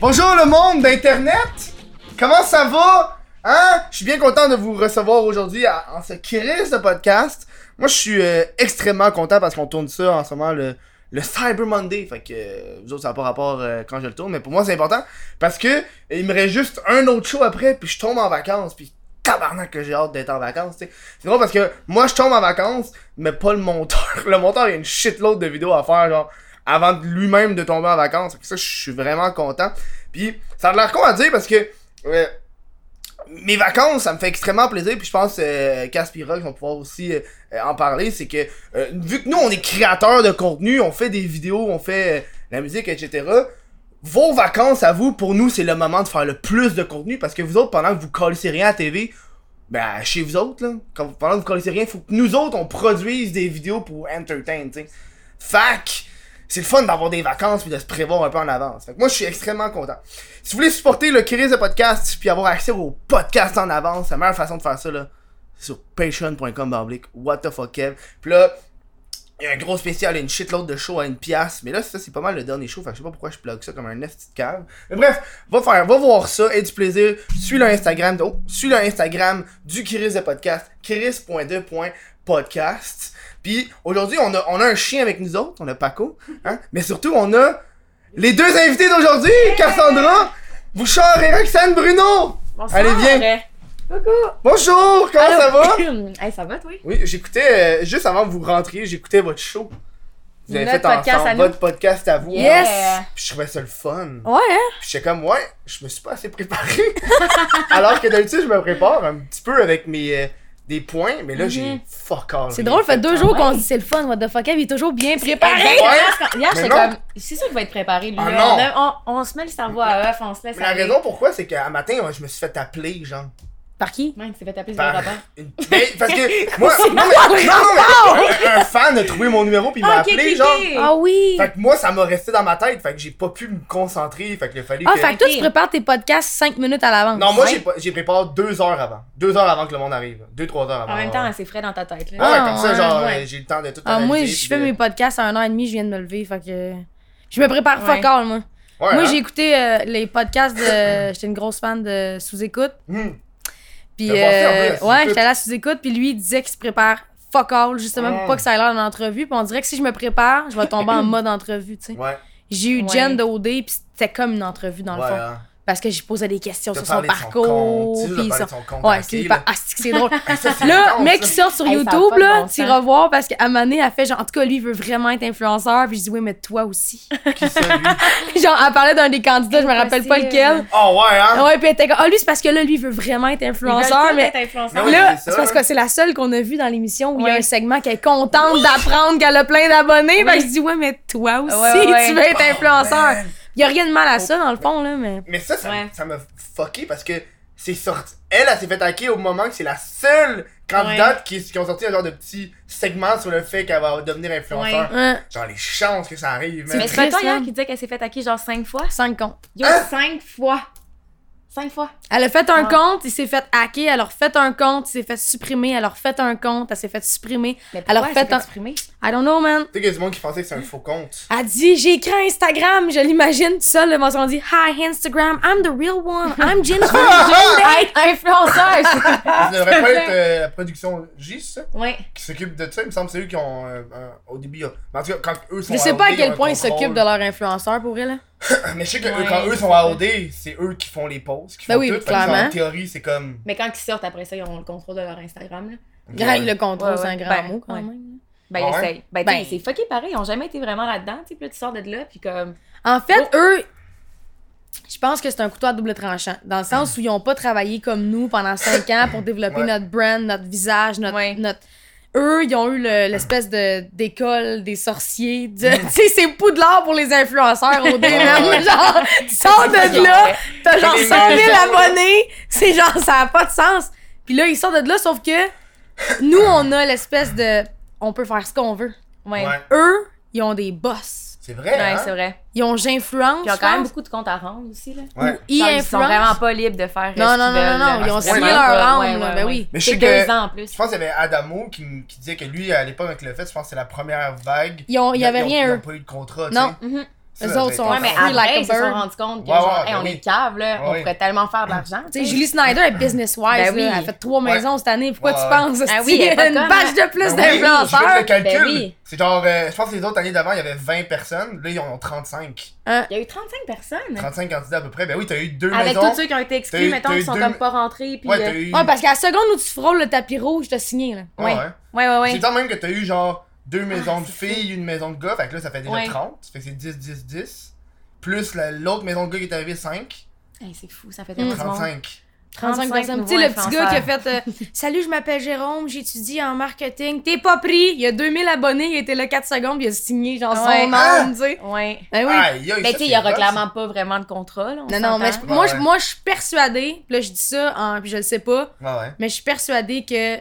Bonjour le monde d'Internet! Comment ça va? Hein? Je suis bien content de vous recevoir aujourd'hui à- en ce crise de podcast. Moi, je suis euh, extrêmement content parce qu'on tourne ça en ce moment le, le Cyber Monday. Fait que euh, vous autres, ça n'a pas rapport euh, quand je le tourne, mais pour moi, c'est important parce que euh, il me reste juste un autre show après, puis je tombe en vacances, puis tabarnak que j'ai hâte d'être en vacances, tu sais. C'est drôle parce que moi, je tombe en vacances, mais pas le monteur. Le monteur, il y a une shitload de vidéos à faire, genre, avant de lui-même de tomber en vacances. Fait que ça, je suis vraiment content. Puis, ça a l'air con à dire parce que euh, mes vacances, ça me fait extrêmement plaisir. Puis, je pense que Caspira, vont pouvoir aussi euh, euh, en parler. C'est que, euh, vu que nous, on est créateurs de contenu, on fait des vidéos, on fait euh, la musique, etc. Vos vacances à vous, pour nous, c'est le moment de faire le plus de contenu parce que vous autres, pendant que vous collez rien à la TV, ben, chez vous autres, là, quand, pendant que vous connaissez rien, faut que nous autres, on produise des vidéos pour entertain, tu sais. Fac! C'est le fun d'avoir des vacances puis de se prévoir un peu en avance. Fait que moi, je suis extrêmement content. Si vous voulez supporter le Kiris de podcast puis avoir accès au podcast en avance, la meilleure façon de faire ça, là, c'est sur patreon.com bablique what the fuck Kev. Puis là, il y a un gros spécial et une shitload de show à une pièce. Mais là, ça, c'est pas mal le dernier show. Fait que je sais pas pourquoi je plug ça comme un neuf petite cave. Mais bref, va faire, va voir ça. Et du plaisir. Suis le Instagram. de- Oh, suis le Instagram du Kiris de podcast. Kiris.2.podcast. Puis aujourd'hui, on a, on a un chien avec nous autres. On a Paco. Hein? Mais surtout, on a les deux invités d'aujourd'hui. Cassandra, Bouchard et Roxane Bruno. Bonsoir. Allez, viens. Coucou. Bonjour, comment ça va? hey, ça va, toi? Oui, j'écoutais, euh, juste avant que vous rentriez, j'écoutais votre show. Vous avez Notre fait podcast ensemble à nous. votre podcast à vous. Yes. Puis je trouvais ça le fun. Ouais, hein? Puis j'étais comme, ouais, je me suis pas assez préparé. Alors que d'habitude, je me prépare un petit peu avec mes euh, des points, mais là, Mhm. j'ai fuck all. C'est drôle, fait deux quand jours même. qu'on se dit c'est le fun, what the fuck, il est toujours bien préparé. Exactement. Hier, Mais j'étais non. comme. C'est ça qui va être préparé, lui. Ah là. non. on, a- on- on se met le cerveau à œuf, on se laisse. Mais la aller. raison pourquoi, c'est qu'à matin, moi, je me suis fait appeler, genre. Par qui? Man, tu t'es fait taper sur le Par... rapport. une- Mais, parce que, moi, non, mais, non, non, mais un, un fan a trouvé mon numéro, puis il m'a Ah, ok, appelé, ok, genre. ok. Ah oui! Fait que moi, ça m'a resté dans ma tête, fait que j'ai pas pu me concentrer, fait que il a fallu Ah, que... fait que toi, tu prépares tes podcasts 5 minutes à l'avance. Non, moi, Ouais. j'ai pas- j'ai préparé deux heures avant. Deux heures avant que le monde arrive. Deux, trois heures avant. En même temps, ouais. c'est frais dans ta tête. Ah, Là. ouais, comme ça, ouais, genre, ouais. euh, j'ai le temps de tout Ah, moi, analyser, je puis fais de- mes podcasts à 1h30, je viens de me lever, fait que. Je me prépare Ouais. fuck all, moi. Ouais, Moi, hein? j'ai écouté euh, les podcasts de. J'étais une grosse fan de Sous-Écoute. Hmm. Puis, T'as passé en vrai à euh, Sous-Écoute. ouais, j'étais allée à Sous-Écoute, puis lui, il disait qu'il se prépare fuck all, justement, Ah. pour pas que ça aille l'air d'une entrevue. Puis on dirait que si je me prépare, je vais tomber en mode entrevue, tu sais. Ouais. J'ai eu Ouais. Jen de OD, puis c'était comme une entrevue, dans ouais, le fond. hein. parce que j'ai posé des questions T'as sur son parlé de son compte, parcours. tu sais, puis t'as parlé son- de son compte Ouais, à c'est qui, hyper- là. Ah, c'est que c'est drôle. Ah, ça, c'est Là, intense, mec ça. qui sort sur Hey, ça a YouTube, pas de là, bon tu sens. iras voir parce qu'à Mané, elle fait genre, en tout cas, lui, il veut vraiment être influenceur. Puis je dis, oui, mais toi aussi. Qui ça, lui? genre, elle parlait d'un des candidats, je me rappelle pas lequel. Impossible. Oh, ouais, hein? Ouais, puis elle était comme, ah, lui, c'est parce que là, lui, il veut vraiment être Ils veulent influenceur. tous Mais être influenceurs. Mais oui, là, c'est ça, c'est parce hein. que c'est la seule qu'on a vue dans l'émission où il y a Ouais. un segment qu'elle est contente d'apprendre qu'elle a plein d'abonnés. Oui. Fait que je dis, ouais, mais toi aussi, Ouais, ouais, ouais. tu veux être Oh, influenceur. man. Oh, Il y a rien de mal à ça, dans le fond, là, mais. Mais ça, ça Ouais. ça m'a fucké parce que c'est sorti. Elle, elle s'est fait hacker au moment que c'est la seule candidate qui, qui ont sorti un genre de petit segment sur le fait qu'elle va devenir influenceur. hein, Genre, les chances que ça arrive, man. Mais C'est c'est pas toi triste, hier hein. qui disait qu'elle s'est fait taquer genre 5 fois? cinq comptes. Yo, Hein? 5 fois! 5 fois! Elle a fait un Ah. compte, il s'est fait hacker, elle a refait un compte, il s'est fait supprimer, elle a refait un compte, elle s'est fait supprimer. Mais pourquoi Alors, elle s'est faites fait un- exprimer? I don't know, man. Tu sais qu'il y a du monde qui pensait que c'est un faux compte. Elle dit, j'ai écrit un Instagram, je l'imagine tout seul, le mensonge dit, Hi Instagram, I'm the real one, I'm Jennifer. Être influenceur! Ça Ah. devrait pas être euh, la production J, c'est ça? ouais. Qui s'occupe de ça. Il me semble que c'est eux qui ont. euh, un- au début, là. Mais en tout cas, quand eux sont. je sais pas à AOD, ont quel un point ils contrôle. s'occupent de leur influenceur pour elle. Mais je sais que Ouais, eux, quand eux c'est sont ça. AOD, c'est eux qui font les posts. Qui Ben font oui, tout. Fait que ça, En clairement. théorie, c'est comme. Mais quand ils sortent après ça, ils ont le contrôle de leur Instagram. Là. Greg le contrôle, Ouais, ouais. c'est un grand Ben, mot quand ouais. même. Ben, Ah ils ouais? essayent. Ben, Ben. t'sais, c'est fucké pareil. Ils ont jamais été vraiment là-dedans. tu sais. Puis là, tu sors de là, puis comme. En fait, Oh. eux, je pense que c'est un couteau à double tranchant, dans le sens où ils ont pas travaillé comme nous pendant cinq ans pour développer Ouais. notre brand, notre visage, notre. Ouais. notre- Eux, ils ont eu le- l'espèce de d'école des sorciers. de- Tu sais, c'est Poudlard pour les influenceurs au début. Ouais. genre, tu sors de là, t'as genre 100 000 abonnés, c'est genre, ça a pas de sens. Puis là, ils sortent de là, sauf que nous, on a l'espèce de. On peut faire ce qu'on veut. Ouais. Ouais. Ouais, Eux, ils ont des boss. C'est vrai. hein? c'est vrai. Ils ont j'influence. Puis ils ont quand même beaucoup de comptes à rendre aussi. Là. Ouais. Ils Genre, ils sont vraiment influencent. pas libres de faire. euh, Non, ce non, qu'ils non, non, veulent, non, là. ils ont signé Vraiment leur pas. âme, Ouais, là, ouais, ouais. ben oui. Mais je C'est sais que- deux ans en Je plus. pense qu'il y avait Adamo qui, m- qui disait que lui, à l'époque, avec le fait, je pense que c'est la première vague. Ils ont- il y a- avait ils ont- rien, Ils eux. n'ont pas eu de contrat. Non. tu sais. Mhm. Ça, Eux autres c'est sont intense. Ouais, mais Free après, like a ils se sont bird. rendus compte que, Ouais, genre, ouais, hey, on oui. est cave, là, on Ouais. pourrait tellement faire de l'argent. Tu sais, Julie Snyder est business wise. Ben oui. Elle a fait trois maisons cette année. Pourquoi Ouais. tu penses? Ah hostie, oui, elle est pas hein. une conne, batch de plus Ben oui, je fais d'influenceurs. le calcul. Ben oui. C'est genre, euh, je pense que les autres années d'avant, il y avait 20 personnes. Là, ils en ont 35. Il y a eu 35 personnes. 35 candidats à peu près. Ben oui, t'as eu deux Avec maisons. tous ceux qui ont été T'as eu- exclus, mettons, t'as eu qui sont deux- comme pas rentrés. Puis Ouais, euh, t'as eu. Ouais, parce qu'à la seconde où tu frôles le tapis rouge, t'as signé, là. Ouais, ouais. Ouais, ouais, C'est ouais. le temps même que t'as eu genre deux maisons de filles, une maison de gars. Fait que là, ça fait déjà Ouais. 30. Fait que c'est 10, 10, 10. Plus la- l'autre maison de gars qui est arrivée, 5. hey, c'est fou, ça fait tellement du monde. 35. 35 Mm. personnes. Tu nouveaux sais, le petit gars qui a influenceurs. fait euh, Salut, je m'appelle Jérôme, j'étudie en marketing. T'es pas pris. Il y a 2000 abonnés, il était là 4 secondes, puis il a signé, genre, Ouais. son Ah! nom, tu sais. Ouais. Ben oui. Aïe, aïe, Mais ça, tu sais, il c'est y aura rough, clairement pas vraiment de contrôle. Non, non, mais je- Ben moi, je- ouais. moi, je suis persuadée, puis là, je dis ça, hein, puis je le sais pas, ça. Ouais, ouais. mais je suis persuadée que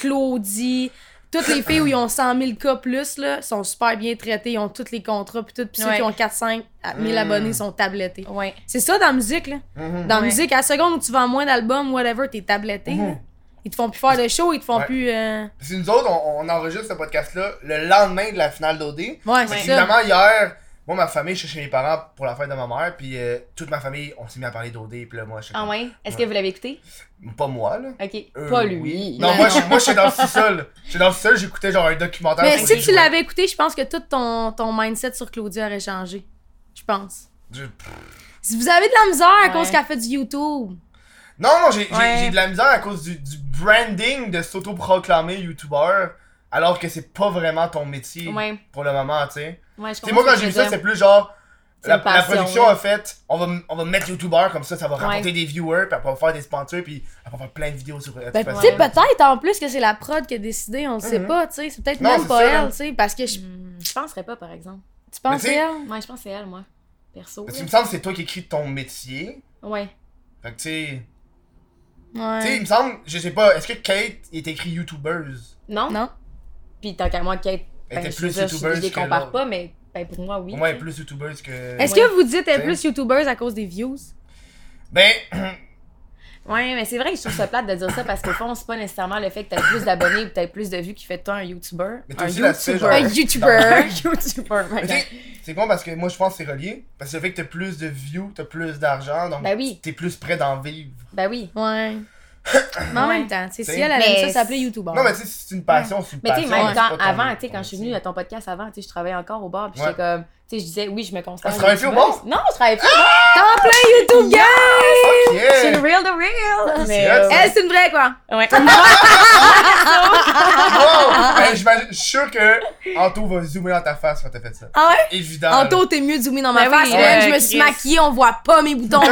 Claudie, toutes les filles où ils ont 100 000 cas plus, là, sont super bien traitées, ils ont tous les contrats, puis tout, puis ceux Ouais. qui ont 4-5 000 Mm. abonnés sont tablettés. Ouais. C'est ça dans la musique, là. Mhm. Dans la Ouais. musique, à la seconde où tu vends moins d'albums, whatever, t'es tabletté, là. Mhm. Ils te font plus faire de show, ils te font Ouais. plus. euh, Si nous autres, on, on enregistre ce podcast-là le lendemain de la finale d'OD. Ouais, Fait c'est ça. Évidemment, hier, moi, ma famille, je suis chez mes parents pour la fête de ma mère, puis euh, toute ma famille, on s'est mis à parler d'OD, puis là, moi, je suis Ah comme- ouais? Est-ce Ouais. que vous l'avez écouté? Pas moi, là. Ok. Eux, pas oui. lui. Non, moi, je moi, j'étais dans le sous-sol. J'étais dans le sous-sol, j'écoutais genre un documentaire. Mais sur si les tu jouets. l'avais écouté, je pense que tout ton, ton mindset sur Claudie aurait changé. Je pense. Je- Si vous avez de la misère à cause Ouais. qu'elle fait du YouTube, Non, non, j'ai j'ai- Ouais. j'ai de la misère à cause du, du branding de s'auto-proclamer YouTuber, alors que c'est pas vraiment ton métier Ouais. pour le moment, tu sais. Ouais, je Tu sais, moi, comprends quand ce que j'ai vu tu veux ça, c'est dire. plus genre. C'est La, une passion, la production ouais. a fait, on va, on va mettre YouTuber comme ça, ça va rapporter Ouais. des viewers, puis après on va faire des sponsors, puis après on va faire plein de vidéos sur. euh, ben, sur- tu sais, peut-être en plus que c'est la prod qui a décidé, on le sait Mhm. pas, tu sais. C'est peut-être Non, même c'est pas ça, là. elle, tu sais. Parce que je- Hmm, Je penserais pas, par exemple. tu Mais penses tu sais- elle. Ouais, je pense que c'est elle, moi. Perso. Parce là. qu'il me semble que c'est toi qui écris ton métier. Ouais. Fait que tu sais. Tu sais, il Ouais. me semble, je sais pas, est-ce que Kate est écrit YouTubeuse Non? Non. Puis tant qu'à moi, Kate. Elle Ben, était je plus veux dire, je- youtubeuse Je les que compare l'autre. pas, mais ben, pour moi, oui. Pour moi, elle tu est plus YouTubeuse que. Est-ce Ouais. que vous dites elle Tu est plus youtubeuse à cause des views? Ben, Ouais, mais c'est vrai que je trouve ça plate de dire ça parce qu'au fond, c'est pas nécessairement le fait que t'as plus d'abonnés ou que t'as plus de vues qui fait de toi un YouTuber. Mais t'as Un aussi l'aspect, genre- Un YouTuber. YouTuber. Un YouTuber, my mais God. tu sais, c'est con parce que moi je pense que c'est relié. Parce que le fait que t'as plus de views, t'as plus d'argent, donc Ben oui. t'es plus prêt d'en vivre. Ben oui. Ouais. Mais en Ouais. même temps, tu sais, si T'sais. elle avait Mais ça, ça s'appelait YouTuber. Non, mais tu sais, c'est une passion, c'est une Mais tu sais, passion. même c'est pas quand, ton- avant, tu sais, quand je suis ton venue métier. à ton podcast avant, tu sais, je travaillais encore au bar, puis Ouais. j'étais comme, tu sais, je disais, oui, je me considère. Ah, tu travailles plus au Ah! youtubeuse. Non, je travaille plus au bar. T'en plein YouTube gang! Je suis Yeah! le real the real. Mais. hot, ça. euh, Elle, Eh, c'est une vraie, quoi! Ouais. Wow! Ben, j'imagine- je suis sûr que Anto va zoomer dans ta face quand t'as fait ça. Ah ouais? Évidemment. En taux, t'es mieux zoomé dans ma Ben oui, face, man. euh, Je me suis Chris. maquillée, on voit pas mes boutons.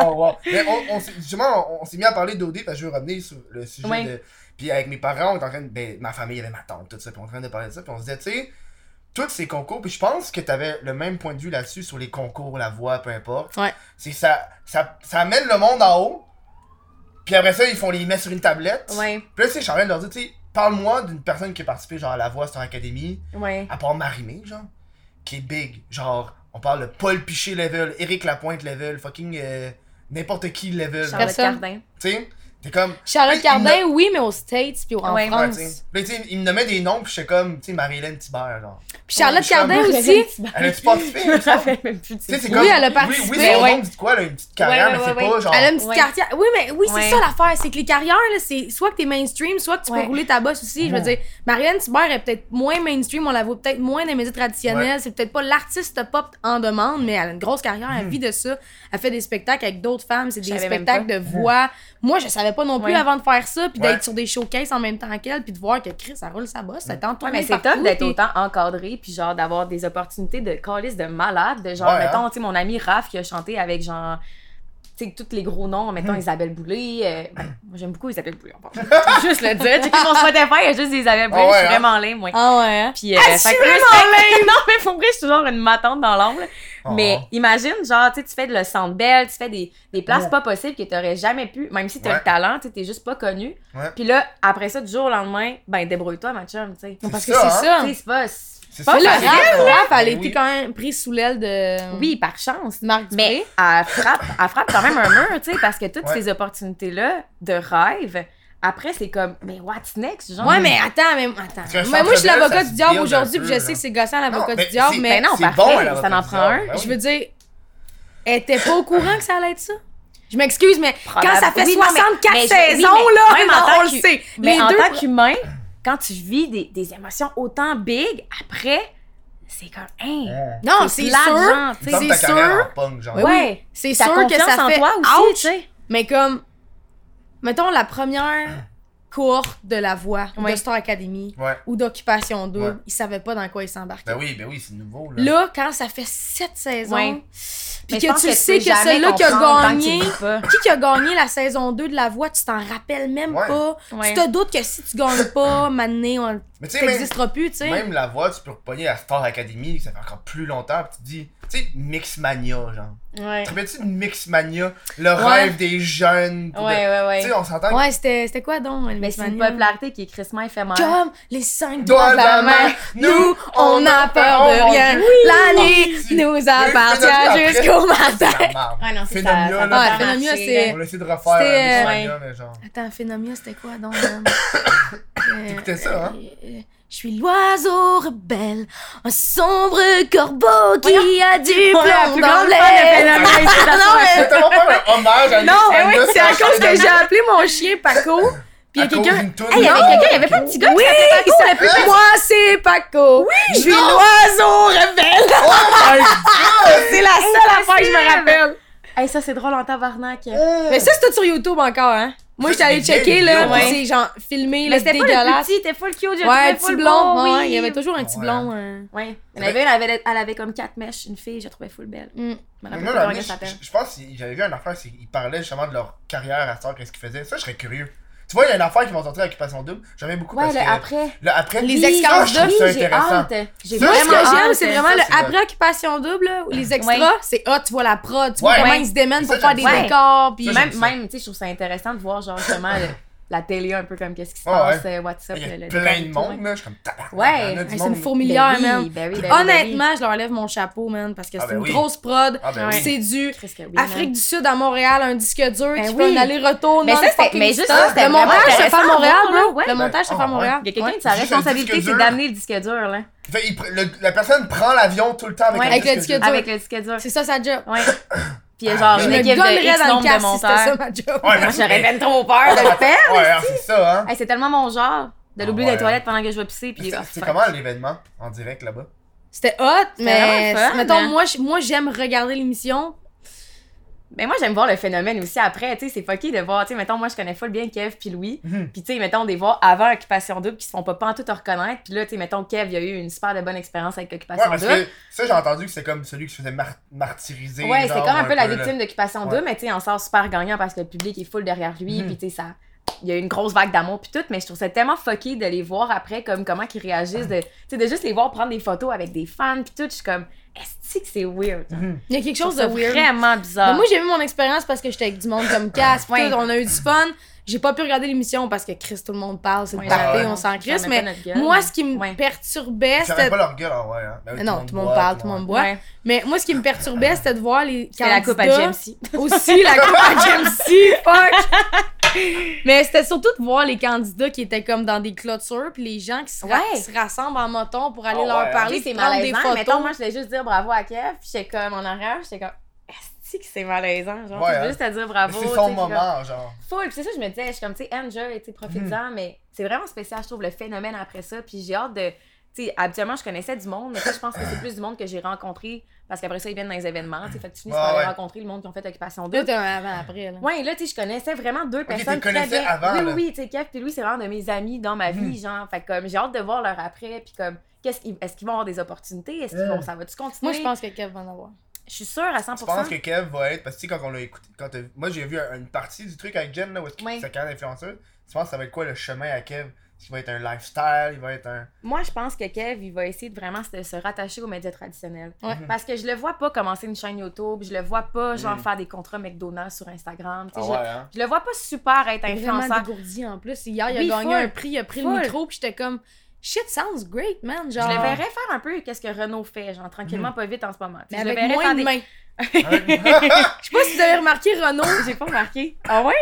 oh, wow. Mais on, on s'est- justement, on, on s'est mis à parler d'OD parce que je veux revenir sur le sujet Ouais. de. Puis avec mes parents, on est en train de. Ben, ma famille, il y avait ma tante, tout ça. Puis on est en train de parler de ça. Puis on se disait, tu sais, tous ces concours. Puis je pense que t'avais le même point de vue là-dessus sur les concours, la voix, peu importe. Ouais. C'est ça, ça. Ça amène le monde en haut. Puis après ça, ils font les mettre sur une tablette. Ouais, Puis là, tu sais, je suis en train de leur dire, tu sais, parle-moi d'une personne qui a participé, genre, à la voix, sur Académie. ouais. À part Marimé, genre, qui est big. Genre, on parle de Paul Piché level, Eric Lapointe level, fucking euh, n'importe qui level. Charlotte Personne. Cardin. Tu sais, t'es comme. Charlotte Oui, Cardin, oui, mais aux States puis en Ouais. Ouais, France. tu sais. Puis tu sais, il me nommait des noms, puis j'étais comme, tu sais, Marie-Hélène Thibert, genre. puis Charlotte Ouais, Cardin Charlotte aussi. Elle a-tu participé, Je il me me semble? rappelle même plus de Tu sais, c'est ses comme. Oui, elle a Oui, participé, oui, son ouais. nom me dit quoi, elle a une petite carrière, Ouais, ouais, mais c'est ouais, pas ouais. genre. Elle a une petite Ouais. carrière. Oui, mais oui, c'est Ouais. ça l'affaire. C'est que les carrières, là, c'est soit que t'es mainstream, soit que tu peux Ouais. rouler ta bosse aussi. Je veux Ouais. dire, Marianne Thibert est peut-être moins mainstream, on la voit peut-être moins dans les médias traditionnels. C'est peut-être pas l'artiste pop en demande, mais elle a une grosse carrière, Hmm. elle vit de ça. Elle fait des spectacles avec d'autres femmes, c'est Je des savais même spectacles de voix. Moi, je savais pas non plus Ouais. avant de faire ça, puis Ouais. d'être sur des showcases en même temps qu'elle, puis de voir que Chris, elle roule sa bosse. Elle est en Ouais, tournée mais c'est partout, top d'être puis- autant encadré, puis genre d'avoir des opportunités de calice de malade, de genre, Ouais, mettons, hein. tu sais, mon ami Raph qui a chanté avec genre, tu sais, tous les gros noms, mettons Hmm. Isabelle Boulay. euh, ben, moi, j'aime beaucoup Isabelle Boulay, en passant. Je veux juste le dire. Checker mon Spotify, il y a juste des Isabelle Boulay, Ah ouais, je suis hein. vraiment lame, moi. Ah ouais. hein? Puis, euh, fait que respect- Non, mais pour vrai, je suis toujours une matante dans l'ombre. là. Oh. Mais imagine, genre, tu sais, tu fais de le Centre Bell, tu fais des, des places Ouais. pas possibles que t'aurais jamais pu, même si t'as Ouais. le talent, tu sais, t'es juste pas connu. Ouais. Puis là, après ça, du jour au lendemain, ben débrouille-toi, ma chum, tu sais. C'est Parce que ça, c'est hein. ça. Tu sais, c'est pas... c'est C'est pas ça, Mais là, facile, Raph, hein. Raph, Ben elle a été oui. quand même prise sous l'aile de. Oui, par chance. Marc Dupré. Mais elle frappe, elle frappe quand même un mur, tu sais, parce que toutes Ouais. ces opportunités-là de rêve, Après, c'est comme, mais what's next? Genre, Ouais, mais attends, mais attends. C'est un Mais moi, je suis centre-ville, ça l'avocat se du diable build aujourd'hui, un puis peu, je sais là. que c'est gossant Non, l'avocat mais du diable, c'est- mais non, c'est parfait, bon, la ça n'en rotation. prend un. Ben oui. je veux dire, elle était pas au courant que ça allait être ça. Je m'excuse, mais quand ça fait Oui, non, mais- 64 mais je- oui, saisons, mais là, même en non, tant on le qu'hu- sait. Mais Les en deux- tant qu'humain, quand tu vis des, des émotions autant big, après, c'est comme, hein, Ouais. Non, c'est plate, sûr. genre, tu Il me semble que ta sais. Ça c'est carrière sûr. en punk, genre. Oui, oui. Ouais. C'est Ta sûr que confiance ça en fait toi aussi, ouch, tu sais. Mais comme, mettons la première cohorte de la voix, Ouais. de Star Academy Ouais. ou d'Occupation 2, Ouais. ils savaient pas dans quoi ils s'embarquaient. Ben oui, ben oui, c'est nouveau, là. Là, quand ça fait sept saisons, Ouais. puis Mais que je pense tu sais peux que jamais celui-là qui a comprendre tant que tu gagné, le vis pas. qui qui a gagné la saison 2 de La Voix, tu t'en rappelles même Ouais. pas. Ouais. Tu te doutes que si tu gagnes pas, mané, on Mais tu sais, même, t'existera plus, tu sais. même la voix, tu peux repogner à Star Academy, ça fait encore plus longtemps, pis tu dis, tu sais, Mixmania, genre. Ouais. Tu rappelles-tu de Mixmania, le Ouais. rêve des jeunes? pis de- Ouais, ouais, Tu ouais. sais, on s'entend que Ouais, c'était c'était quoi donc, Mais c'est une hein. Mania? popularité qui est crissement éphémère. Comme les cinq doigts de la main, nous, on n'a peur de oh, rien. Ah, oui. La Oh, nuit si. nous Phénomène appartient après. jusqu'au C'est matin. la merde. Ouais, non, c'est Phénomène, ça. là. ça va Ouais, pas Phénomène, marcher, c'est- On a essayé de refaire C'était, euh, euh, Mixmania, mais genre. Attends, Phénomia, c'était quoi donc? T'écoutais ça, hein? Euh, Je suis l'oiseau rebelle, un sombre corbeau qui a du On a la plomb plus dans grande fan de l'aile. Phénomène ici, dans Non, son mais- C'est tellement pas un hommage à Non, eh Alexandra, oui, c'est à ça, cause ça que j'ai donne- appelé mon chien Paco. Puis il y à a cause quelqu'un. d'une toune. Hey, il y avait Non! quelqu'un, il y avait pas un petit gars qui Oui, s'appelait Paco, ça la fait- moi c'est Paco. Oui, je suis non. l'oiseau rebelle. Oh my god! C'est la seule affaire que je me Impossible. rappelle. Hey, ça, c'est drôle en tabarnak. Mais ça, c'est tout sur YouTube encore, hein. Moi, j'étais allée C'est des checker, vieilles là, vidéos, puis hein. c'est genre filmé, là, Mais c'était pas le dégueulasse. plus petit, t'es full cute, j'ai Ouais, trouvé petit full blond, beau, ouais, oui. il y avait toujours un petit Ouais. blond. hein. Ouais. Il y en avait une, elle avait, elle avait comme quatre mèches, une fille, j'ai trouvé full belle. Mm. Je me Mais moi, rappelle pas la comment mienne, elle je s'appelle. je- je pense qu'il j'avais vu une affaire, c'est qu'ils parlaient justement de leur carrière à Star, qu'est-ce qu'ils faisaient. Ça, je serais curieux. Tu vois, il y a une affaire qui vont sortir à Occupation Double. J'aimais beaucoup Ouais, parce le que. après. le après. Les Ça, je ex-candidats, trouve ça Oui, j'ai intéressant. hâte. J'ai Ça, Moi, ce vraiment que j'aime, hâte. c'est vraiment ça, le c'est vrai. après occupation double, là, où les extras, Ouais. c'est ah, tu vois la prod, tu vois Ouais. comment Ouais. ils se démènent Ça, pour faire des j'aime ça. Ah, décors, puis Ça, j'aime Même, même tu sais, je trouve ça intéressant de voir, genre, justement, le- la télé un peu comme qu'est-ce qui se Ouais, passe, euh, what's up. Il y le- a le- plein de tout, monde, ouais. là. Je suis comme tabarnak, il y Ouais. en a Hey, du c'est monde. une fourmilière, Ben oui, man. ben oui, ben oui, ben oui. Honnêtement, je leur lève mon chapeau, man, parce que Ah, c'est ben une oui. grosse prod, Ah, ben Ouais. oui. c'est du Chris que oui, man. Afrique du Sud à Montréal, un disque dur Ben qui oui. fait un aller-retour Mais ça, non-stop c'était- mais et juste stop. ça, c'était Le vraiment montage se fait à intéressant, Montréal, là, bro. ouais. Le montage se fait Ah, à ouais. Montréal. Il y a quelqu'un Ouais. qui sa Juste un disque responsabilité, c'est dur. d'amener le disque dur, là. Fait, il pr- le- la personne prend l'avion tout le temps avec, Ouais, un avec le disque disque dur. dur. Avec le disque dur. C'est ça sa job. Ouais. Puis euh, genre, Je une me équipe de X nombre de si c'était ça monteurs. ma job. Ouais, Moi, mais- J'aurais ben trop peur de le faire. Ouais, alors, c'est ça, hein. Hey, c'est tellement mon genre de Ah, l'oublier ouais, des hein. toilettes pendant que je vais pisser. Puis, C'est- ah, C'est fuck. comment l'événement en direct là-bas? C'était hot, mais vraiment fun, mettons, hein. moi, je- moi j'aime regarder l'émission. Mais moi, j'aime voir le phénomène aussi après. Tu sais, c'est fucké de voir. Tu sais, mettons, moi, je connais full bien Kev puis Louis. Mhm. Puis, tu sais, mettons, des voir avant Occupation Double qui se font pas pas en tout reconnaître. Puis là, tu sais, mettons, Kev, il a eu une super de bonne expérience avec Ouais, Occupation parce Double. que ça, j'ai entendu que c'est comme celui qui se faisait mar- martyriser. Ouais, c'est genre, comme un peu la là. victime d'Occupation Ouais. 2, mais tu sais, en sort super gagnant parce que le public est full derrière lui, Mhm. puis tu sais, ça. Il y a eu une grosse vague d'amour puis tout, mais je trouve ça tellement fucké de les voir après, comme comment qu'ils réagissent, de, tu sais, de juste les voir prendre des photos avec des fans puis tout, je suis comme, est-ce que c'est weird? genre? Mhm. Il y a quelque Je trouve chose de ça weird. vraiment bizarre. Mais moi, j'ai vu mon expérience parce que j'étais avec du monde comme Cass. Ah. pis Ouais. tout, on a eu du fun. J'ai pas pu regarder l'émission parce que Chris, tout le monde parle, c'est Ouais, le party, ouais. on s'en crisse. Ça met pas Mais notre gueule, moi, mais- ce qui me Ouais. perturbait, Ça avait c'était. pas leur gueule, en vrai. Hein. Ah Ben oui, Non, tout le monde parle, tout le monde boit. Ouais. Mais moi, ce qui me perturbait, c'était de voir les C'était la coupe à candidats- GMC. Aussi, la coupe à GMC, fuck! Mais c'était surtout de voir les candidats qui étaient comme dans des clôtures, puis les gens qui se, ra- Ouais. qui se rassemblent en moton pour aller Ah leur ouais, parler, Oui, c'est puis prendre des malaisant. photos. Mettons, moi, je voulais juste dire bravo à Kev, puis j'étais comme en arrière, j'étais comme, est-ce que c'est malaisant? Genre, Ouais, je veux hein. juste à dire Mais bravo. C'est tu sais, son puis comme- moment, genre. full. Puis c'est ça, je me disais, je suis comme, tu sais, enjoy, tu sais, Mm. profite-en, mais c'est vraiment spécial, je trouve, le phénomène après ça. Puis j'ai hâte de. Tu sais, habituellement, je connaissais du monde, mais ça, je pense que c'est plus du monde que j'ai rencontré parce qu'après ça, ils viennent dans les événements. Tu sais, fait que tu finis Ouais, par aller ouais. rencontrer le monde qui ont fait Occupation 2. Là, t'es un avant après, là. Ouais, et là, tu sais, je connaissais vraiment deux personnes. t'es connaissais très bien. avant, Oui, là. Hmm. oui, oui, tu sais, Kev puis Louis, c'est vraiment de mes amis dans ma vie, genre. Fait que, comme, j'ai hâte de voir leur après, puis comme, qu'est-ce qu'ils- est-ce qu'ils vont avoir des opportunités? Est-ce qu'ils Mm. vont, ça va-tu continuer? Moi, je pense que Kev va en avoir. Je suis sûre à 100 Je pense que Kev va être. Parce que tu sais, quand on l'a écouté. Quand t'as- Moi, j'ai vu un- une partie du truc avec Jen, là, où est-ce qu'il Ouais. sa carrière d'influenceuse. Tu penses que ça va être quoi le chemin à Kev Est-ce qu'il va être un lifestyle Il va être un. Moi, je pense que Kev, il va essayer de vraiment se, se rattacher aux médias traditionnels. Ouais. Hmm. Mhm. Parce que je le vois pas commencer une chaîne YouTube, je le vois pas genre Mm. faire des contrats McDonald's sur Instagram. tu sais, je, hein. je le vois pas super être Il est vraiment influenceur. dégourdi en plus. Hier, il a Oui, gagné full. un prix, il a pris le Full. micro, puis j'étais comme shit sounds great, man. Je Genre, le verrais faire un peu qu'est-ce que Renault fait, genre Hmm. tranquillement, pas vite en ce moment. Tu mais sais, je avec le verrais moins faire de des- mains. Hein? Je sais pas si vous avez remarqué Renaud. J'ai pas remarqué. Ah ouais?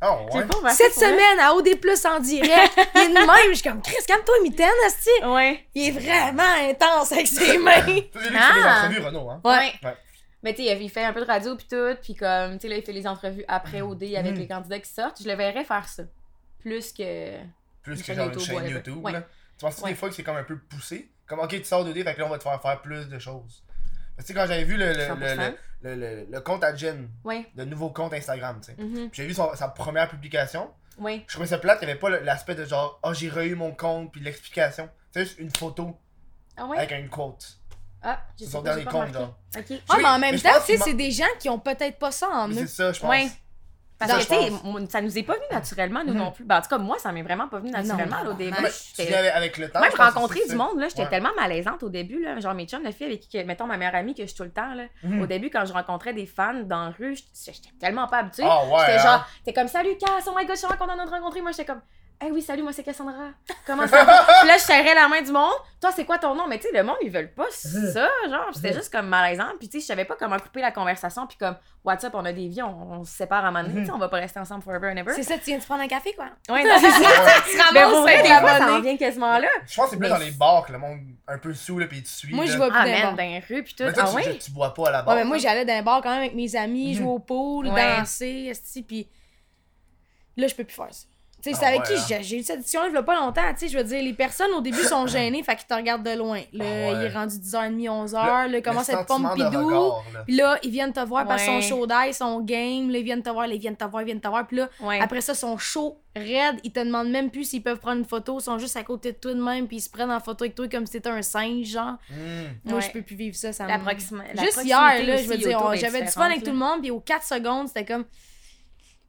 Ah J'ai ouais. pas remarqué Cette pour vrai. semaine, à OD Plus en direct, il est de même. Je suis comme, Chris, calme-toi, mitaine, Asti. Ouais. Il est vraiment intense avec ses mains. C'est lui qui fait les Ah. entrevues, Renaud, hein. Ouais. Ouais. Mais tu sais, il fait un peu de radio puis tout, puis comme, tu sais, là, il fait les entrevues après OD avec Mhm. les candidats qui sortent. Je le verrais faire ça. Plus que. Plus Une que chaîne genre une YouTube, chaîne whatever. YouTube, Ouais. là. Tu penses des Ouais. fois que c'est comme un peu poussé? Comme, ok, tu sors de dé, fait que là, on va te faire faire plus de choses. Tu sais, quand j'avais vu le, le, le, 100%. le, le- le compte à Jen, Ouais. le nouveau compte Instagram, tu sais. Mhm. J'ai vu son- sa première publication. Ouais. Je trouvais ça plate, il n'y avait pas le- l'aspect de genre, ah, j'ai re mon compte, puis l'explication. C'est juste une photo Ah ouais? avec une quote. Ah, j'ai C'est sais son pas, dernier j'ai pas compte, remarqué. genre. Ok. Ah, Oui, mais en mais même je temps, pense tu sais, qu'il c'est des gens qui ont peut-être pas ça en Mais eux. C'est ça, je pense. Ouais. Parce Ça, que, je ben, tu sais, pense. moi, ça nous est pas venu naturellement, nous Mhm. non plus. Ben, en tout cas, moi, ça m'est vraiment pas venu naturellement là, au non, début. non, Mais tu Ah, J'étais- viens avec, avec le temps. Même je pense que rencontrer c'est du ça. monde, là, j'étais Ouais. tellement malaisante au début, là. Genre, mes chums, le fille avec qui, que- mettons, ma meilleure amie que je suis tout le temps, là. Mhm. Au début, quand je rencontrais des fans dans la rue, j'étais j'étais tellement pas habituée. Ah ouais, j'étais hein. genre, t'es comme, salut Cass, oh my god, je suis contente de te rencontrer. Moi, j'étais comme, hey oui, salut, moi c'est Cassandra. Comment ça va? Puis là, je serrais la main du monde. Toi, c'est quoi ton nom? Mais tu sais, le monde, ils veulent pas Mmh. ça, genre. Puis C'était juste comme malaisant. Puis tu sais, je savais pas comment couper la conversation. Puis comme, what's up, on a des vies, on, on se sépare à un moment Mmh. donné, tu sais, on va pas rester ensemble forever and ever. C'est ça, tu viens de prendre un café, quoi. Ouais, non, c'est ça. Tu Mais pour vrai, des fois, ça en abonnés. vient quasiment là. Je pense que c'est plus Mais dans les bars que le monde un peu saoul là, puis tu suis. Moi, je vois vois Ah, plus man, d'un dans les rues, puis tout. Mais toi, Ah tu, ouais? tu bois pas à la Ouais, barre. mais moi, j'allais dans un bar quand même avec mes amis, Mhm. jouer au pool, Ouais. danser, esti, puis là, je peux plus faire ça. Tu sais, c'est Ah avec ouais, qui hein. j'ai- j'ai eu cette discussion il y a pas longtemps, tu sais, je veux dire, les personnes au début sont gênées, fait qu'ils te regardent de loin. Ah Là, ouais. il est rendu 10h30, 11h, là, il commence à être pompidou. pidou. Puis là, ils viennent te voir parce qu'ils Ouais. sont chauds d'ail, ils sont game, là, ils viennent te voir, là, ils viennent te voir, ils viennent te voir, puis là, Ouais. après ça, ils sont chauds, raides, ils te demandent même plus s'ils peuvent prendre une photo, ils sont juste à côté de toi de même, puis ils se prennent en photo avec toi comme si t'étais un singe, genre. Moi, Mhm. Ouais. je peux plus vivre ça, ça La me- proxima- la Juste proximité hier, là, je aussi veux dire, autour on- est j'avais du fun différente, avec tout le là. monde, puis aux 4 secondes, c'était comme.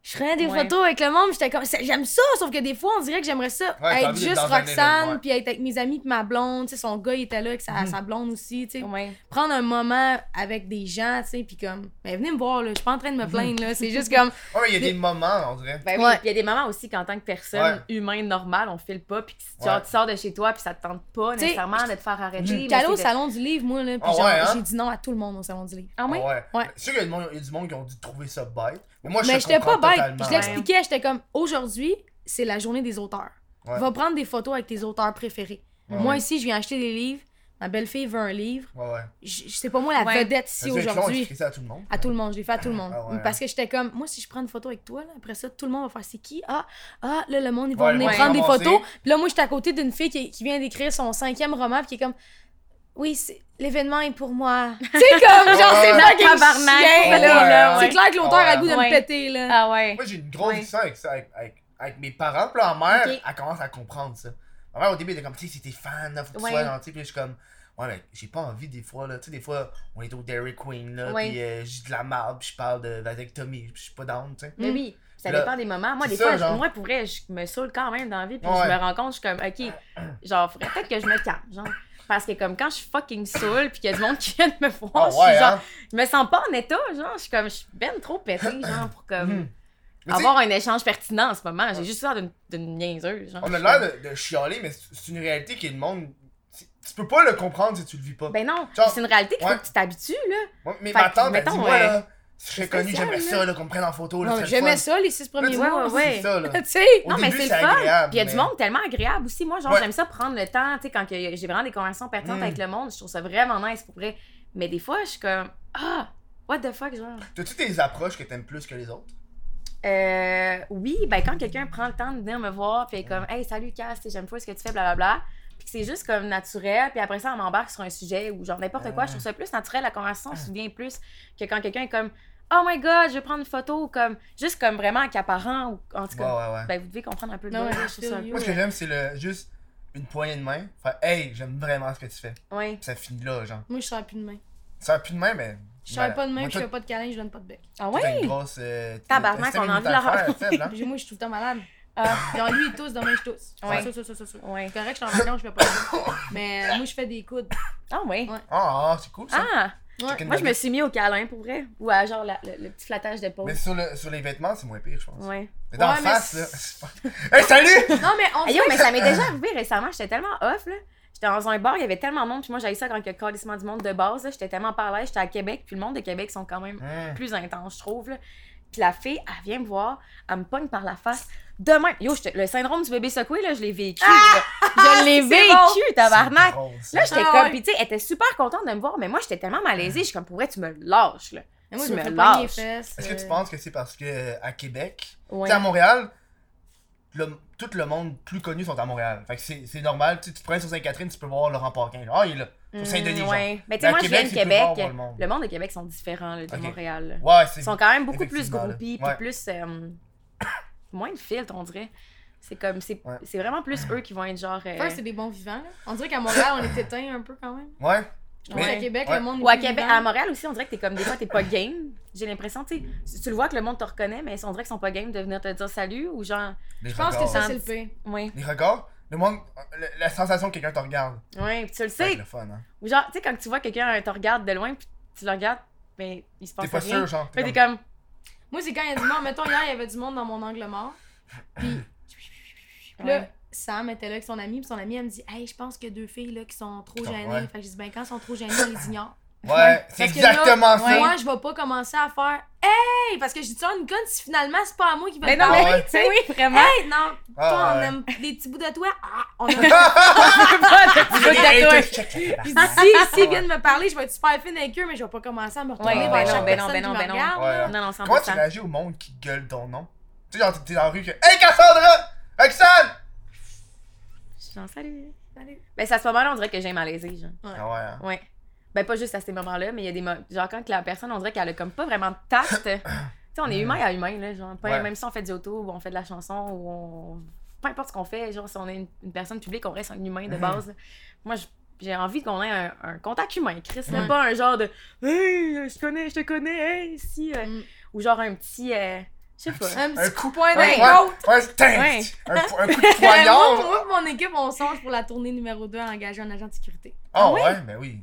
Je prenais des Ouais. photos avec le monde, puis j'étais comme. c'est- J'aime ça, sauf que des fois, on dirait que j'aimerais ça. Ouais, t'as être envie d'être juste dans un événement, ouais. Mhm. Roxane, puis être avec mes amis, puis ma blonde, tu sais, son gars, il était là avec sa, sa blonde aussi, tu sais. Ouais. Prendre un moment avec des gens, tu sais, puis comme. Mais venez me voir, là, je suis pas en train de Mhm. me plaindre, là. C'est juste comme. Ouais, mais il y a des moments, on dirait. Ben oui, Ouais. puis il y a des moments aussi qu'en tant que personne humaine normale, on file pas, puis que si tu- Ouais. tu sors de chez toi, puis ça te tente pas T'sais, nécessairement de te faire arrêter. mais J'étais allée au ben, c'est de- salon du livre, moi, là, puis Ah genre, ouais, hein? j'ai dit non à tout le monde au salon du livre. Ah oui? Ouais. Ouais. C'est sûr qu'il y a du monde- il y a du monde qui ont dû trouver ça bête. Mais moi, je Mais te j'étais pas comprends bête. totalement. Je l'expliquais, j'étais comme aujourd'hui, c'est la journée des auteurs. Ouais. Va prendre des photos avec tes auteurs préférés. Ouais, Moi ouais. ici, je viens acheter des livres. Ma belle-fille veut un livre. Ouais, ouais. Je je sais pas moi la Ouais. vedette ici Ça veut dire que là, on aujourd'hui. explique ça à tout le monde. À tout le monde, je l'ai fait à tout le monde. Ah ouais. Parce que j'étais comme, moi, si je prends une photo avec toi, là, après ça, tout le monde va faire c'est qui Ah, ah, là, le monde, ils vont Ouais, venir ouais. prendre des Ramasser. photos. Puis là, moi, j'étais à côté d'une fille qui, qui vient d'écrire son cinquième roman, puis qui est comme, oui, c'est- l'événement est pour moi. tu sais, comme, genre, c'est Ouais. là qu'il Tabarnak, ouais, là. Ah ouais. C'est clair que l'auteur a le goût de me Ah Ouais. péter, là. Ah ouais. Moi, j'ai une grosse Ouais. histoire avec ça, avec, avec, avec mes parents. Puis là, ma mère, Ok. elle commence à comprendre ça. Ma mère, au début, elle était comme, tu sais, si t'es fan, là, faut que Ouais. tu sois gentil. Puis là, je suis comme, ouais, mais j'ai pas envie des fois, là. Tu sais, des fois, on est au Dairy Queen, là. Ouais. Puis euh, j'ai de la marde, puis je parle de vasectomie, puis je suis pas down, tu sais. Mais Mm. oui, ça Là, dépend des moments. Moi, c'est des ça, fois, je- genre. moi, pour vrai, je me saoule quand même dans la vie, puis Ouais. je me rends compte, je suis comme, OK, genre, faudrait peut-être que je me calme, genre. Parce que comme quand je suis fucking saoule, puis qu'il y a du monde qui vient de me voir, Ah je suis genre, hein? je me sens pas en état, genre, je suis comme, je suis ben trop pétée, genre, pour comme... Hmm. Mais tu sais, euh, avoir un échange pertinent en ce moment. J'ai juste l'air d'une- d'une niaiseuse. genre. On a l'air de, de chialer, mais c'est c'est une réalité qui est le monde. c'est- Tu peux pas le comprendre si tu le vis pas. Ben non, Genre- c'est une réalité qu'il faut Ouais. que tu t'habitues, là. Moi, mais fait ma que, tante, elle mettons, dit, moi, ouais. là, si je serais C'est connu, spécial, j'aimerais là. ça, là, qu'on me prenne en photo, là, Ouais, c'est le J'aimais fun. ça, les six premiers tu vois, mois. ouais, ouais. C'est ça, là. Tu sais, Au non, mais début, c'est le c'est fun. agréable, Puis il y a du mais- monde tellement agréable aussi. Moi, genre, Ouais. j'aime ça prendre le temps, tu sais, quand que j'ai vraiment des conversations pertinentes Mm. avec le monde, je trouve ça vraiment nice pour vrai. Mais des fois, je suis comme, ah, what the fuck, genre. T'as-tu des approches que t'aimes plus que les autres? Euh, oui, ben quand quelqu'un prend le temps de venir me voir, puis est comme, hey, salut Cass, t'sais, j'aime pas ce que tu fais, blablabla. Puis que c'est juste comme naturel, puis après ça, on m'embarque sur un sujet ou genre n'importe quoi. Je trouve ça plus naturel, la conversation se souvient plus que quand quelqu'un est comme, oh my god, je vais prendre une photo, ou comme, juste comme vraiment accaparant, ou en tout Ouais, ouais, cas, ouais. ben vous devez comprendre un peu le Non, gars, ouais, là, je trouve ça un Moi, ce que j'aime, c'est le juste une poignée de main. Faire Hey, j'aime vraiment ce que tu fais. Puis peu- Ouais. ça finit là, genre. Moi, je sers plus de main. Ça a plus de main, mais. Je sers pas de main, Ben, Moi, puis je toi, fais pas de câlin, je donne pas de bec. Ah toi, t'as ouais? une grosse. Euh, Tabarnak, on a envie de la faible, hein? Puis Moi, je suis tout le temps malade. Ah, Genre, lui, il tousse, demain, je tousse. Ouais. Ça, ça, ça, ça, ça. Ouais. C'est correct, je suis en vacances, je fais pas de Mais euh, moi, je fais des coudes. Ah ouais. Ouais. Ah, ah, c'est cool ça. Ah! Ouais. Chicken Moi, je me nugget. suis mis au câlin pour vrai. Ou à genre la- le, le petit flattage de peau. Mais sur, le, sur les vêtements, c'est moins pire, je pense. Ouais. Mais dans Ouais, la mais face, c'est- là. c'est pas- hey, salut! Non, mais on Ah, yo, mais ça m'est déjà arrivé récemment, j'étais tellement off, là. J'étais dans un bar, il y avait tellement de monde, puis moi j'avais ça quand il y a le calissement Hein? du monde de base, là. J'étais tellement par l'aise, j'étais à Québec, puis le monde de Québec sont quand même Hmm. plus intenses, je trouve, là. Puis la fille, elle vient me voir, elle me pogne par la face. Demain, yo, j'étais- le syndrome du bébé secoué, là, je l'ai vécu. je je l'ai Ah! C'est vécu, bon. tabarnak. Mmh. Là, j'étais Ah comme, ouais. puis tu sais, elle était super contente de me voir, mais moi, j'étais tellement Ah. malaisée, je suis comme, pour vrai, tu me lâches, là. Mais Moi, Tu je me me fais pogner les lâches. fesses. Est-ce que tu euh, penses que c'est parce que euh, à Québec, Ouais. Tu sais, à Montréal, le- tout le monde plus connu sont à Montréal. Fait que c'est c'est normal. Tu sais, tu te prends sur Sainte-Catherine, tu peux voir Laurent Paquin. Ah, il est là. Sur Saint-Denis, Mm, genre. ouais. Mais tu Mais à sais, moi, je viens de Québec, c'est plus rare, Québec. voir le monde. Le monde de Québec sont différents là, de Ok. Montréal. là. Ouais, c'est. Ils sont quand même beaucoup plus Effectivement, là. groupies, puis Ouais. plus. euh, moins de filtres, on dirait. C'est comme. C'est Ouais. c'est vraiment plus eux qui vont être genre. euh, First, c'est des bons vivants. là. On dirait qu'à Montréal, on est éteints un peu quand même. Ouais. Je trouve Mais- qu'à Québec, ouais. le monde est Ou à plus Québec, vivant. à Montréal aussi, on dirait que t'es comme des fois, t'es pas game. J'ai l'impression, tu sais, tu le vois que le monde te reconnaît, mais on dirait qu'ils sont pas game de venir te dire salut ou genre, Les Je pense que regards, ça, hein. c'est le pire. ouais, Les regards, le monde. le- la sensation que quelqu'un te regarde. ouais, pis tu le C'est sais. le fun, hein. Ou genre, tu sais, quand tu vois quelqu'un te regarde de loin, puis tu le regardes, mais il se T'es passe pas rien. sûr, genre. Fait T'es que t'es comme- comme, Moi, c'est quand il y a du monde. Mettons, hier, il y avait du monde dans mon angle mort. Puis, puis là, Ouais. Sam était là avec son ami. Puis son ami, elle me dit Hey, je pense qu'il y a deux filles là, qui sont trop Qui sont- gênées. ouais. Fait que j'ai dit Ben, quand elles sont trop gênées, on les ignore. Ouais, c'est Parce que là, exactement ça. Moi, je vais pas commencer à faire Hey Parce que je dis ça à une conne si finalement, c'est pas à moi qui va mais te non, parler. mais ouais. tu sais, oui, vraiment. Hey, non, Ah, toi, ouais. on aime les petits bouts de toi. Ah, on aime J'ai des Ouais, haters, check, check, Puis check. si, si ils viennent me parler, je vais être super fine avec eux, mais je vais pas commencer à me retourner Ouais, vers ben non, chaque ben non, personne ben non, qui ben me non. regarde. Ouais. là. Non, non, 100%. Comment tu réagis au monde qui gueule ton nom? Tu sais, genre, t'es- t'es dans la rue, que Hey Cassandra! Roxane! Je suis genre, salut. Salut. Ben, c'est à ce moment-là, on dirait que j'ai malaisé, genre. Ah ouais, hein. Ouais. Ben, pas juste à ces moments-là, mais il y a des moments. Genre, quand la personne, on dirait qu'elle a comme pas vraiment de tact. tu sais, on est humain à humain, là. Genre, pas- Ouais. même si on fait du auto, ou on fait de la chanson, ou on. Peu importe ce qu'on fait, genre, si on est une, une personne publique, on reste un humain de Mhm. base. Moi, je- J'ai envie qu'on ait un, un contact humain, Chris. là, Ouais. Pas un genre de Hey, je te connais, je te connais, hey, si. euh, Mm. Ou genre un petit. euh, je sais pas. Un Un petit coup. point Ouais, d'un ouais, ouais, putain, Ouais. Un po- un coup de Moi, poignard! pour moi, pour mon équipe, on songe pour la tournée numéro 2 à engager un agent de sécurité. Ah Ah oui? ouais, ben oui.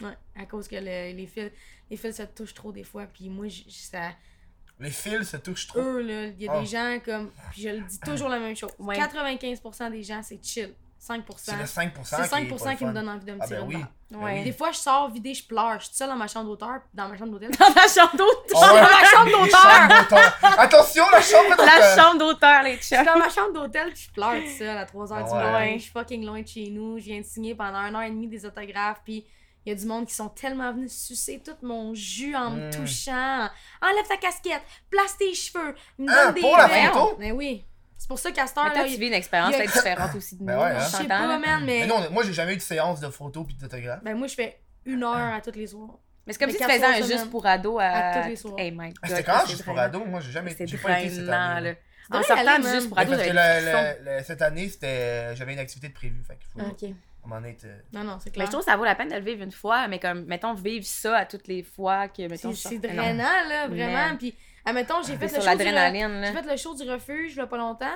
Ouais, à cause que le- les fils les fils se touchent trop des fois. Puis moi, je- je- ça, Les fils se touchent trop. eux, là, il y a Ah. des gens comme. Puis je le dis toujours la même chose. Ouais. 95% des gens, c'est chill. 5%. C'est le 5%, C'est 5% est qui, pas le me fun. donne envie de me Ah tirer ben une oui. balle. Ouais. Des fois, je sors vidée, je pleure. Je suis seule dans ma chambre d'hôtel. Dans ma chambre d'hôtel. Dans la chambre Ah d'auteur. ouais. dans ma chambre Les d'hôtel. chambres d'auteur. Attention, la chambre d'auteur. La chambre d'auteur, les Je suis chats. dans ma chambre d'hôtel puis je pleure toute seule à 3h du Ouais. matin. Je suis fucking loin de chez nous. Je viens de signer pendant un an et demi des autographes. Puis il y a du monde qui sont tellement venus sucer tout mon jus en me Mm. touchant. Enlève ta casquette, place tes cheveux, me Ah, donne des pour la verres. photo? Mais oui. C'est pour ça qu'à cette heure, Mais toi, là, tu il- vis une expérience il y a- peut-être différente aussi de nous, Ben ouais, on hein. je sais s'entend, pas, là. man, mais Mais nous, on- moi, j'ai jamais eu de séance de photos puis d'autographes. ben, moi, je fais une heure à toutes les soirs. Mais c'est comme Mais si tu quatre faisais fois un semaine. juste pour ado à. À tous les soirs. Hey my god. C'était quand même c'est juste pour drainant. ado. Moi, j'ai jamais C'est j'ai pas été cette drainant, année. là. là. Tu En devrais y sortant aller, du man. juste pour Mais ado, Parce que j'avais des le- le- le- cette année, c'était euh, j'avais une activité de prévue. Fait qu'il faut. frissons. Ok. À un moment donné, t'es- Non, non, c'est Mais clair. je trouve que ça vaut la peine de le vivre une fois, mais comme, mettons, vivre ça à toutes les fois que, mettons, C'est je sors- c'est Mais non. drainant, là, vraiment. Man. Puis, admettons, j'ai fait T'es le Ah, sur show du- l'adrénaline, là. J'ai fait le show du refuge, il y a pas longtemps.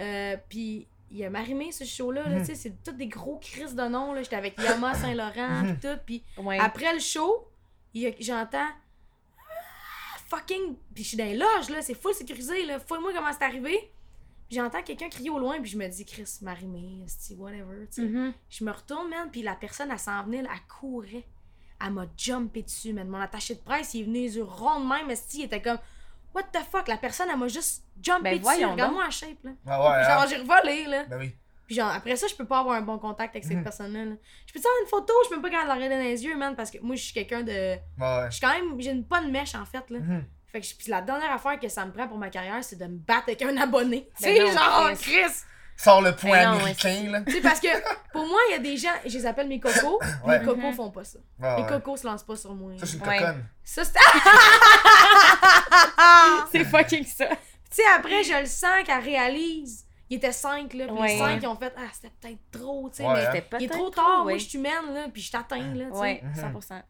Euh, puis il y a Marimé, ce show-là. là, Mhm. tu sais, c'est tous des gros crises de noms. là. J'étais avec Yama Saint-Laurent, Mhm. puis tout. Puis Ouais. après le show, il y a- j'entends. Ah, Fucking. Puis je suis dans les loges, là. C'est full sécurisé, là. Fouille-moi comment c'est arrivé. Puis J'entends quelqu'un crier au loin, puis je me dis, Chris, Marimé, esti, whatever. tu sais. Mhm. Je me retourne, man, puis la personne, elle s'en venait, là, elle courait. Elle m'a jumpé dessus, man. Mon attaché de presse, il est venu les yeux ronds de même, esti, il était comme What the fuck? La personne, elle m'a juste Ben, jumpé dessus. voyons Regarde-moi en shape, là. Ah ouais, hein. Genre, j'ai revolé, là. Ben oui. Puis genre, après ça, je peux pas avoir un bon contact avec cette Mhm. personne-là. là. Je peux te prendre une photo, je peux même pas quand elle regarder dans les yeux, man, parce que moi, je suis quelqu'un de. Ouais, ouais. Je suis quand même. J'ai une bonne mèche, en fait, là. Mhm. Fait que je- puis la dernière affaire que ça me prend pour ma carrière, c'est de me battre avec un abonné. Tu Ben sais, non, genre, Chris. Chris! Sors le point Mais non, américain, là. Tu sais, parce que pour moi, il y a des gens, je les appelle mes cocos, puis Ouais. les cocos Mhm. font pas ça. Ouais, Les ouais. cocos se lancent pas sur moi. Ça, c'est une Ouais. coconne. Ça, c'est. Ah! C'est fucking ça. Tu sais, après, je le sens qu'elle réalise. Il était cinq, là, puis Ouais. les cinq, ils ont fait Ah, c'était peut-être trop, tu sais, Ouais, mais hein. C'était pas il est trop tard, moi, je suis humaine, là, puis je t'atteins, là, tu sais. Ouais, Mhm. 100%.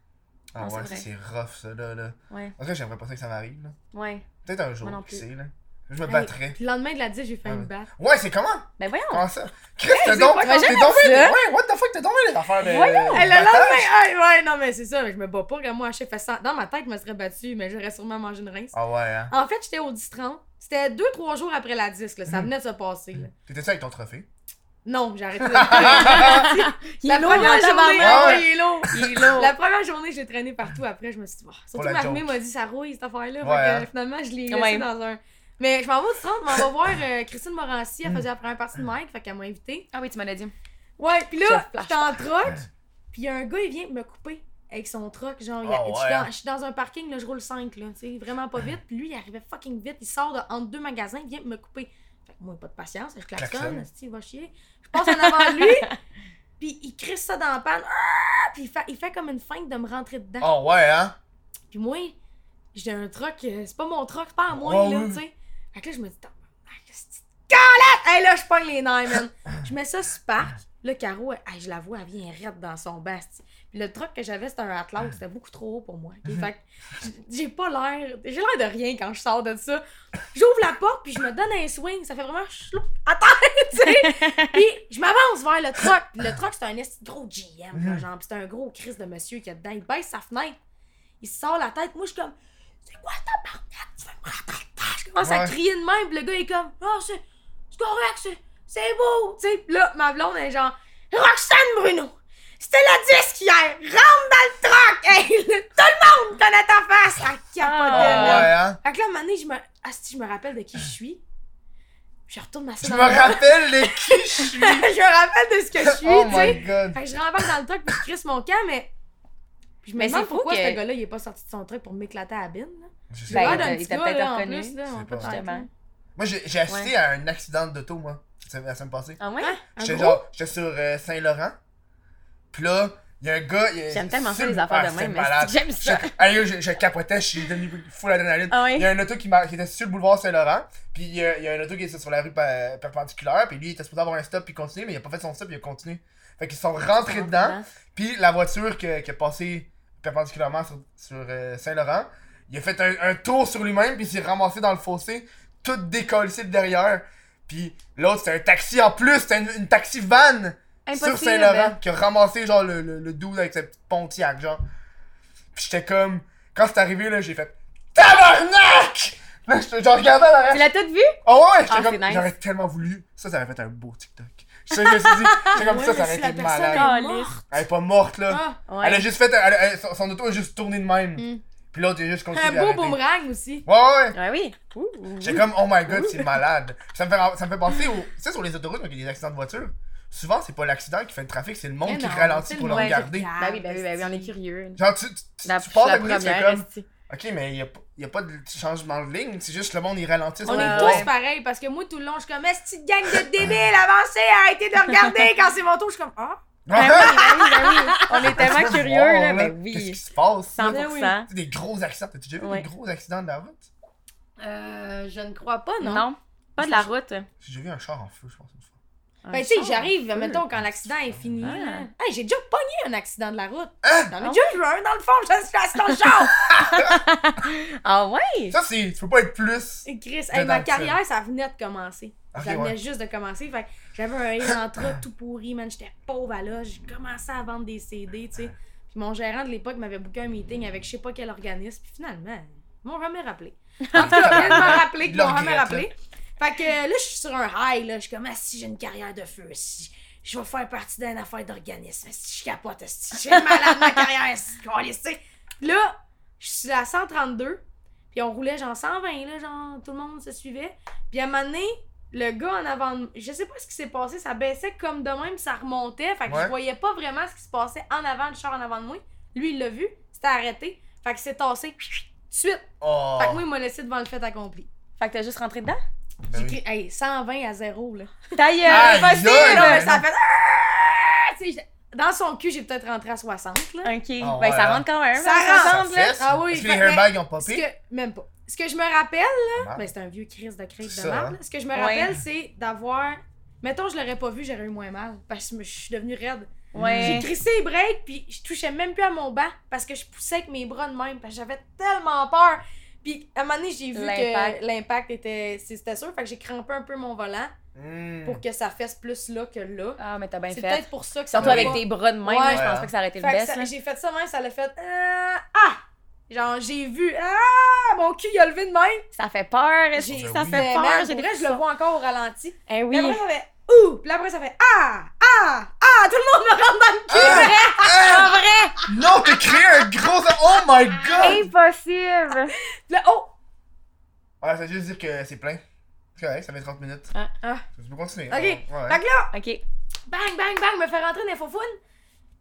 Ah Non, c'est ouais, vrai. c'est rough, ça, là. là. Ouais. En tout cas, j'aimerais pas ça que ça m'arrive, là. Ouais. Peut-être un jour, Moi non qui plus. sait, là. Je me Hey, battrais. Puis le lendemain de la 10, j'ai failli Ouais. me battre. Ouais, c'est comment? Ben voyons. Comment ça? Chris, t'es donc. pas comme T'es j'aime donc. ça. Ouais, what the fuck, t'es tombé les affaires de. Voyons. de Hey, le battage. lendemain, hey, ouais, non, mais c'est ça, mais je me bats pas, regarde, moi, je fais ça. Dans ma tête, je me serais battue, mais j'aurais sûrement mangé une rince. Ah ouais, hein. En fait, Mm-hmm. j'étais au 10-30. C'était 2-3 jours après la 10, là, ça venait de se passer, là. T'étais-tu avec ton trophée? Non, j'ai arrêté de le faire. Il La est lourd, première là, journée, tabarnak. tabarnak. il est lourd. Il est lourd. La première journée, j'ai traîné partout. Après, je me suis dit, oh, surtout la Marimé joke. m'a dit, ça rouille cette affaire-là. Ouais, Fait que, hein. finalement, je l'ai Ouais. laissé dans un. Mais je m'en vais au 30, mais on va voir euh, Christine Morancy. Mm. Elle faisait la première partie de Mike, fait qu'elle m'a invitée. Ah oui, tu m'en as dit. Ouais, puis Je là, flash j'étais en troc. Puis il y a un gars, il vient me couper avec son truck. Genre, il y a- Oh, je, suis ouais. dans, je suis dans un parking, là, je roule 5, là. Tu sais, vraiment pas vite. Puis lui, il arrivait fucking vite. Il sort de, entre deux magasins, il vient me couper. Fait que moi, pas de patience, je Klaxonne. klaxonne. esti, Il va chier. Je passe en avant de lui. Puis il crisse ça dans la panne. Ah! Puis il fait, il fait comme une feinte de me rentrer dedans. Oh ouais, hein? Puis moi, j'ai un truck, euh, c'est pas mon truck, c'est pas à moi, Ouais, là, ouais. tu sais. Fait que là, je me dis, t'as Calette! Hey, là, je pogne les nerfs, man. je mets ça sur parc. Là, Caro, elle- hey, je la vois, elle vient raide dans son bain. c'ti. Puis le truck que j'avais, c'était un Atlas, c'était beaucoup trop haut pour moi. ok? Fait que j- j'ai pas l'air. J'ai l'air de rien quand je sors de ça. J'ouvre la porte, puis je me donne un swing. Ça fait vraiment chlou. Attends, tu sais. Puis je m'avance vers le truck. Puis le truck, c'est un esti de gros GM, là, genre. Puis c'est un gros Chris de monsieur qui a dedans. Il baisse sa fenêtre. Il se sort la tête. Moi, je suis comme, c'est quoi ta barnette? Tu veux me rentrer dedans? Je commence à Ouais. crier de même. Puis le gars est comme, oh, c'est c'est correct, c'est- c'est beau. Tu sais, Puis là, ma blonde elle est genre, Roxane Bruno, c'était la disque hier. Rentre dans le truck. Hey, le- tout le monde connaît ta face. Ah, Elle Oh capotait, là. ouais, hein? Fait que là, à un moment donné, je me, Asti, je me rappelle de qui je suis. Je retourne ma Je scène me en arrière. rappelle les qui je suis. Je me rappelle de ce que je suis, oh tu sais. my god. Fait que je rembarque dans le truck puis je crisse mon camp, mais. Puis je me Mais demande c'est fou pourquoi que- ce gars-là, il est pas sorti de son truck pour m'éclater à la bine. là. Je sais J'ai Ben, pas. l'air d'un il petit t'a gars, peut-être là, en reconnu. plus, là, Je sais on pas. peut pas Justement. Moi, j'ai j'ai assisté à un accident d'auto, moi, cette semaine- la semaine passée. Ah ouais? J'étais genre, j'étais sur euh, Saint-Laurent. Puis là, il y a un gars. il- J'aime tellement ça, c'est- les affaires ah, de c'est même. malade. mais J'aime Je, ça. ah, yo, je, je capotais, je suis devenu full adrénaline. Ah ouais? Il y a un auto qui, m'a- qui était sur le boulevard Saint-Laurent, puis il y, a, il y a un auto qui était sur la rue per- perpendiculaire, puis lui il était supposé avoir un stop puis continuer, mais il a pas fait son stop, il a continué. Fait qu'ils sont rentrés hein. dedans, puis la voiture que- qui a passé perpendiculairement sur, sur, euh, Saint-Laurent, il a fait un, un tour sur lui-même, puis il s'est ramassé dans le fossé, tout décollé de derrière. Puis l'autre, c'était un taxi en plus, c'était une, une taxi van Impossible. sur Saint-Laurent qui a ramassé genre le, le, le dude avec sa petite Pontiac, genre. Puis j'étais comme. Quand c'est arrivé, là, j'ai fait Tabarnak! Là, j'étais genre regardé en Tu arrière. l'as toute vue? Oh ouais, j'étais Ah, comme. c'est nice. J'aurais tellement voulu. Ça, ça aurait fait un beau TikTok. Je sais, je me suis dit, j'étais comme ça, ça aurait été malade. malade. malade. Elle est pas morte, là. Ah, Elle a Ouais. juste fait. elle- elle- son, son auto a juste tourné de même. Mm. Puis l'autre, il a juste continué. un beau d'arrêter. boomerang aussi. Ouais, ouais. Ouais, oui. Ouh, ouh. J'étais comme, oh my god, c'est malade. Ça me fait, ça me fait penser au. Tu sais, sur les autoroutes, quand il y a des accidents de voiture, souvent, c'est pas l'accident qui fait le trafic, c'est le monde Mais qui non, ralentit c'est pour le le monde qui regarder. Ben oui, ben oui, ben oui, on est curieux. Genre, tu, tu, tu, La, tu passes la à côté, tu fais première, comme. esti. Ok, mais il n'y a, p- y a pas de changement de ligne, c'est juste le monde, il ralentit. On ouais, est ouais. tous ouais. pareils parce que moi, tout le long, je suis comme, est-ce que gang de débiles, avancez, arrêtez de regarder quand c'est mon tour. Je suis comme, ah, Ben oui, Ah, ben oui, ben oui. On est tu tellement veux curieux, voir, là. Ben Qu'est-ce Ben qui oui. se passe? là? 100%. Des gros accidents. T'as déjà vu Ouais. des gros accidents de la route? euh, je ne crois pas, non. Non. Pas de la route. J'ai déjà vu un char en feu, je pense, une fois. Un Ben, tu sais, char. j'arrive, feu. mettons, quand l'accident est fini. Ah. là. Hey, j'ai déjà pogné un accident de la route. Hein? J'en ai déjà eu un dans le fond, je suis assis dans le char. Ah ouais? Ça, c'est. Tu peux pas être plus. Et Chris, Dedans hey, ma le carrière, ça venait de commencer. Ok, ça venait ouais. juste de commencer. Fait que j'avais un Elantra tout pourri, man. J'étais pauvre à l'âge. J'ai commencé à vendre des CD, tu sais. Puis mon gérant de l'époque m'avait booké un meeting avec je sais pas quel organisme. Puis finalement, ils m'ont jamais rappelé. En tout cas, ils m'ont rappelé qu'ils Le m'ont jamais regrette, rappelé. Fait que là, je suis sur un high, là. Je suis comme, ah, si j'ai une carrière de feu, si je vais faire partie d'une affaire d'organisme, si je capote, si j'ai malade ma carrière, si je vais laisser. Là, je suis à 132. Puis on roulait genre 120, là, genre tout le monde se suivait. Puis à un moment donné, le gars en avant de... Je sais pas ce qui s'est passé, ça baissait comme de même, ça remontait. Fait que Ouais. je voyais pas vraiment ce qui se passait en avant, le char en avant de moi. Lui, il l'a vu, c'était arrêté. Fait que c'est tassé, de suite. Oh! Fait que moi, il m'a laissé devant le fait accompli. Fait que t'as juste rentré dedans? ben J'ai oui. crié, hey, 120 à 0, là. Ta gueule! Aïe, impossible! aïe, Non, mais aïe. ça a fait... Ah! Tu sais, j'étais- Dans son cul, j'ai peut-être rentré à 60, là. Ok, Ah ben ouais, ça hein. rentre quand même. Ça hein, rentre. Ça semble, là. fesse? Ah oui, Est-ce que fait- les airbags ont Ce popé? que, même pas. Ce que je me rappelle, là, Ah. ben, c'est un vieux crise de crise C'est de ça, merde. hein. là. Ce que je me Ouais. rappelle, c'est d'avoir. Mettons, je l'aurais pas vu, j'aurais eu moins mal. Parce que je me- je suis devenue raide. J'ai Ouais. crissé les breaks, puis je touchais même plus à mon banc parce que je poussais avec mes bras de même. Parce que j'avais tellement peur. Puis à un moment donné, j'ai vu L'impact. que l'impact était. C'était sûr, fait que j'ai crampé un peu mon volant Hmm. pour que ça fesse plus là que là. Ah, mais t'as bien c'est fait. peut-être pour ça que ça Surtout m'a avec pas- tes bras de main, Ouais. là, je pense Ouais. pas que ça aurait été le Fait que best. ça- là. j'ai fait ça même, ça l'a fait. euh, ah! Genre, j'ai vu. Ah! Mon cul, il a levé de même. Ça fait peur, est-ce que J'ai- ça Oui. fait Mais man, peur. pour J'ai des vrai, je le vois encore au ralenti. Eh oui. Mais vraiment, mais, Ouh! Puis là, après, ça fait Ah! Ah! Ah! Tout le monde me rentre dans le cul! Ah! Pas vrai! Non, t'as créé un gros. Oh my god! Impossible! Puis là, oh! Ouais, ça veut juste dire que c'est plein. C'est correct, ça fait 30 minutes. Ah, ah. Tu peux continuer. Ok. Ouais. Fait que là, Ok. bang, bang, bang, me fait rentrer dans les faux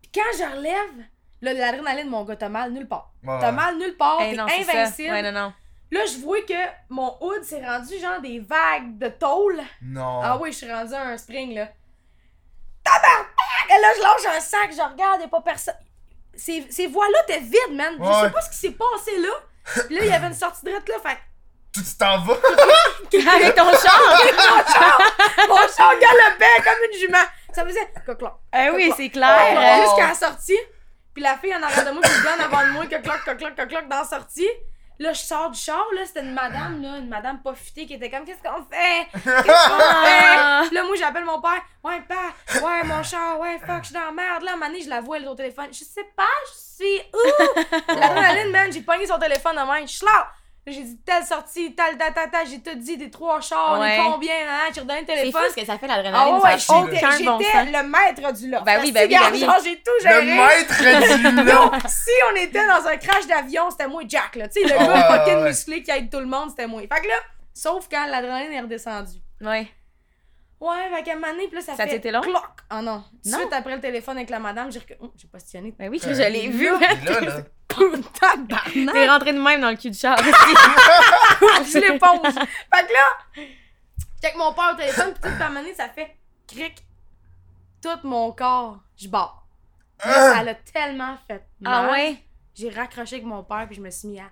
Puis quand je relève, là, l'adrénaline, mon gars, t'as mal nulle part. Ouais. T'as mal nulle part, Eh t'es non, c'est ça. invincible. Ouais, non, non. Là, je vois que mon hood s'est rendu genre des vagues de tôle. Non. Ah oui, je suis rendu à un spring, là. Tabarnak! Et là, je lâche un sac, je regarde, y'a pas personne. Ces, ces voies-là étaient vides, man. Je Ouais. sais pas ce qui s'est passé là. Puis là, il y avait une sortie droite, là. Fait Tu tu t'en vas. Avec ton char! que mon chat galopait comme une jument. Ça faisait coclon. Eh oui, Pourquoi? Oh. c'est clair! Jusqu'à la sortie. Puis la fille en arrière de moi, qui vient en avant de moi, cocloc, cocloc, cocloc, dans la sortie. Là, je sors du char, là, c'était une madame, là, une madame pas futée qui était comme, qu'est-ce qu'on fait? Qu'est-ce qu'on Ah. fait? Puis là, moi, j'appelle mon père, ouais, père, ouais, mon char, ouais, fuck, je suis dans la merde. Là, à un moment donné, je la vois, elle est au téléphone, je sais pas, je suis où? L'adrénaline, man, j'ai pogné son téléphone de main, je suis là. Là, J'ai dit telle sortie, telle, telle, telle, telle, j'ai tout dit, des trois chars, Ouais. des combien, hein, j'ai redonné le C'est fou téléphone. ce que ça fait Ah l'adrénaline, ouais, ça a ça n'a j'étais, aucun bon j'étais sens. le maître du lot. Ben oui, ben Parce oui, ben que, regarde, oui. genre, j'ai tout Le géré. maître du long. Si on était dans un crash d'avion, c'était moi et Jack, là. Tu sais, le Ah gars ouais, fucking ouais. musclé qui aide tout le monde, c'était moi. Fait que là, sauf quand l'adrénaline est redescendue. Ouais. Ouais, fait qu'à un moment donné, puis là, ça, Ça fait... t'était long? cloc. Ah non. Tout de Non. suite après le téléphone avec la madame, j'ai rec- oh, j'ai positionné. Ben oui, Ouais. je l'ai vu. Et là, là. Tabarnak! T'es rentré de même dans le cul du char. je l'éponge. fait que là, j'étais avec mon père au téléphone, puis tout, puis à un moment donné, ça fait cric. Tout mon corps, je barre. Là, Ah! ça l'a tellement fait mal. Ah ouais? J'ai raccroché avec mon père, puis je me suis mis à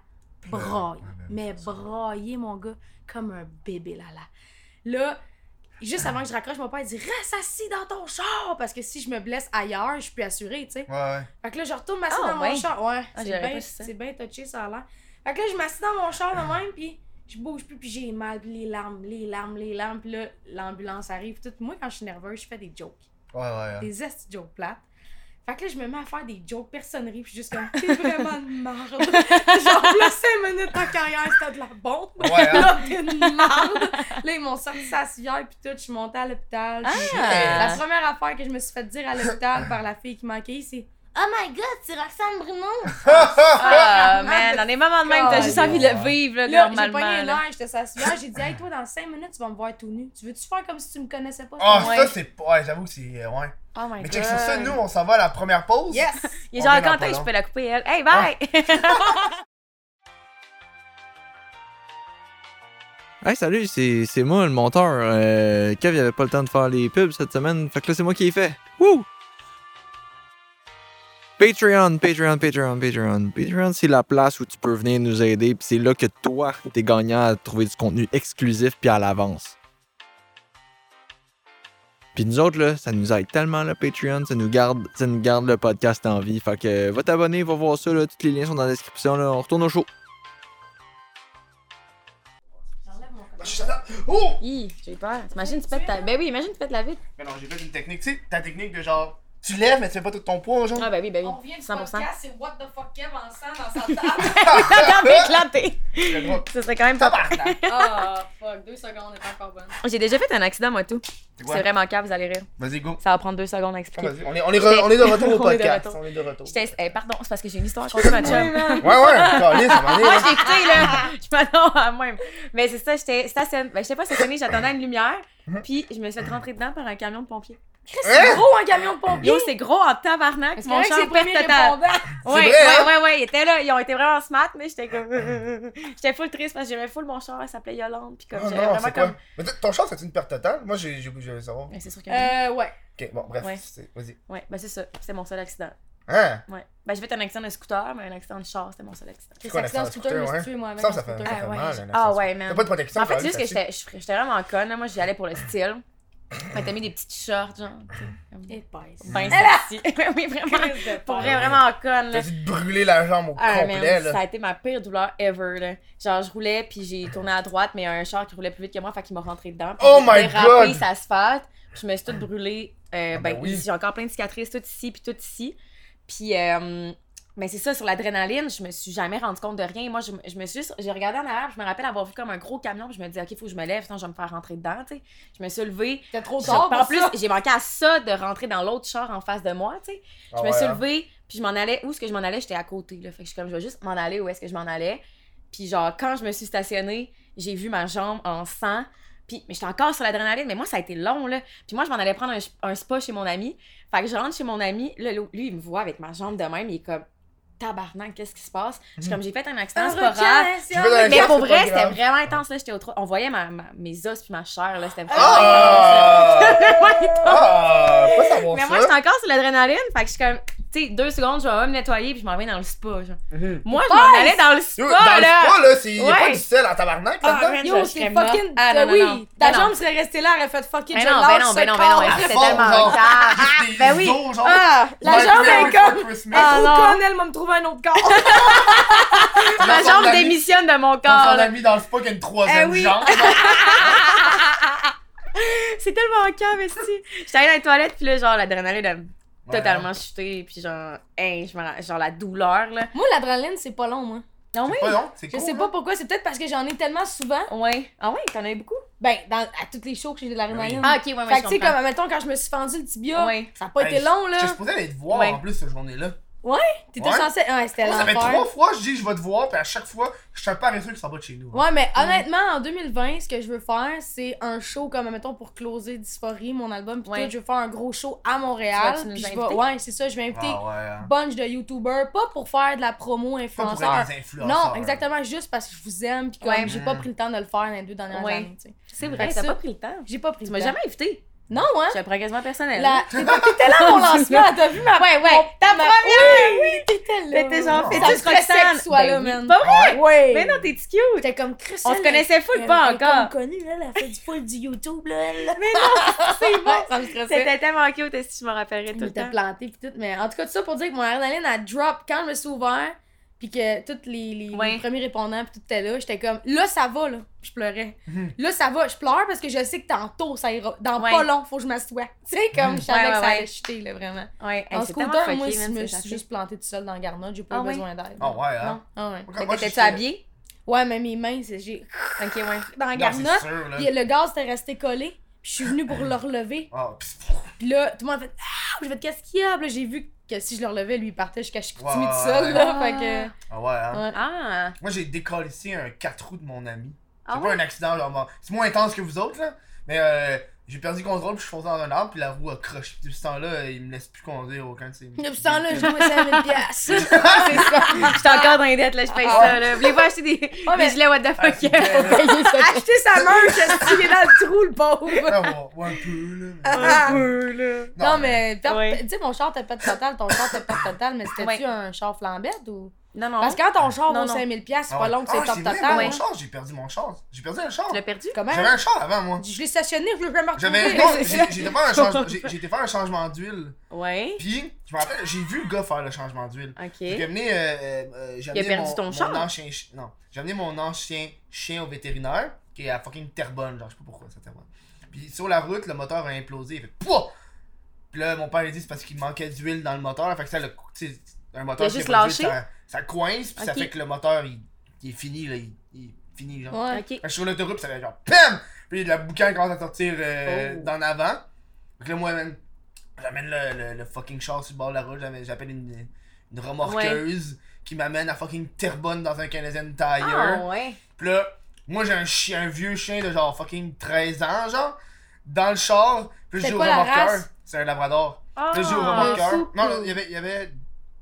brailler. Mais brailler, mon gars, comme un bébé là là. Là, juste avant que je raccroche, mon père il dit Reste assis dans ton char Parce que si je me blesse ailleurs, je suis assurée, tu sais. Ouais, ouais. Fait que là, je retourne m'asseoir Ah, dans ouais. mon char. Ouais, Ah, c'est j'aurais bien- pas su ça. c'est bien touché, ça a l'air. Fait que là, je m'assis dans mon char de même, puis je bouge plus, puis j'ai mal, puis les larmes, les larmes, les larmes, puis là, l'ambulance arrive. Puis tout. Moi, quand je suis nerveuse, je fais des jokes Ouais, ouais. Ah. ouais. des estis jokes plates. Fait que là, je me mets à faire des jokes personneries, puis juste comme, t'es vraiment une marde. Genre, là, 5 minutes en carrière, c'était de la bombe. Ouais, hein? Là, t'es une marde. Là, ils m'ont sorti sa civière, puis tout, je suis montée à l'hôpital. puis Ah! La première affaire que je me suis fait dire à l'hôpital par la fille qui manquait, c'est Oh my god, c'est Roxane Bruno! Ah, man, dans des moments de même, t'as juste envie de le vivre, là, Là, j'ai pogné normalement. là. l'air, j'étais sa civière, j'ai dit, hey, toi, dans 5 minutes, tu vas me voir tout nu. Tu veux-tu faire comme si tu me connaissais pas? Ah, Ouais. ça, c'est. Ouais, j'avoue que c'est. euh, Ouais. Oh my Mais god. check sur ça, nous, on s'en va à la première pause. Yes! Il est on genre, revient dans pas Quentin, je long. peux la couper, elle. Hey, bye! Hey, salut, c'est c'est moi le monteur. Euh, Kev, il avait pas le temps de faire les pubs cette semaine. Fait que là, c'est moi qui les fais. Wouh! Patreon, Patreon, Patreon, Patreon. Patreon, c'est la place où tu peux venir nous aider. Puis c'est là que toi, t'es gagnant à trouver du contenu exclusif puis à l'avance. Puis nous autres, là, ça nous aide tellement, le Patreon. Ça nous garde, ça nous garde le podcast en vie. Fait que euh, va t'abonner, va voir ça. Là, tous les liens sont dans la description. Là. On retourne au show. J'enlève mon Ah, je suis là- Oh! Hi, j'ai eu peur. T'imagines, tu pètes ta. Ben oui, imagine, tu pètes la vitre. Mais non, j'ai fait une technique, tu sais, ta technique de genre. Tu lèves, mais tu fais pas tout ton poids, genre. Ah, ben oui, ben oui. On vient du 100%. podcast, c'est What the fuck Kev ensemble dans sa table. Regarde, éclaté. Le gros Ce serait quand même pas tabarnak. Ah, fuck, deux secondes, on est encore bonne. J'ai déjà fait un accident, moi, tout. C'est quoi? C'est vraiment cas, vous allez rire. Vas-y, go. Ça va prendre deux secondes à Ah, expliquer. vas-y. On est, on, est re- on est de retour au On est de podcast. retour. On est de retour. J'étais. eh, pardon, c'est parce que j'ai une histoire contre ma chum. Ouais, ouais, calé, ça hein. m'en est. Moi, là. j'ai écouté, là. Je m'attends à moi-même. Mais c'est ça, j'étais stationnée. Ben, j'étais pas stationnée, j'attendais une lumière. Puis, je me suis fait rentrer dedans par un camion de pompiers. Hein? Mm-hmm. Gros, un camion de pompiers! Yo, c'est gros en tabarnak. Est-ce Mon que c'est char perte premier totale. répondant? Ouais, vrai, ouais, hein? ouais, ouais, ils étaient là. Ils ont été vraiment smart, mais j'étais comme. j'étais full triste parce que j'aimais full mon char. Elle s'appelait Yolande. Puis, comme, Ah, j'avais non, vraiment c'est quoi? comme. Mais t- ton char, c'est une perte totale? Moi, j'ai j'ai oublié de savoir. Ben, c'est sûr que. Euh, ouais. Ok, bon, bref. Ouais. c'est- Vas-y. Ouais, ben, c'est ça. C'était mon seul accident. Hein? Ouais. Ben, j'ai fait un accident de scooter, mais un accident de char, c'était mon seul accident. C'est quoi, accident de l'accident scooter, je me scooter, suis tué moi avec. Ça, un ça fait, ça scooter. fait Ah, ouais, mal. j'ai- là, Ah, ça- ouais, man. T'as pas de protection. En fait, quand c'est juste que même, j'étais j'étais vraiment conne. là. Moi, j'y allais pour le style. Fait que t'as mis des petits t-shirts, genre. tu sais, comme- Épaisse. Ben, sexy. Ouais, oui, vraiment. Crise de Pour peur. vrai, vraiment conne, T'as là. dû te brûler la jambe au Ah, complet, man, là. ça a été ma pire douleur ever, là. Genre, je roulais, puis j'ai tourné à droite, mais il y a un char qui roulait plus vite que moi, fait qu'il m'a rentré dedans. Puis Oh j'ai my dérapé, God! ça se fait. Puis je me suis toute brûlée. Euh, Ah, ben, ben oui. j'ai encore plein de cicatrices, tout ici, puis tout ici. Puis, euh, Mais c'est ça, sur l'adrénaline, je me suis jamais rendu compte de rien. Moi, je, me- je me suis juste- j'ai regardé en arrière, puis je me rappelle avoir vu comme un gros camion, puis je me dis, OK, faut que je me lève, sinon je vais me faire rentrer dedans, tu sais. Je me suis levée. T'es trop Je- tard. puis en pour plus, ça. j'ai manqué à ça de rentrer dans l'autre char en face de moi, tu sais. Ah, Je me hein. suis levée, puis je m'en allais. Où est-ce que je m'en allais? J'étais à côté, là. Fait que je suis comme, je vais juste m'en aller où est-ce que je m'en allais. Puis genre, quand je me suis stationnée, j'ai vu ma jambe en sang. Puis, mais j'étais encore sur l'adrénaline, mais moi, ça a été long, là. Puis moi, je m'en allais prendre un, un spa chez mon ami. Fait que je rentre chez mon ami. Là, l'autre- lui, il me voit avec ma jambe de même. Il est comme, tabarnak, qu'est-ce qui se passe? Je suis comme, j'ai fait un accident, c'est pas grave. Je veux dans grave. les- Mais Mhm. c'est pour pas vrai, grave. c'était vraiment intense, là. J'étais au trois- On voyait ma, ma- mes os puis ma chair, là. C'était vraiment Ah! intense, là. Vraiment intense. Ah! Pas savoir Mais ça. moi, j'étais encore sur l'adrénaline, fait que je suis comme, tu sais, deux secondes, je vais me nettoyer, puis je m'en vais dans le spa. genre. Mhm. Moi, je m'en allais dans le spa, Yo, dans là. le spa, là, c'est... il y a pas Ouais. du sel en tabarnak, Ah, là-dedans. man, Yo, je serais c'est morte. fucking. Ah, non, non, non. oui, ta Ben non. jambe serait restée là, elle aurait fait fucking. Ben je non, lâche ben non, ce ben non, ben corps. non, ben non, c'était Fort, tellement Ah, genre. tard. Juste des Ben oui. os, genre. Ah, La Like jambe Merry est comme. Christmas. Elle est trop Ah, non. conne, elle m'a me trouver un autre corps. ma Dans son jambe ami- démissionne de mon Dans corps. son là. ami dans le spa qui a une troisième Eh oui. jambe. Ah C'est tellement calme, esti. J'étais allée dans les toilettes, puis là, genre, l'adrénaline, elle m'a totalement chutée, puis genre, hein, je me ra- genre, la douleur, là. Moi, l'adrénaline, c'est pas long, moi. Non, oui. Pas long, c'est Je cool, hein. sais là. pas pourquoi, c'est peut-être parce que j'en ai tellement souvent. Ouais. Ah ouais, t'en as eu beaucoup? Ben, dans, à toutes les shows que j'ai de l'adrénaline. Ah, ok, ouais, ouais, je fait que, tu sais, comprends. comme, mettons, quand je me suis fendu le tibia, Ouais. ça a pas Hey, été long, J'étais là. supposé aller te voir Ouais. en plus cette journée-là. T'étais Ouais. censé. Ouais, c'était Moi, ça fait l'enfer. trois fois que je dis je vais te voir, puis à chaque fois, je suis un paresseux qui s'en va de chez nous. hein. Ouais, mais honnêtement, en 2020, ce que je veux faire, c'est un show, comme, mettons, pour closer Dysphorie, mon album, pis Ouais. tout. Je veux faire un gros show à Montréal. vas-tu nous Puis je vais. inviter? Ouais, c'est ça, je vais inviter Ah ouais. bunch de YouTubers, pas pour faire de la promo Pas pour influenceur. être des influenceurs. hein. Non, exactement, juste parce que je vous aime, pis comme, Ouais. j'ai pas Mm. pris le temps de le faire dans les deux dernières Ouais. années, tu sais. C'est Fait vrai, que t'as ça- pas pris le temps. J'ai pas pris Tu le m'as temps. jamais invité. Non, hein? J'ai un engagement personnel. La... T'es t'étais là à mon lancement, t'as vu ma Ouais, ouais. Ta Ma- première! Oui, t'étais là. T'étais genre, Non. fais Ça me tu stressait Roxane? que tu sois Ben là, oui. man. Pas vrai? Ouais. Mais non, t'es cute. T'étais comme Chris. On se elle, connaissait elle- full pas elle est comme encore. connue, elle, elle fait du full du YouTube, là. Elle Mais non, c'est bon, ça me c'était tellement cute, est-ce que je me rappellerais tout Elle le était temps. plantée pis tout. Mais en tout cas, tout ça pour dire que mon adrénaline a drop quand je me suis ouvert pis que tous les, les, Ouais. les premiers répondants pis tout était là. J'étais comme, là, ça va, là. Je pleurais. Mhm. Là, ça va. Je pleure parce que je sais que tantôt, ça ira. Dans Ouais. pas long, faut que je m'assoie. Tu sais, comme je savais Ouais, ouais, que ça ouais. allait chuter, là, vraiment. Ouais, hey, en c'est tellement scooter, moi, fucké, je man, me ça suis fait. juste plantée toute seule dans le garnotte. J'ai pas Ah eu ouais? besoin d'aide. Ah ouais, hein? Non. Ah ouais. Moi, Fait quand- moi, que T'étais-tu j'étais- habillée? Ouais, mais mes mains, c'est j'ai Ok, ouais. dans la Non, c'est garnotte. sûr, là. Puis le gaz était resté collé. Puis je suis venue pour le relever. Ah, pis- Puis là, tout le monde a fait Ah, je vais te qu'est-ce qu'il y a? Puis là, j'ai vu que si je le relevais, lui, il partait jusqu'à Chicoutimi Ouais. tout seul, là. Ah. Fait que. Ah ouais, hein? Ouais. Ah! Moi, j'ai décollé ici un 4 roues de mon ami. C'est Ah pas ouais? un accident, genre, moi- c'est moins intense que vous autres, là. Mais euh, j'ai perdu le contrôle, puis je suis foncé dans un arbre, puis la roue a croché. Depuis ce temps-là, euh, il me laisse plus conduire aucun de ses. Depuis ce temps-là, je jouais 5000 piastres. Ah, c'est ça! J'étais encore dans les dettes, là, je paye ça, là. Voulez-vous acheter des, Ah, mais- des gilets what the Ah, fuck? c'est bien, là. Acheter sa merch, est-ce qu'il est dans le trou, le pauvre. Ah, ouais, ouais, un peu, là. mais- Ah. peu, là. Non, mais, perte- Ouais. tu sais, mon char t'as pas de total, ton char t'as pas de total, mais c'était-tu Ouais. un char flambette ou. Non, non. Parce que quand ton char Non, vaut non. 5000$, piastres, c'est Ah pas ouais. long que c'est Ah, top vrai, total. Mon hein. char, j'ai perdu mon char. J'ai perdu un char. Tu l'as perdu? Comment? J'avais un char avant, moi. Je l'ai stationné, je l'ai vraiment J'avais. retrouvé. non, c'est j'ai ça. j'ai été faire un change- j'ai- j'ai été faire un changement d'huile. Ouais. Puis, je me rappelle, j'ai vu le gars faire le changement d'huile. Ok. J'ai amené, euh, euh, euh, j'ai Il a amené perdu mon, ton mon char? ancien chi- non, j'ai amené mon ancien chien au vétérinaire qui est à fucking Terrebonne, genre je sais pas pourquoi c'est à Terrebonne. Puis sur la route, le moteur a implosé, il fait pouah! Puis là mon père il dit c'est parce qu'il manquait d'huile dans le moteur, fait que ça le tu sais, un moteur Il a qui juste pas d'huile, lâché? ça, ça coince, puis ça Ok. fait que le moteur il, il est fini là, il, il est fini genre. Ouais. Ok. Fait que sur l'autoroute, ça fait genre PAM! Puis la boucan commence à sortir euh, Oh. d'en avant. Fait que là, moi, man, j'amène le, le- le fucking char sur le bord de la route, j'amène- j'appelle une, une remorqueuse qui m'amène à fucking Terrebonne dans un Canadian Tire. Ah, ouais. Puis là, moi, j'ai un, chien, un vieux chien de genre fucking 13 ans, genre, dans le char. Puis je C'est joue au quoi la remorqueur. race? C'est un labrador. Ah! Puis là, je joue au un remorqueur. souple. Non, non, il y avait, il y avait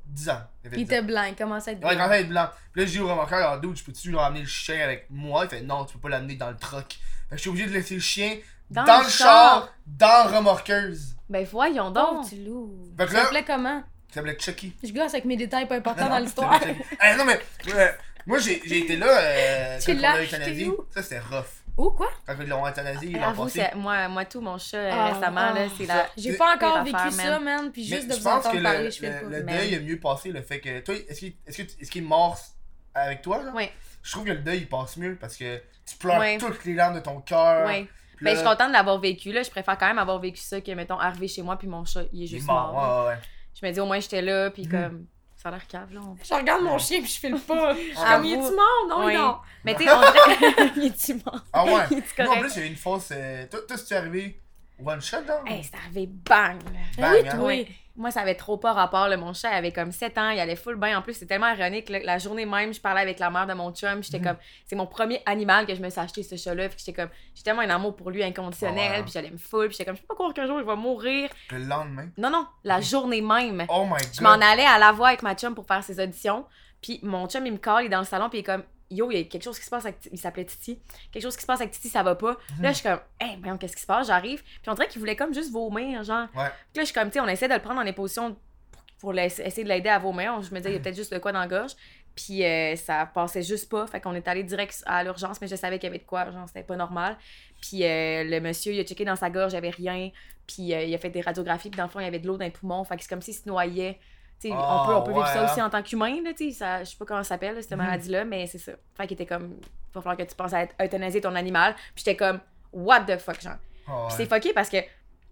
10 ans. Il, avait 10 Il ans. était blanc, il commençait à être Ouais, blanc. quand elle est blanc. Puis là, je dis au remorqueur, alors, dude, je peux-tu ramener le chien avec moi? Il fait, non, tu peux pas l'amener dans le truck. Fait que je suis obligé de laisser le chien dans, Dans le le char, dans la remorqueuse. Ben, voyons donc. Donc, tu loues. Fait que Tu là- l'appelais comment? Ça s'appelait Chucky. Je gosse avec mes détails pas importants Non, dans non, l'histoire. c'était Chucky. Eh, non, mais euh, moi, j'ai j'ai été là euh, Tu quand on l'as l'a acheté euthanasié. où? Ça, c'était rough. Ou quoi? Quand ils l'ont euthanasié, ils l'ont Avoue, passé. c'est- moi, moi, tout, mon chat, Ah, euh, récemment, ah. là, c'est la. J'ai C'est- pas encore c'est vécu l'affaire, ça, man, puis Mais juste de je vous pense que entendre le, parler, je fais le- pas. le Mais- deuil a mieux passé le fait que. Toi, est-ce qu'il est, est, est mort avec toi? Genre? Ouais. Je trouve que le deuil, il passe mieux parce que tu pleures Ouais. toutes les larmes de ton Ah. cœur. Ouais. Puis Mais Ben, là, Ben, je suis contente de l'avoir vécu, là. Je préfère quand même avoir vécu ça que, mettons, arriver chez moi, puis mon chat, il est il est juste mort. mort. Ouais, ouais, ouais. Mhm. Je me dis, au moins, j'étais là, puis comme. Ça a l'air cave, là. on- Je regarde mon chien puis je filme pas. Je suis Ah, comme, il est vous- du monde, non, Oui. non. Mais tu sais, on dirait. Il est immense. Ah ouais. Il est Moi, en correct. plus, il y a eu une fausse. Euh, toi, toi, c'est-tu arrivé one shot, genre Hey, c'est arrivé bang, là. Bang, Ah oui, hein? toi. Ouais. Moi, ça avait trop pas rapport. Là. Mon chat avait comme 7 ans, il allait full bain. En plus, c'est tellement ironique. là, que La journée même, je parlais avec la mère de mon chum. J'étais Mhm. comme, c'est mon premier animal que je me suis acheté, ce chat-là. Puis j'étais comme, j'ai tellement un amour pour lui inconditionnel. Ah ouais. Puis j'allais me full. Puis j'étais comme, je peux pas croire qu'un jour il va mourir. Le lendemain. Non, non, la Mhm. journée même. Oh my Je m'en god. allais à la voix avec ma chum pour faire ses auditions. Puis mon chum, il me colle, il est dans le salon, puis il est comme Yo, il y a quelque chose qui se passe avec. Titi. Il s'appelait Titi. Quelque chose qui se passe avec Titi, ça va pas. Là, je suis comme Hey, voyons, qu'est-ce qui se passe J'arrive. Puis on dirait qu'il voulait comme juste vomir, genre. Ouais. Puis là, je suis comme, tu sais, on essaie de le prendre dans les positions pour l'essa- essayer de l'aider à vomir. On- Je me disais, il y a peut-être juste de quoi dans la gorge. Puis euh, ça passait juste pas. Fait qu'on est allé direct à l'urgence, mais je savais qu'il y avait de quoi. Genre, c'était pas normal. Puis euh, le monsieur, il a checké dans sa gorge, il y avait rien. Puis euh, il a fait des radiographies, puis dans le fond, il y avait de l'eau dans les poumons. Fait que c'est comme s'il se noyait. Tu sais, on Ah, peut, on peut vivre ouais, ça aussi hein. en tant qu'humain, là, tu sais. ça- Je sais pas comment ça s'appelle, là, cette Mhm. maladie-là, mais c'est ça. Fait qu'il était comme, va falloir que tu penses à euthanasier ton animal. Puis j'étais comme, what the fuck, genre. Oh, Puis ouais. c'est fucké parce que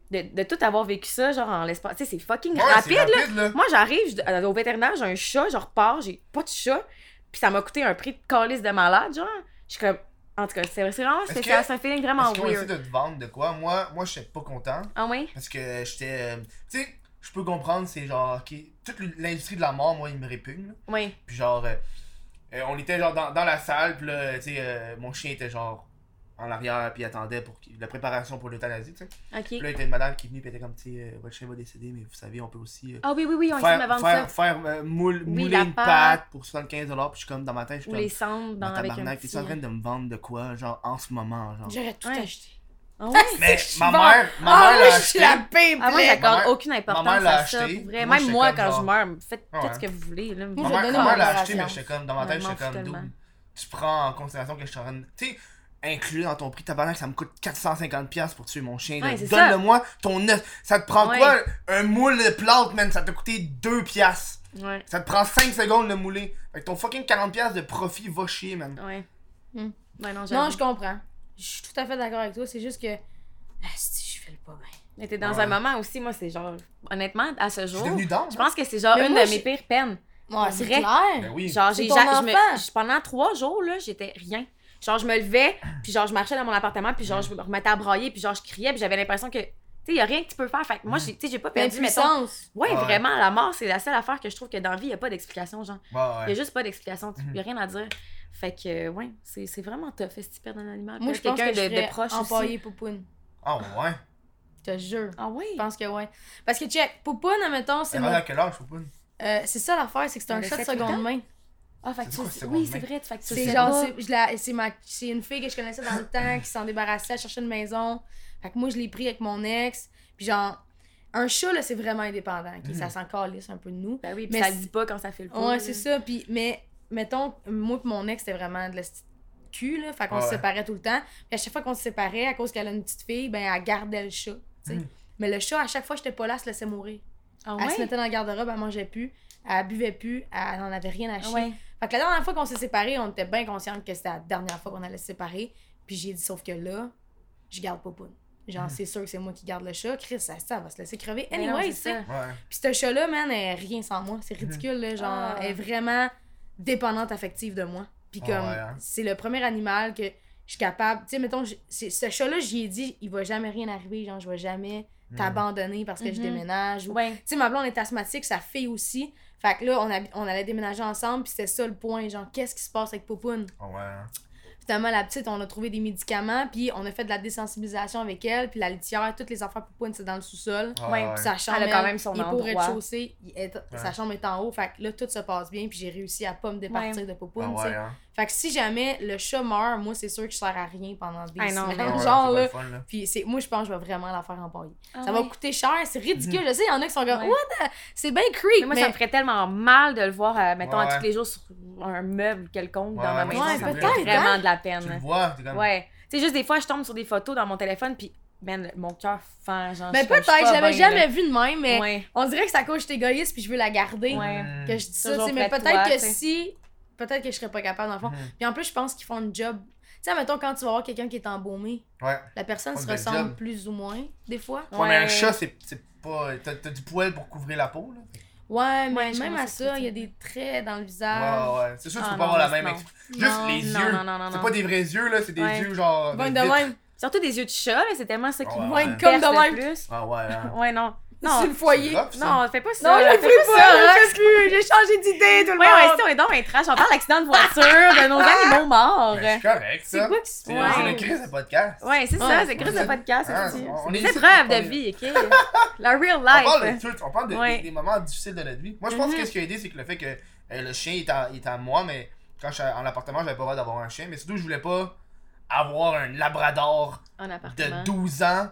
de, de tout avoir vécu ça, genre en l'espace. Tu sais, c'est fucking Ouais, rapide, c'est là. rapide, là. Moi, j'arrive je- euh, au vétérinaire, j'ai un chat, je repars, j'ai pas de chat. Puis ça m'a coûté un prix de calice de malade, genre. Je suis comme. En tout cas, c'est c'est vraiment. Est-ce C'est que- c'est un feeling vraiment Est-ce qu'ils ont essayé weird. de te vendre de quoi Moi, moi je pas content. Ah oui? Parce que j'étais. euh, Tu sais, je peux comprendre, c'est genre. ok, toute l'industrie de la mort, moi, il me répugne. là. Oui. Puis genre, euh, euh, on était genre dans, dans la salle, puis là, tu sais, euh, mon chien était genre en arrière, puis il attendait pour qu'il- la préparation pour l'euthanasie, tu sais. Ok. Puis là, il y a une madame qui est venue, puis elle était comme, tu sais, euh, votre chien va décéder, mais vous savez, on peut aussi. euh, Ah oui, oui, oui, on essaie de me faire vendre faire, ça. faire, euh, moule- Oui, mouler la une pâte. pâte pour 75$, puis je suis comme dans ma tête, je suis Ou les comme. cendres dans, Dans avec un tabarnak, t'es petit. en train de me vendre de quoi, genre en ce moment, genre. J'aurais tout Ouais. acheté. Ah ouais? Mais Je suis ma bon. mère, ma Ah, mère moi, l'a je acheté. suis la paix. Ah, moi, Ma j'accorde mère- aucune ma mère importance l'a à ça. acheté. pour vrai. Moi, Même j'étais moi, comme quand je genre- meurs, faites Ouais. tout ce que vous voulez. là. Ma Moi, je vais mère, donner ma mon mère l'a relation. acheté, mais j'étais comme dans ma Ouais, tête, je j'étais m'en comme fous double. Tu prends en considération que je suis en train de. Tu sais, inclus dans ton prix tabarnak, ça me coûte 450$ pour tuer mon chien. là. Ouais, c'est ça. Donne-le-moi ton œuf. Ça te prend Ouais. quoi Un moule de plante, man, ça t'a coûté 2$. Ouais. Ça te prend 5 secondes de mouler. Fait que ton fucking 40$ de profit va chier, man. Ouais. Hmm. Ouais, non, Non, j'avoue. je comprends. Je suis tout à fait d'accord avec toi. C'est juste que. Ah, si, je fais le pas bien. Mais t'es dans Ouais. un moment aussi, moi, c'est genre. Honnêtement, à ce Je jour. suis devenu dingue. Oh. Je pense que c'est genre Mais une moi, de mes j'ai- pires peines. Ouais, c'est c'est vrai. clair. Ben oui. Genre, C'est j'ai ton ja- je me- enfant. je- pendant trois jours, là, j'étais rien. Genre, je me levais, puis genre, je marchais dans mon appartement, puis genre, je me remettais à brailler, puis genre, je criais, puis j'avais l'impression que, tu sais, il a rien que tu peux faire. Fait que moi, j'ai- tu sais, j'ai pas Mais perdu, mettons. Ben, puissance. Ouais, Ouais. vraiment, la mort, c'est la seule affaire que je trouve que dans la vie, il a pas d'explication, genre. Bah, Il ouais. a juste pas d'explication, il Mhm. y a rien à dire. Fait que, euh, ouais, c'est c'est vraiment tough, si tu perds un animal. Moi, Puis je pense que quelqu'un je de, de serais proche aussi. empaillée Poupoune. Ah ouais. Je te jure. Ah oui? Je pense que ouais. Parce que check, Poupoune, admettons, c'est Elle mon... à quel âge, faut pas. euh, c'est ça l'affaire, c'est que c'est un Le chat de sept seconde main. Ah, fait C'est que quoi, tu... seconde Oui, c'est Ah. main? vrai, fait que tu C'est sais genre, pas. c'est- je la- c'est ma- c'est une fille que je connaissais dans le temps qui s'en débarrassait, elle cherchait une maison. Fait que moi, je l'ai pris avec mon ex. Puis genre, un chat, là, c'est vraiment indépendant. ok? Mhm. Ça s'en calisse un peu de nous. Ben oui, Mais mais ça le c'est- dit pas quand ça fait le coup. Ouais, là. c'est ça. Puis, mais, mettons, moi pis mon ex, c'était vraiment de la petite cul, là. Fait qu'on Ouais. se séparait tout le temps. Puis à chaque fois qu'on se séparait, à cause qu'elle a une petite fille, ben, elle gardait le chat. tu sais. Mm. Mais le chat, à chaque fois que j'étais pas là, elle se laissait mourir. Ah Elle se ouais? mettait dans le garde-robe, elle mangeait plus, elle buvait plus, elle n'en avait rien à Ah chier. ouais. Fait que la dernière fois qu'on s'est séparés, on était bien consciente que c'était la dernière fois qu'on allait se séparer. Puis j'ai dit, sauf que là, je garde Popoun. Genre, Mm. c'est sûr que c'est moi qui garde le chat. Chris, ça, ça va se laisser crever. Ben non, Anyway, c'est tu sais. ça. Ouais. Puis ce chat-là, man, elle est rien sans moi. C'est ridicule, là. Genre, Ah. elle est vraiment dépendante affective de moi. Puis Ah comme, ouais, hein? c'est le premier animal que je suis capable. Tu sais, mettons, je- c'est- ce chat-là, j'y ai dit, il va jamais rien arriver. Genre, je vais jamais t'abandonner parce que je Mhm. déménage. Ou... Ouais. Tu sais, ma blonde est asthmatique, sa fille aussi. Fait que là, on, hab- on allait déménager ensemble, puis c'était ça le point. Genre, qu'est-ce qui se passe avec Popoun? Ah ouais. hein. Finalement, la petite, on a trouvé des médicaments, puis on a fait de la désensibilisation avec elle, puis la litière, toutes les affaires Popoun, c'est dans le sous-sol. Ah Ouais, ouais. Puis sa chambre, Elle a quand même son il est endroit. pour rez-de-chaussée, il est- Ouais. sa chambre est en haut, fait que là, tout se passe bien, puis j'ai réussi à pas me départir de Popoun, Ah tu sais. ouais, hein. Fait que si jamais le chat meurt, moi, c'est sûr que je sers à rien pendant des Ah non, semaines, mais Ah ouais, genre, c'est pas le là. fun, là. Puis c'est- moi, je pense que je vais vraiment la faire empailler. Ah ça va ouais. coûter cher, c'est ridicule. Je sais, il y en a qui sont comme, Ouais. what the- C'est bien creep, Mais mais, moi, ça me ferait tellement mal de le voir, euh, mettons, Ouais. à tous les jours sur un meuble quelconque Ouais, dans ma ouais, maison. ouais, ça me peut-être, ferait vraiment hein. de Tu la le peine. vois, hein. t'es comme. Ouais. Tu sais, juste des fois, je tombe sur des photos dans mon téléphone, puis, man, mon cœur fend, genre. je Ben, suis comme, peut-être, je suis pas j'avais bien, là. jamais vu de même, mais Ouais. on dirait que c'est à cause que je suis égoïste puis je veux la garder Ouais. Hmm. que je dis ça, tu Toujours sais, mais près de peut-être toi, que tu sais. si. Peut-être que je serais pas capable, dans le fond. Mhm. Puis en plus, je pense qu'ils font une job. Tu sais, mettons, quand tu vas voir quelqu'un qui est embaumé, Ouais. la personne Font se une belle ressemble job. plus ou moins, des fois. Ouais, mais un Ouais. chat, c'est c'est pas. T'as t'as du poil pour couvrir la peau, là. Ouais, mais Ouais, je même comprends à ce que tu ça, veux il y a dire. des traits dans le Ouais, visage. ouais. C'est sûr, que tu Ah, peux pas non, avoir la non, même non. expression. Juste Non, les non, yeux. non, non, non, C'est non. pas des vrais yeux, là, c'est des Ouais. yeux genre. Bonne de de vitre. même. Surtout des yeux de chat, là, c'est tellement ça qui Ouais, me ouais. Bonne perce comme de le même. plus. Ah ouais, hein. Ouais, non. Sur Non, le foyer. rough, ça. non, fais pas Non, ça. je le fais fais pas, là. je le fais plus. J'ai changé d'idée, tout le Ouais, ouais, monde. Ah. si on est dans un trash, on parle d'accident de voiture, de nos animaux morts. Ben, C'est correct, C'est ça. quoi qui se C'est Ouais. c'est le passe? crise de podcast. Ouais, c'est Ouais. ça, c'est crise de podcast. Hein, c'est- on- on C'est est des ici épreuves pour de vie, ok? La real On parle de life. hein. trucs, on parle de- Ouais. des, des moments difficiles de notre vie. Moi, je pense Mhm. que ce qui a aidé, c'est que le fait que euh, le chien est à, est à moi, mais quand je suis en appartement, j'avais pas le droit d'avoir un chien. Mais surtout, je voulais pas avoir un labrador En de appartement. 12 ans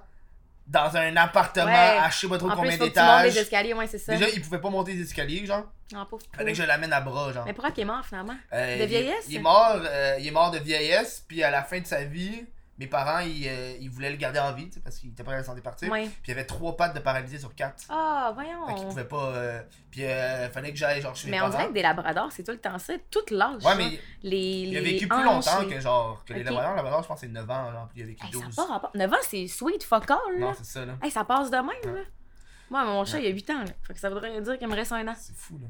dans un appartement Ouais. à je sais pas trop En plus, combien faut que tu montes les d'étages. escaliers, ouais, c'est ça. Déjà, il pouvait pas monter les escaliers, genre. Non, pauvre Fallait que poule. je l'amène à bras, genre. Mais pourquoi qu'il est mort finalement? Euh, De il- vieillesse? Il, est mort, euh, il est mort de vieillesse, puis à la fin de sa vie, mes parents, ils, euh, ils voulaient le garder en vie, tu sais, parce qu'il était pas à la santé partir. Ouais. Puis il avait trois pattes de paralysé sur quatre. Ah, Fait qu'il Oh. voyons. pouvait pas. euh, Puis euh, fallait que j'aille genre chez mes Mais on dirait parents. que des labradors, c'est tout le temps ça, tout l'âge. Ouais, ça. mais les, il a les vécu plus hanches, longtemps les- que genre. Que les Ok. labradors, labrador, je pense que c'est 9 ans, genre, puis il a vécu Hey, ça 12. n'a pas rapport. 9 ans, c'est sweet fuck all, non, là. c'est ça, là. Hey, ça passe de même, Ouais. là. Moi, mon chat, il a 8 ans, là. Fait que ça voudrait dire qu'il me reste un an. C'est fou, là.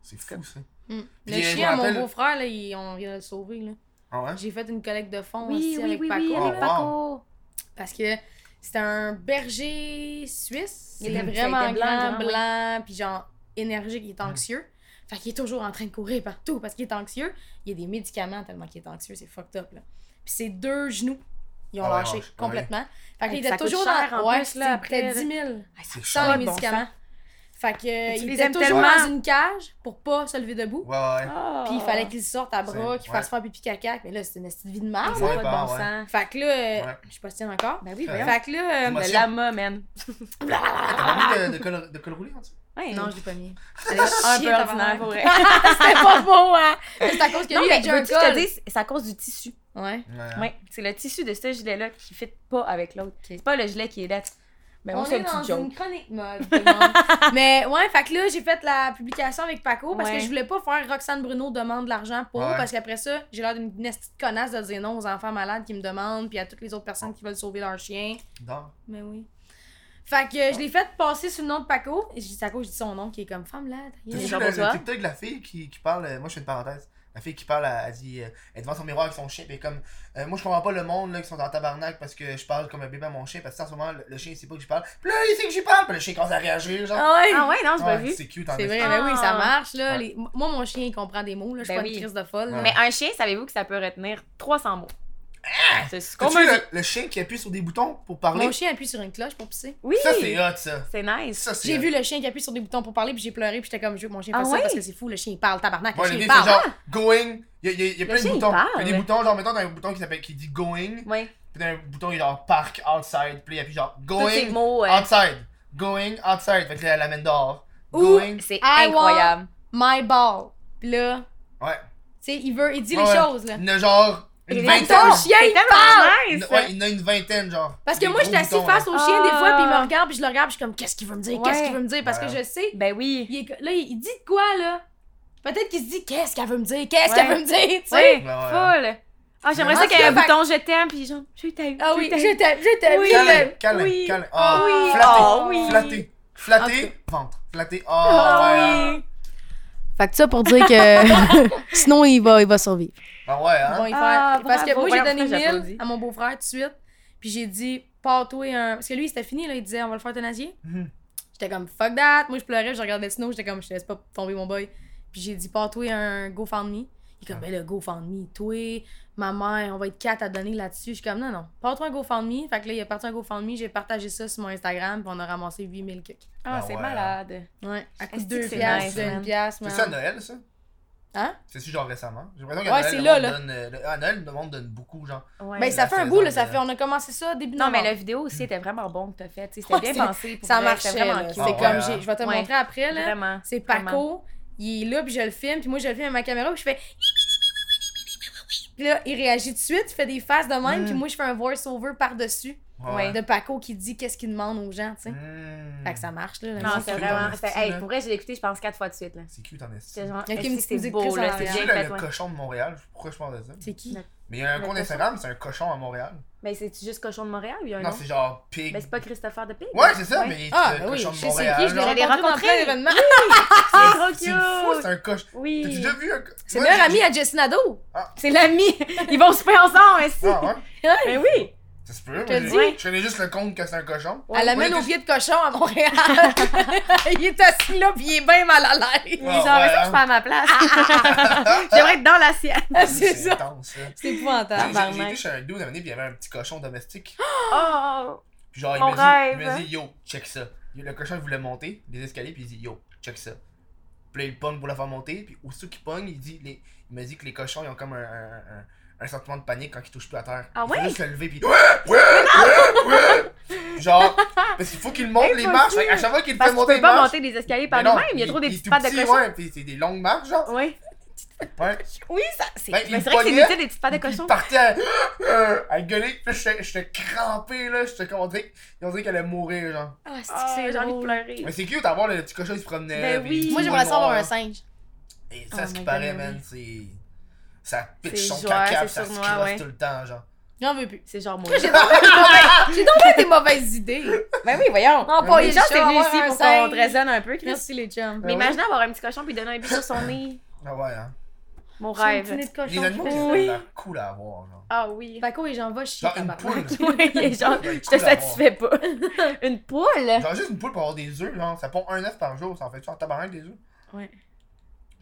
C'est fou, ça. Mm. Puis, Le euh, je chien à me mon rappelle- beau-frère, là, il- on vient de le sauver. Là. Ah ouais? J'ai fait une collecte de fonds Oui, aussi oui, avec oui, Paco. oui, avec Oh, Paco. Parce que c'était un berger suisse. Il Il était était- vraiment il Mm. était blanc, blanc, blanc, grand, oui. puis genre énergique, il est anxieux. Fait qu'il est toujours en train de courir partout parce qu'il est anxieux. Il y a des médicaments tellement qu'il est anxieux, c'est fucked up là. Puis ses deux genoux, ils ont Ah ouais, lâché ouais. complètement. Fait qu'il Hey, était ça coûte toujours cher, dans en ouais, plus, là, c'est- après, c'était 10 000 Ah, ça C'est a sans cher. pas les de bon médicaments. Fait que euh, tu il les était aimes toujours dans tellement. Ah. une cage pour pas se lever debout. Ouais, ouais. sens. Puis il fallait qu'il sorte à bras, C'est- qu'il fasse ouais. faire pipi caca. Mais là, c'était une petite vie de Ah, merde. ça Ouais, a pas bah, de bon ouais. sens. Fait que là, euh, Ouais. je sais pas si tiens encore. Ben oui, Ouais. voyons. Fait que là, euh, Moi, Le Émotion. lama, man. T'as pas mis de, de col, de col roulé en dessous? Ouais, Non, je l'ai pas mis. un chier, peu ordinaire tabarnak. pour vrai. C'était pas beau, hein? Mais C'est à cause que Non, lui, mais il a veux-tu que dit je un te col. dise, c'est à cause du tissu. Ouais. Ouais. Ouais, c'est le tissu de ce gilet-là qui ne fit pas avec l'autre. C'est pas le gilet qui est là. Mais On moi, c'est est une dans petite joke. une chronique mode, tout le monde. Mais ouais, fait que là, j'ai fait la publication avec Paco parce que Ouais. je voulais pas faire Roxane Bruno demande de l'argent pour Ouais. parce qu'après ça, j'ai l'air d'une petite connasse de dire non aux enfants malades qui me demandent puis à toutes les autres personnes qui veulent sauver leur chien. Non. Mais oui. Fait que euh, je l'ai fait passer sous le nom de Paco. Et Je dis Paco, je dis son nom qui est comme femme là. ta T'as gueule. vu genre le, pour le toi? TikTok de la fille qui, qui parle, euh, moi je fais une parenthèse, la fille qui parle, elle, elle dit, euh, elle est devant son miroir avec son chien, puis elle est comme, euh, moi je comprends pas le monde là, qui sont en tabarnak parce que je parle comme un bébé à mon chien, parce que en ce moment le, le chien il sait pas que je parle, puis là il sait que j'y parle, puis le chien commence à réagir, genre. Ah ouais. Ah ouais, non, j'ai pas Ouais, vu. c'est cute en C'est vrai, esti. ben oui, ça Ah. marche là. Ouais. Les- Moi, mon chien, il comprend des mots là. Je suis Ben pas une oui. crise de folle. là. Ouais. Mais un chien, savez-vous que ça peut retenir 300 mots? Hein? C'est ce qu'on T'as-tu me vu dit. le, le chien qui appuie sur des boutons pour parler? Mon chien appuie sur une cloche pour pisser. Oui, Ça c'est hot ça. c'est nice. Ça c'est J'ai hot. vu le chien qui appuie sur des boutons pour parler, puis j'ai pleuré, puis j'étais comme, je veux que mon chien Ah fasse ça ouais? parce que c'est fou, le chien il parle, tabarnak, Moi le chien l'idée il c'est parle. genre, going, il y a, il y a- il y a plein chien, de il boutons, il y a parle. des boutons, genre mettons t'as un bouton qui s'appelle, qui dit going, Oui. puis t'as un bouton qui est genre park, outside, puis il appuie genre Tous ces going, mots, euh, Outside. Going outside. Fait que là, elle l'amène dehors. Ou- Going. c'est I want- incroyable. My ball. Puis là, Ouais. tu sais, il veut, il dit Ouais, les ouais. choses, là. Il y en a genre une Les vingtaine. Ton boutons. chien, C'est il tellement parle! Il y nice. hein? en a- ouais, il y en a une vingtaine, genre. Parce que Des moi, gros j'étais assis boutons, face là. au chien des fois, puis il me Ah. regarde, puis je le regarde, puis je suis comme, qu'est-ce qu'il veut me dire, Ouais. qu'est-ce qu'il veut me dire, parce que Ouais. je sais. Ben oui. Il, est- là, il il dit de quoi, là? Peut-être qu'il se dit, qu'est-ce qu'elle veut me dire, qu'est-ce qu'elle Ouais. veut me dire, tu Oui, sais. ouais, full. Ah, j'aimerais En ça tout qu'il y ait un cas, bouton je t'aime, puis genre, je t'aime. Ah je oui, t'aime. je t'aime, je t'aime, Oui. je t'aime. Câlin, câlin, Oui. câlin. Ah Ah, oui. flatté. Ah oui. Flatté. En Flatté. Ventre. Flatté. Ah, Ah ouais. hein. oui. Fait que ça pour dire que sinon il va, il va survivre. Ah, ouais, hein. Ils vont y faire. Ah, parce que bravo. moi j'ai Voyons, donné pourquoi 1000 j'applaudis? à mon beau-frère tout de suite. Puis j'ai dit, pars-toi un. Parce que lui c'était fini, là, il disait on va le faire euthanasier. Mhm. J'étais comme fuck that. Moi je pleurais, je regardais Snow, j'étais comme je te laisse pas tomber mon boy. Puis j'ai dit, pars-toi un GoFundMe. Il Ah. est comme, ben là, GoFundMe, toi, ma mère, on va être quatre à donner là-dessus. Je suis comme, non, non, pars-toi un GoFundMe. Fait que là, il a parti un GoFundMe, j'ai partagé ça sur mon Instagram, puis on a ramassé 8000 kicks. Ah, Ah c'est ouais, malade. Ouais, à coup de Est-ce que 2 c'est piastres, nice, de man? 1 piastre, C'est man. ça à Noël, ça? Hein? C'est-tu genre récemment? J'ai l'impression Ouais, qu'à c'est Noël, là, le là. monde donne... euh, À Noël, le monde donne beaucoup, genre. Ouais. Ben, ça la fait un saison bout, là, ça de- fait. On a commencé ça début Non, mais la novembre. vidéo aussi était vraiment bonne que t'as faite. tu sais, Ouais, C'était c'est- bien pensé. pour ça vrai, marchait. c'était vraiment là. C'est cute. Ah ouais, comme, hein? j'ai- je vais te le Ouais. montrer après, là. Vraiment. C'est Paco, vraiment. il est là, puis je le filme, puis moi, je le filme avec ma caméra, puis je fais. Puis là, il réagit tout de suite, il fait des faces de Mm. même, Ah puis moi, je fais un voice-over par-dessus. Ouais. de Paco qui dit qu'est-ce qu'il demande aux gens, tu sais. Mmh. Fait que ça marche, là. le Non, monde, c'est c'est vraiment. bon, c'était- c'est Hey, là. pour vrai, j'ai écouté, je pense, quatre fois de suite. là. C'est cute en J'étais estime. genre, Il y a est-ce une que petite c'est musique beau, triste en là, c'est arrière. Tu sais, bien là, fait, le ouais. cochon de Montréal, pourquoi je parle de ça? C'est qui? Non. Mais il y a un Le compte cochon. Instagram, c'est un cochon à Montréal. Mais c'est juste Cochon de Montréal ou il y a un Non, nom? c'est genre pig. Mais c'est pas Christopher de Pig? Ouais, c'est ça, Ouais. mais Ah, c'est ben le oui, cochon de je sais qui, Montréal. je genre. l'avais l'ai rencontré dans rencontré. plein d'événements. C'est trop C'est fou, c'est cute! un cochon. T'as-tu Oui. déjà vu un cochon? C'est le meilleur ami à Jessie Nadeau. C'est l'ami! Ils vont souper ensemble, ainsi! Ah, ouais? Mais oui! Ça se peut, te mais dis. je connais juste le compte que c'est un cochon. Ouais. Elle l'amène Ouais, au pied de cochon à Montréal. il est assis là, puis il est bien mal à l'aise. Ils Ah, ont ça, ouais, je suis pas à ma place. J'aimerais être dans l'assiette. c'est ça. intense, là. C'est J'ai- épouvantable. J'ai j'ai Tabarnak. été chez un dude un moment donné, puis il y avait un petit cochon domestique. Oh! Puis genre, il Mon m'a dit, il rêve. m'a dit, yo, check ça. Le cochon, il voulait monter des escaliers, puis il dit, yo, check ça. Puis là, il pogne pour la faire monter, puis aussitôt qu'il pogne, il, dit, les- il m'a dit que les cochons, ils ont comme un, un, un- un sentiment de panique quand ils touchent plus à terre. Ah il ouais? faut juste se lever, puis. Ouais, ouais, ouais, ouais. Genre, parce qu'il faut qu'il monte les Impossible. marches. Fait que À chaque fois qu'il le Parce fait qu'on monter les peut pas marches. monter des escaliers mais par non, nous-mêmes, il y a trop des il est petites tout pattes de petit, cochon. Ouais, puis c'est des longues marches, genre. Oui. Ouais. Oui, ça. C'est Ben, il mais c'est vrai que pognait, c'est inutile des petites pattes de Il cochon. partait à, euh, à gueuler, puis là, j'étais- j'étais crampé, là, j'étais comme on dirait, on dirait qu'elle allait mourir, genre. Ah, c'est Ah, que j'ai envie de pleurer. Mais c'est cute à voir, le petit cochon, il se promenait. Ben puis il oui. était Moi, tout j'aimerais noir. ça avoir un singe. Et Oh ça, ce qui my paraît, God, man, c'est. Ça pitch C'est son joueur, caca, c'est puis ça se sournois, crosse ouais. tout le temps, genre. J'en veux plus. C'est genre moi. J'ai tombé des mauvaises- j'ai tombé des mauvaises idées. Ben oui, voyons. Non, pas pas Les gens, c'est venu ici pour qu'on te raisonne un peu, Chris. Merci les chums. Ben oui. Mais imaginez avoir un petit cochon puis donner un but sur son nez. Ah ouais, hein. Mon Son petit nez rêve. de cochon, Les animaux, je c'est Oui. fais. cool à avoir, genre. Ah oui. Paco et j'en va chier. Genre une tabarnak. poule. Oui, les Ouais, gens, je cool te à satisfais pas. Une poule? Genre juste une poule pour avoir des œufs, genre. Ça pond un œuf par jour, ça en fait tu en tabarnak des œufs. Ouais. Tu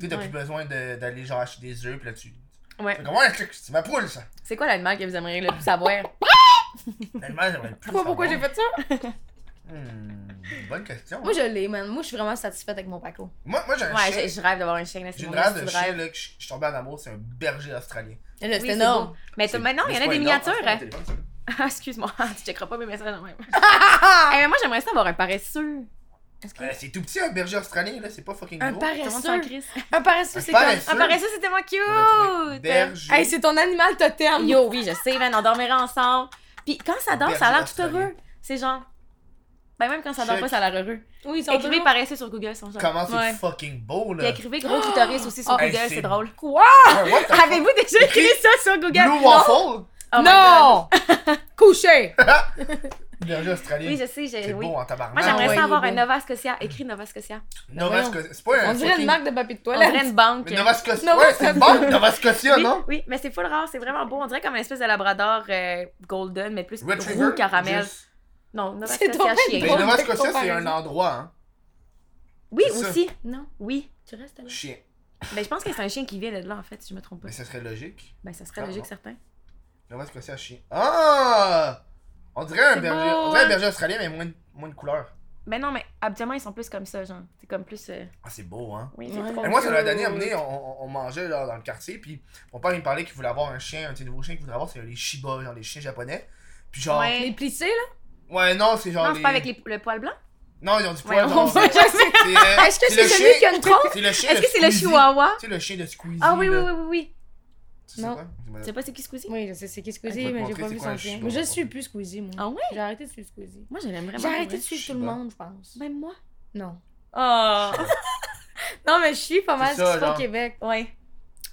sais, t'as Ouais. plus besoin de- d'aller, genre, acheter des œufs, puis là, tu. Ouais. Fait comme, ouais, c'est ma poule, ça. C'est quoi l'animal que vous aimeriez le plus savoir? Tellement, j'aimerais le plus Pourquoi, pourquoi j'ai savoir. fait ça? Hmm, bonne question. Moi, je l'ai, man. Moi, je suis vraiment satisfaite avec mon Paco. Moi, moi j'ai un Ouais, chien. je, je rêve d'avoir un chien. là, J'ai C'est une mon race petit de chien là, que je je suis tombé en amour, c'est un berger australien. Et là, Oui, c'est c'est énorme. beau. Mais t- C'est- maintenant, il y en c'est a pas des énorme, miniatures. c'est mon téléphone, ça. Ah, excuse-moi, tu checkeras pas mes messages en même. Eh, mais moi, j'aimerais ça avoir un paresseux. Est-ce que. Euh, C'est tout petit un berger australien, là, c'est pas fucking Un gros. Tout le monde paresseux. s'en crisse. Un paresseux, Un c'est comme. paresseux. Un paresseux, c'est tellement On a trouvé cute! Berger. Hey, c'est ton animal totem. Yo, oui, je sais, man, on dormirait ensemble. Puis quand ça dort, ça a l'air tout heureux. C'est genre. Ben, même quand ça dort Check. pas, ça a l'air heureux. Oui, ils sont Écrivez toujours- paresseux sur Google, son genre. Comment c'est Ouais. fucking beau Puis là. écrivez gros clitoris aussi sur Ah, Hey, Google, c'est c'est drôle. Quoi? Ouais, what the fuck? Avez-vous déjà écrit ça sur Google? Blue waffle. Oh my God. non! Couché! Berger australien. Oui, je sais, j'ai. C'est Oui. beau en Moi, tabarnak. j'aimerais Ah, ouais, il ça est avoir beau. un Nova Scotia. Écrit Nova Scotia. Nova voyons. Scotia. C'est pas un. On dirait une fucking- marque de papier de On toilette. dirait une banque. Mais Nova Scotia. Nova Ouais, c'est une Scotia. banque Nova Scotia, oui, Ah, non? oui, mais c'est full rare, c'est vraiment beau. On dirait comme une espèce de labrador euh, golden, mais plus Retriever. roux caramel. juste. Non, Nova C'est Scotia donc bien Mais chien. drôle. Nova de Scotia, c'est un comparaison. endroit, hein. Oui, C'est ça. aussi. Non, Oui. tu restes là. Chien. Ben, je pense que c'est un chien qui vient de là, en fait, si je me trompe pas. Mais ça serait logique. Ben, ça serait Ah, logique, bon. certain. Nova Scotia, chien. Ah! On dirait un C'est berger. beau, On dirait un hein. berger australien, mais moins de- moins de couleur. Ben non, mais habituellement, ils sont plus comme ça, genre. C'est comme plus. euh, Ah, c'est beau, hein? Oui, c'est Ouais. trop Et moi, ça l'a cute. donné, à un moment donné, on, on- on mangeait là, dans le quartier, puis mon père, il me parlait qu'il voulait avoir un chien, un petit nouveau chien qu'il voudrait avoir, c'est les Shiba, genre les chiens japonais. Puis genre, ouais, Ouais. Les plissés, là? non, c'est genre Non, les... c'est pas avec les- le poil blanc? Non, ils ont du Ouais, poil, on non. voit C'est jamais. c'est, euh, Est-ce que c'est c'est le celui qui chien... a une trompe? C'est le chien Est-ce de que c'est le Squeezie. chihuahua? C'est le chien de Squeezie, Ah oui, oui, là. oui, oui, oui. Tu sais Non. quoi? Dis-moi Tu là. sais pas c'est qui Squeezie? Oui, je sais, c'est qui Je Squeezie, vais te mais j'ai montrer pas c'est vu quoi un son chien. chien. Mais je suis plus Squeezie, moi. Ah ouais? J'ai arrêté de suivre Squeezie. Moi, je l'aime vraiment. J'ai arrêté ouais. de suivre tout Shiba. le monde, je Ben, pense. Même moi. Non. Oh! Non, mais je suis pas mal C'est ça, sur au genre. Québec. Ouais.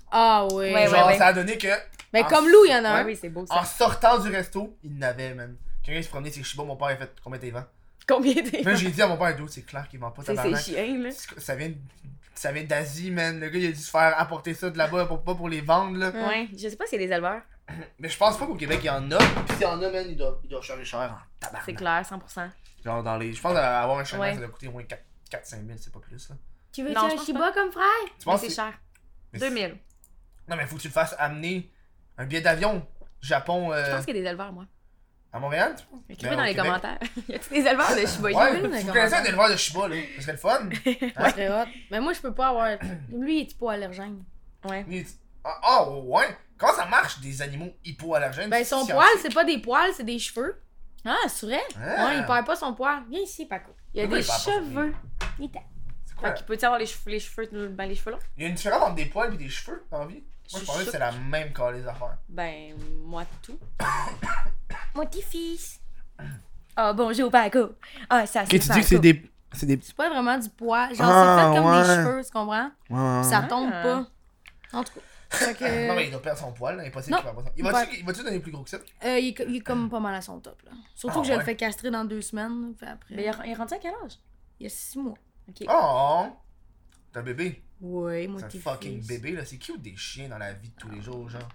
Ah oui. Ouais, Genre, ouais, ouais. ça a donné que, Mais Ah, Ben, comme Lou, il y en a Ouais. un. Ouais, oui, c'est beau ça. en sortant du resto, il n'avait, man. Quelqu'un se promenait, c'est Shiba, mon père, il a fait combien t'es vend? Combien t'es? Puis Là, j'ai dit à mon père, d'où c'est clair qu'il vend pas, C'est ces Oh, tabarnak. chiens, là. Ça vient, ça vient d'Asie, man. Le gars, il a dû se faire apporter ça de là-bas, pour, pas pour les vendre, là. Ouais. Ouais, je sais pas s'il y a des éleveurs. Mais je pense pas qu'au Québec, il y en a. Puis s'il y en a, man, il doit, il doit charger cher en C'est tabarnak. clair, 100%. Genre dans les... Je pense à avoir un chemin, Ouais. ça doit coûter au moins 4-5 000, c'est pas plus, là. Tu veux Non, je un pense Shiba comme frère? Tu Mais penses c'est que- cher. mais c'est- 2000. Non, mais faut que tu le fasses amener un billet d'avion Japon euh, Je pense qu'il y a des éleveurs, moi. à Montréal, tu penses? Écrivez Ben, dans au les Québec. commentaires. y a-t-il des éleveurs de Shiba Ouais, Inu? dans les vous connaissez un commentaires. éleveur de Shiba, là. Ce serait le fun. Ça serait hot. Mais moi, je peux pas avoir. Lui, il est hypoallergène. Ouais. Mais- Ah, ah, ouais. Comment ça marche, des animaux hypoallergènes? Ben, son poil, c'est pas des poils, c'est des cheveux. Ah, c'est vrai? Ah. Ouais, il perd pas son poil. Viens ici, Paco. Il y a Pourquoi des il parle pas pour cheveux. Il est à- C'est quoi? Fait qu'il peut-tu avoir les cheveux, les cheveux, ben, les cheveux longs? Il y a une différence entre des poils et des cheveux dans la vie? Moi, je Je pensais que suis c'est la même les affaires. Ben, moi, tout. Mon petit-fils. Ah, bonjour, Paco. Ah, ça, Ok, tu c'est dis que c'est des. C'est des. C'est pas vraiment du poids. Genre, Ah, c'est fait comme des ouais. cheveux, tu comprends? Ouais, ouais, ouais. Ça tombe Ah. pas. En tout cas. Fait que, Non, mais il doit perdre son poil, là, impossible Non. qu'il perde pas son- Il Ouais. va-tu il va-tu donner plus gros que ça euh, il, est, co- il est comme pas mal à son top, là. Surtout Ah, que je le ouais. fais castrer dans deux semaines. là, Puis après, Mais il est- il est rendu à quel âge? il y a six mois. Ok. Oh T'es un bébé. Ouais, moi, C'est un t'es fucking fils. bébé, là. C'est cute des chiens dans la vie de tous les jours, genre.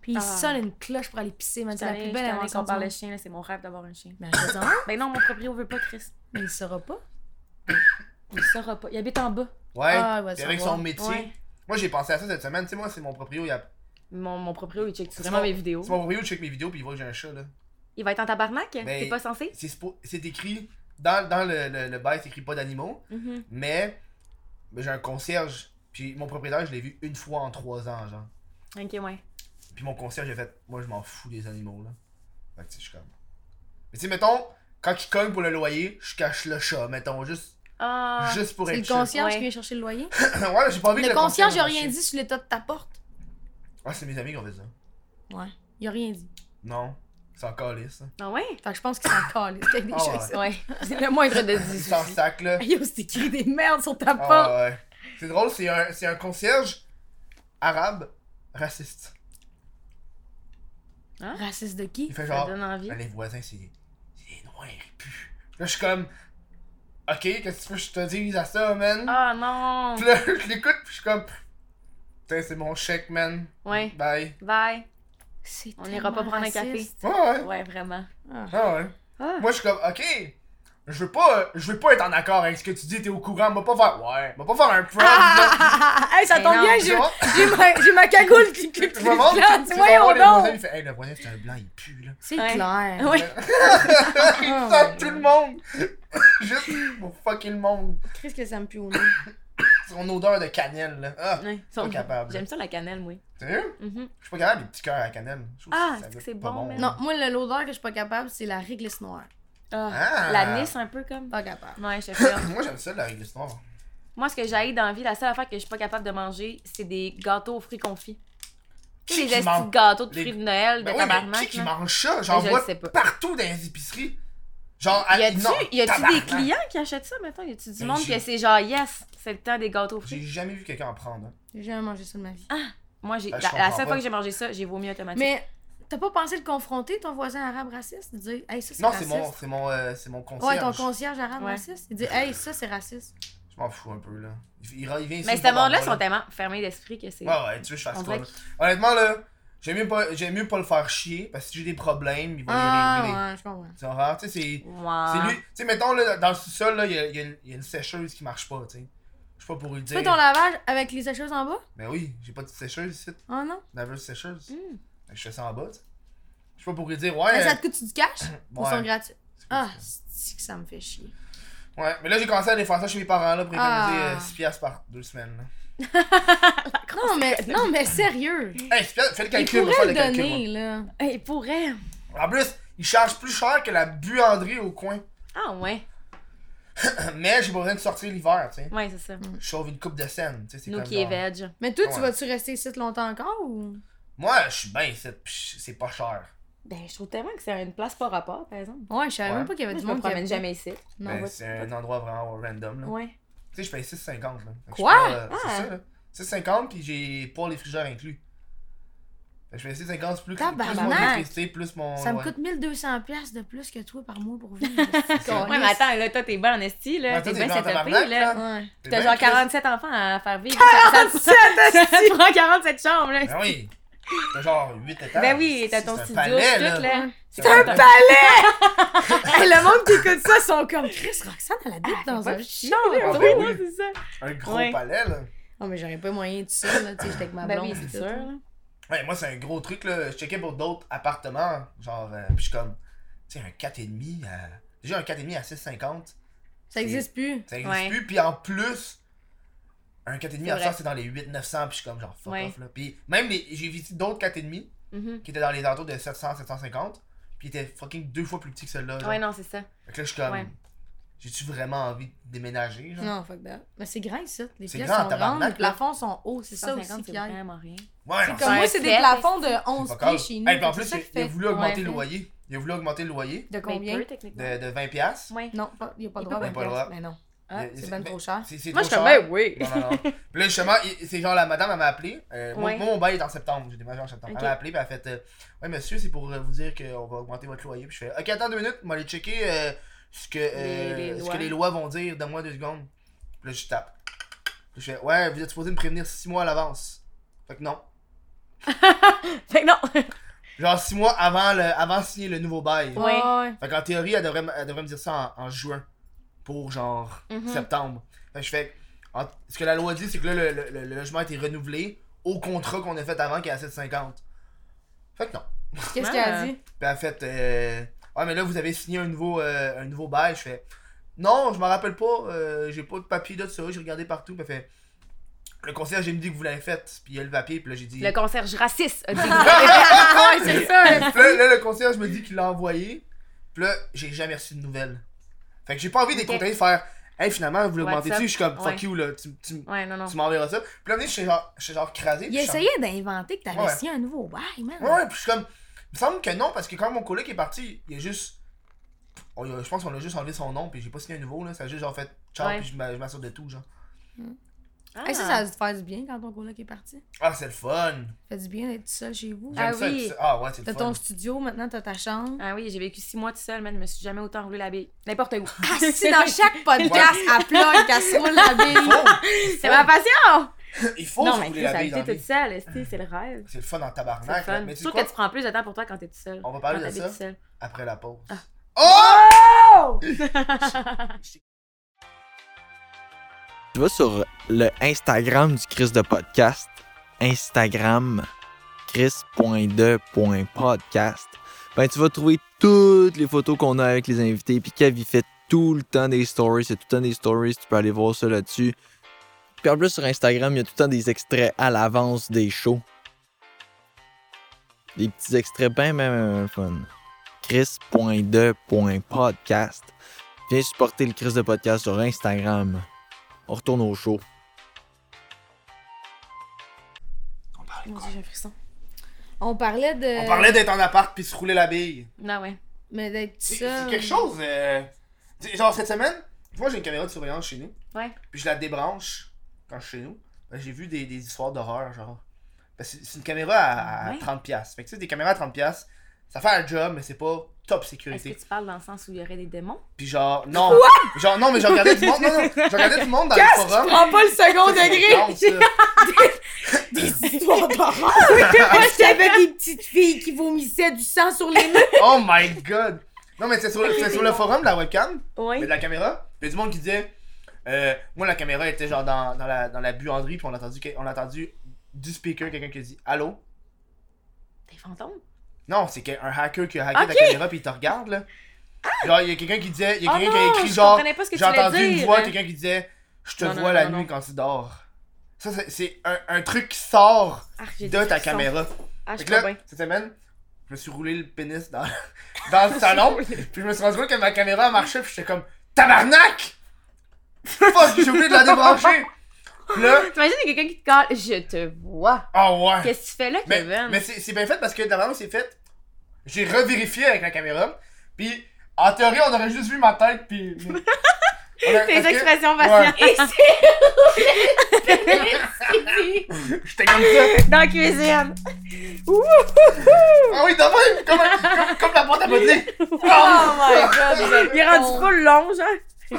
Puis il Ah. sonne une cloche pour aller pisser, man. C'est C'est la plus belle invention qu'on du parle de monde. chien, là, c'est mon rêve d'avoir un chien. Mais je dis, Ah, Ben non, mon proprio veut pas, Chris. mais il saura pas. Il saura pas. Il habite en bas. Ouais. Ah, il va Puis avec savoir. son métier. Ouais. Moi, j'ai pensé à ça cette semaine. Tu sais, moi, c'est mon proprio. Il a... Mon, mon proprio, il check C'est vraiment mon- mes vidéos. C'est mon proprio, il check mes vidéos, puis il voit que j'ai un chat, là. Il va être en tabarnak? Mais- T'es pas censé? C'est spo- c'est écrit. Dans, dans le, le, le bail, c'est écrit pas d'animaux. Mhm. Mais mais j'ai un concierge. Puis mon propriétaire, je l'ai vu une fois en trois ans, genre. Ok, ouais. Puis mon concierge, j'ai fait, moi, je m'en fous des animaux, là. Fait que, tu sais, je suis comme. Mais tu sais, mettons, quand il cogne pour le loyer, je cache le chat, mettons, juste, Ah. juste pour C'est être le concierge Ouais. qui vient chercher le loyer. chill. ouais, j'ai pas envie que Le concierge, il a me rien fasse dit sur l'état de ta porte. chier. Ah, c'est mes amis qui ont fait ça. Ouais. Il a rien dit. Non, c'est encore lisse. ça. Ah ouais? Fait que je pense qu'il s'en calisse qu'il y a des Ah chats ouais. ici. Ouais. C'est le moindre de C'est en 10. sac, là. Yo, c'est écrit des merdes sur ta Ah, porte. ouais. C'est drôle, c'est un, c'est un concierge arabe raciste. Raciste de qui? Il fait Ça genre, donne envie. Ah, les voisins, c'est des, c'est des noirs, ils puent. Là, je suis comme, ok, qu'est-ce que tu veux que je te dise à ça, man? Ah non! Puis là, je l'écoute, puis je suis comme, putain, c'est mon chèque, man. Ouais. Bye. Bye. C'est On ira pas tellement prendre un café. raciste. Ouais, ouais. Ouais, vraiment. Ah. Ah, ouais. Ah. Moi, je suis comme, ok, je veux pas, euh, je veux pas être en accord avec ce que tu dis, t'es au courant, m'a pas faire, ouais, m'a pas faire un prom, là. Ah, hey, ça Mais tombe non. bien, Tu j'ai vois? j'ai ma, j'ai ma cagoule qui qui- qui- Je me montre, qui- tu sais, Voyons voir les voisins, donc! il fait, hey, le voisin, c'est un blanc, il pue, là. C'est Ouais. clair. Ouais. Ah, Il sent tout le monde. Juste pour fucker le monde. Qu'est-ce que ça me pue au nez? Son odeur de cannelle, là. Ah, Ouais. pas capable. J'aime ça la cannelle, moi. sérieux? Mhm. Je suis pas capable des petits cœurs à la cannelle. Je trouve Ah, que ça c'est goûte que c'est pas bon, mais- Non, moi, le- l'odeur que je suis pas capable, c'est la réglisse noire. Ah. Ah. La Nice, un peu comme. Pas capable. Ouais, je fais. Moi, j'aime ça, la réglisse noire. Moi, ce que j'ai dans la vie, la seule affaire que je suis pas capable de manger, c'est des gâteaux aux fruits confits. Tu sais, Qui les qui mange- petits gâteaux de les- fruits de Noël, de Ben oui, mais qui tabarnak. qui là. mange ça? J'en Mais je le vois sais pas. partout dans les épiceries. Genre, à- Y a-tu ah, non, y a-tu des tabarnak. clients qui achètent ça maintenant? Y a-tu du Ben, monde j'ai- que c'est genre yes, c'est le temps des gâteaux aux J'ai fruits? jamais vu quelqu'un en prendre. hein. J'ai jamais mangé ça de ma vie. Moi, j'ai Ben, je la, la comprends seule pas. fois que j'ai mangé ça, j'ai vomi automatique. Mais t'as pas pensé le confronter, ton voisin arabe raciste? De dire, hey, ça, c'est Non, raciste. c'est mon, c'est mon, euh, c'est mon concierge. Ouais, ton concierge arabe Ouais. raciste. Il dit, hey, ça, c'est raciste. Je m'en fous un peu, là. Il, il, il vient ici. Mais il ce va monde-là voir, sont tellement fermés d'esprit que c'est. Ouais, ouais, tu veux que je fasse On quoi? là? dirait que- Honnêtement, là, j'aime mieux, pas- j'aime mieux pas le faire chier parce que si j'ai des problèmes, il va les régler. Ah, ouais, je comprends. C'est horreur, tu sais, c'est. C'est Wow. lui. Tu sais, mettons, là, dans le sous-sol, là, il y a, il y a une- il y a une sécheuse qui marche pas, tu sais. Je suis pas pour lui Tu dire. fais ton lavage avec les sécheuses en bas? Mais oui, j'ai pas de sécheuse ici. Oh non? Naveuse sécheuse. Mm. Fait que Je fais ça en bas, tu sais. Je suis pas pour lui dire, ouais. Hey, Hmm. ça euh, te coûte du cash? Pour son ouais. gratuit. C'est Ah, cool, c'est que ça me fait chier. ça. Ouais, mais là, j'ai commencé à défendre ça chez mes parents, là, pour économiser Ah. euh, 6 piastres par deux semaines. là. Non, mais, non, mais sérieux. Hey, 6 piastres, fais le Il calcul, on va pourrait faire le le calcul. donner, là. Hey, il pourrait. moi. En plus, ils chargent plus cher que la buanderie au coin. Ah ouais. Mais j'ai pas besoin de sortir l'hiver, tu sais. Ouais, c'est ça. Mm. Je sauve une coupe de scène, tu sais. c'est Nous comme qui est genre- veg. Mais toi, tu Ouais. vas-tu rester ici longtemps encore ou. Moi, je suis bien ici, pis c'est pas cher. Ben, je trouve tellement que c'est une place par rapport, par exemple. Ouais, je savais Ouais. même pas qu'il y avait Moi, du je me monde qui promène avait jamais ici. Non, Ben, ouais. c'est un endroit vraiment random, là. Ouais. Tu sais, je paye 6,50 là. Fait que Quoi? je paye, euh, Ah. C'est ça, là. 6,50 puis j'ai pas les frigeurs inclus. Fait que je paye 6,50 plus, plus mon Tabarnak! électricité, plus mon. Ça me ouais. coûte 1200$ piastres de plus que toi par mois pour vivre. ça. Ouais, mais attends, là, toi, t'es bien en esti, là. Ouais, T'es toi, bien t'es bien en setupé, tabarnak, là. là. Ouais. T'es T'as bien genre Christ. 47 enfants à faire vivre. 47 ça, te prend 47 chambres, là. Ben oui! T'as genre 8 étages. Ben oui, t'as C'est ton un studio, palais, tout, là. C'est un palais! Hey, le monde qui écoute ça sont comme Chris Roxane, elle habite dans un chien. Ah, là. ben Oui, oui. c'est ça. Un gros Ouais. palais, là. Non, mais j'aurais pas moyen de ça, là. Tu sais, j'étais avec ma Ben blonde. oui, et c'est tout, sûr, là. là. Ouais, moi, c'est un gros truc, là. Je checkais pour d'autres appartements. Genre, euh, pis je suis comme. Tu sais, un 4,5 à. Déjà, un 4,5 à 6,50. Ça existe plus. Ça existe Ouais. plus. Puis en plus, un 4,5 C'est à vrai. ça, c'est dans les 8-900. Puis je suis comme genre fuck Ouais. off là. Puis même les, j'ai visité d'autres 4,5 Mhm. qui étaient dans les alentours de 700-750. Puis ils étaient fucking deux fois plus petits que celle-là. genre. Ouais, non, c'est ça. Fait que là, je suis comme. Ouais. J'ai-tu vraiment envie de déménager? Genre? Non, fuck that. Mais c'est grand ici. Les C'est pièces grand, sont tabarnak, grandes, les là. plafonds sont hauts, c'est ça aussi 150, qui c'est aide. vraiment rien. Ouais, non, Comme Ouais, moi, c'est des c'est- plafonds de c'est 11 pas pieds grave. chez nous. Hey, puis en c'est plus, ça il, qui il a fait- voulu augmenter Ouais. le loyer. Il a voulu augmenter le loyer De combien Peu, techniquement. de, de 20$. piastres. Ouais. Non, pas- il n'y a pas le Il droit peut pas. Il à a pas le droit. Mais non. Ah, Il- C'est bien mais- trop cher. C'est c'est Moi, je trop suis comme, cher. ben oui. Non, non, non. Puis là, justement, il- c'est genre la madame, elle m'a appelé. Euh, moi- Ouais. Moi, mon bail est en septembre. J'ai déménagé en septembre. Ok. Elle m'a appelé, puis elle a fait euh, Ouais, monsieur, c'est pour euh, vous dire qu'on va augmenter votre loyer. Puis je fais Ok, attends deux minutes, moi, aller checker euh, ce, que, euh, Les- les ce lois. que les lois vont dire. Donne-moi deux secondes. Puis là, je tape. Puis je fais Ouais, vous êtes supposé me prévenir six mois à l'avance. Fait que non. Fait que non. Genre six mois avant, le, avant de signer le nouveau bail. Ouais. Fait qu'en théorie, elle devrait, m- elle devrait me dire ça en, en juin. Pour genre Mhm. septembre. Fait que je fais. en- ce que la loi dit, c'est que là, le, le- le- le logement a été renouvelé au contrat qu'on a fait avant qui est à 750. Fait que non. Qu'est-ce qu'elle a dit? Puis elle a fait. euh, ouais, mais là, vous avez signé un nouveau, euh, un nouveau bail. Je fais. Non, je m'en rappelle pas. euh, j'ai pas de papier de ça. J'ai regardé partout. Puis elle fait. Le concierge, j'ai me dit que vous l'avez fait. Puis il y a le papier. Puis là, j'ai dit. Le concierge raciste a dit. ouais, c'est Puis ça. là, là, le concierge me dit qu'il l'a envoyé. Puis là, j'ai jamais reçu de nouvelles. Fait que j'ai pas envie de les Ok. contacter faire. Hey, finalement, vous l'augmentez What's up? dessus. Je suis comme, fuck Ouais. you, là. Tu, tu, Ouais, non, non. tu m'enverras ça. Puis là, un moment donné, je suis genre, je suis genre crasé. Il puis je suis en- essayait d'inventer que t'avais Ouais. signé un nouveau bail, man. Ouais, ouais, puis je suis comme. Il me semble que non, parce que quand mon collègue est parti, il a juste. on- je pense qu'on a juste enlevé son nom, puis j'ai pas signé un nouveau, là. Ça a juste genre fait ciao, Ouais. puis je m'a- je m'assure de tout, genre. Ah, Hey, ça, ça a dû te faire du bien quand ton coloc est parti. Ah, c'est le fun! Fait du bien d'être tout seul chez vous. J'aime Ah ça, oui. puis ça- Ah, ouais, c'est T'as le fun. ton studio, maintenant t'as ta chambre. Ah oui, j'ai vécu six mois tout seul, man. Je me suis jamais autant roulé la bille. N'importe où. Ah, si dans chaque podcast, elle plug, qu'elle se roule la bille. C'est ma passion! Il faut non, se mais rouler tu la sais, bille dans habiter la toute vie. seule, esti, c'est le rêve. C'est le fun en C'est le tabarnak, là. fun. Mais tu sais Surtout quoi? que tu prends plus de temps pour toi quand t'es tout seul. On va parler quand de t'habites ça. tout seul. Après la pause. Ah. Oh! Tu vas sur le Instagram du Chris de podcast, Instagram chris.de.podcast. Ben, tu vas trouver toutes les photos qu'on a avec les invités. Puis Kev, il fait tout le temps des stories. C'est tout le temps des stories. Tu peux aller voir ça là-dessus. Puis en plus, sur Instagram, il y a tout le temps des extraits à l'avance des shows. Des petits extraits bien, bien, bien, bien fun. Chris.de.podcast. Viens supporter le Chris de podcast sur Instagram. On retourne au show. Mon Dieu, j'ai un frisson. On parlait de. On parlait d'être en appart puis se rouler la bille. Non, ouais. Mais d'être C'est seul. c'est quelque chose. euh, tu sais, Genre cette semaine, tu vois, j'ai une caméra de surveillance chez nous. Ouais. Puis je la débranche quand je suis chez nous. Ben, j'ai vu des, des histoires d'horreur, genre. Ben, c'est c'est une caméra à, à Ouais. 30$. Fait que tu sais, des caméras à 30$, ça fait un job, mais c'est pas top Est-ce sécurité. que tu parles dans le sens où il y aurait des démons? Puis genre, non. genre, non, mais je regardais du monde. Non, non, je regardais du monde dans le forum. Prends pas le second Ça, c'est intense, degré! là. Des histoires d'horreur! Est-ce qu'il y avait des petites filles qui vomissaient du sang sur les murs? Oh my god! Non, mais c'est sur, le- c'est sur le forum de la webcam, mais Oui. de la caméra. Puis il y a du monde qui disait. euh, moi, la caméra était genre dans, dans la, dans la buanderie, puis on a entendu, que- on a entendu du speaker quelqu'un qui a dit Allô? Des fantômes? Non, c'est qu'un hacker qui a hacké Ok. ta caméra puis il te regarde là. Genre, il y a quelqu'un qui disait, il y a Oh quelqu'un qui a non, écrit je genre, comprenais pas ce que tu j'ai voulais entendu une dire. voix, quelqu'un qui disait, je te Non, non, vois non, la non, nuit non. quand tu dors. Ça, c'est- c'est un, un truc qui sort Ah, j'ai des de ta frissons. caméra. Ah, je Fait suis que pas là, bien. cette semaine, je me suis roulé le pénis dans, dans le salon, puis je me suis rendu compte que ma caméra marchait, puis j'étais comme, tabarnak! Fuck, j'ai oublié de la débrancher! Puis là, T'imagines il y a quelqu'un qui te colle? Je te vois. oh ouais! Qu'est-ce que tu fais là, Mais, Kevin? mais c'est c'est bien fait parce que d'abord, c'est fait. J'ai revérifié avec la caméra. Puis, en théorie, on aurait juste vu ma tête. Puis. mais- On a- Tes parce que expressions faciales. J'étais comme ça. Dans la cuisine. Ah oui, de même, comme, un- comme, comme la boîte à modeler. Oh my god! Il est rendu trop long, genre. Wow.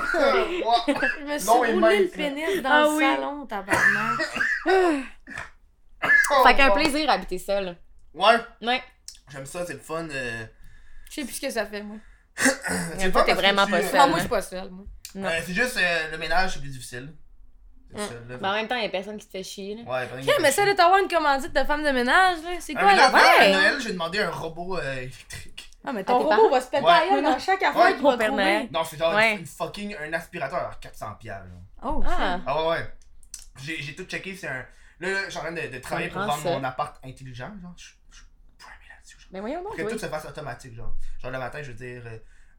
Je me suis Non, et roulé le mince, là. pénis dans Ah le oui. salon, tabarnak. Fait qu'un Wow. plaisir habiter seul. Ouais, Ouais. j'aime ça, c'est le fun. euh, Je sais plus ce que ça fait, moi. C'est le fun t'es parce que vraiment tu- pas euh, seul. Non, moi, je suis pas seule, moi. Non. euh, C'est juste euh, le ménage, c'est plus difficile. Mm. C'est Hum. ça, là. Mais en même temps, il y a personne qui te fait chier, là. Ouais, pendant que- Tiens, mais ça, de t'avoir une commandite de femme de ménage, là, c'est Ah, quoi mais là, la là, à ouais. Noël, j'ai demandé un robot euh, électrique. Ah, mais Ah, ton tes robot parents? va se péter Ouais. à gueule dans chaque affaire Ouais, qu'il va gros Père Noël. trouver. Non, c'est genre Ouais. une fucking un aspirateur à 400$. piastres, là. Oh, Ah. Ah ouais, ouais. J'ai j'ai tout checké, c'est un. Là, là, je suis en train de, de travailler pour prend vendre ça. mon appart intelligent, genre. Je suis je suis primé là-dessus, genre. Mais voyons Pour donc, que tout Ben, oui. se fasse automatique, genre. Genre le matin, je veux dire. euh,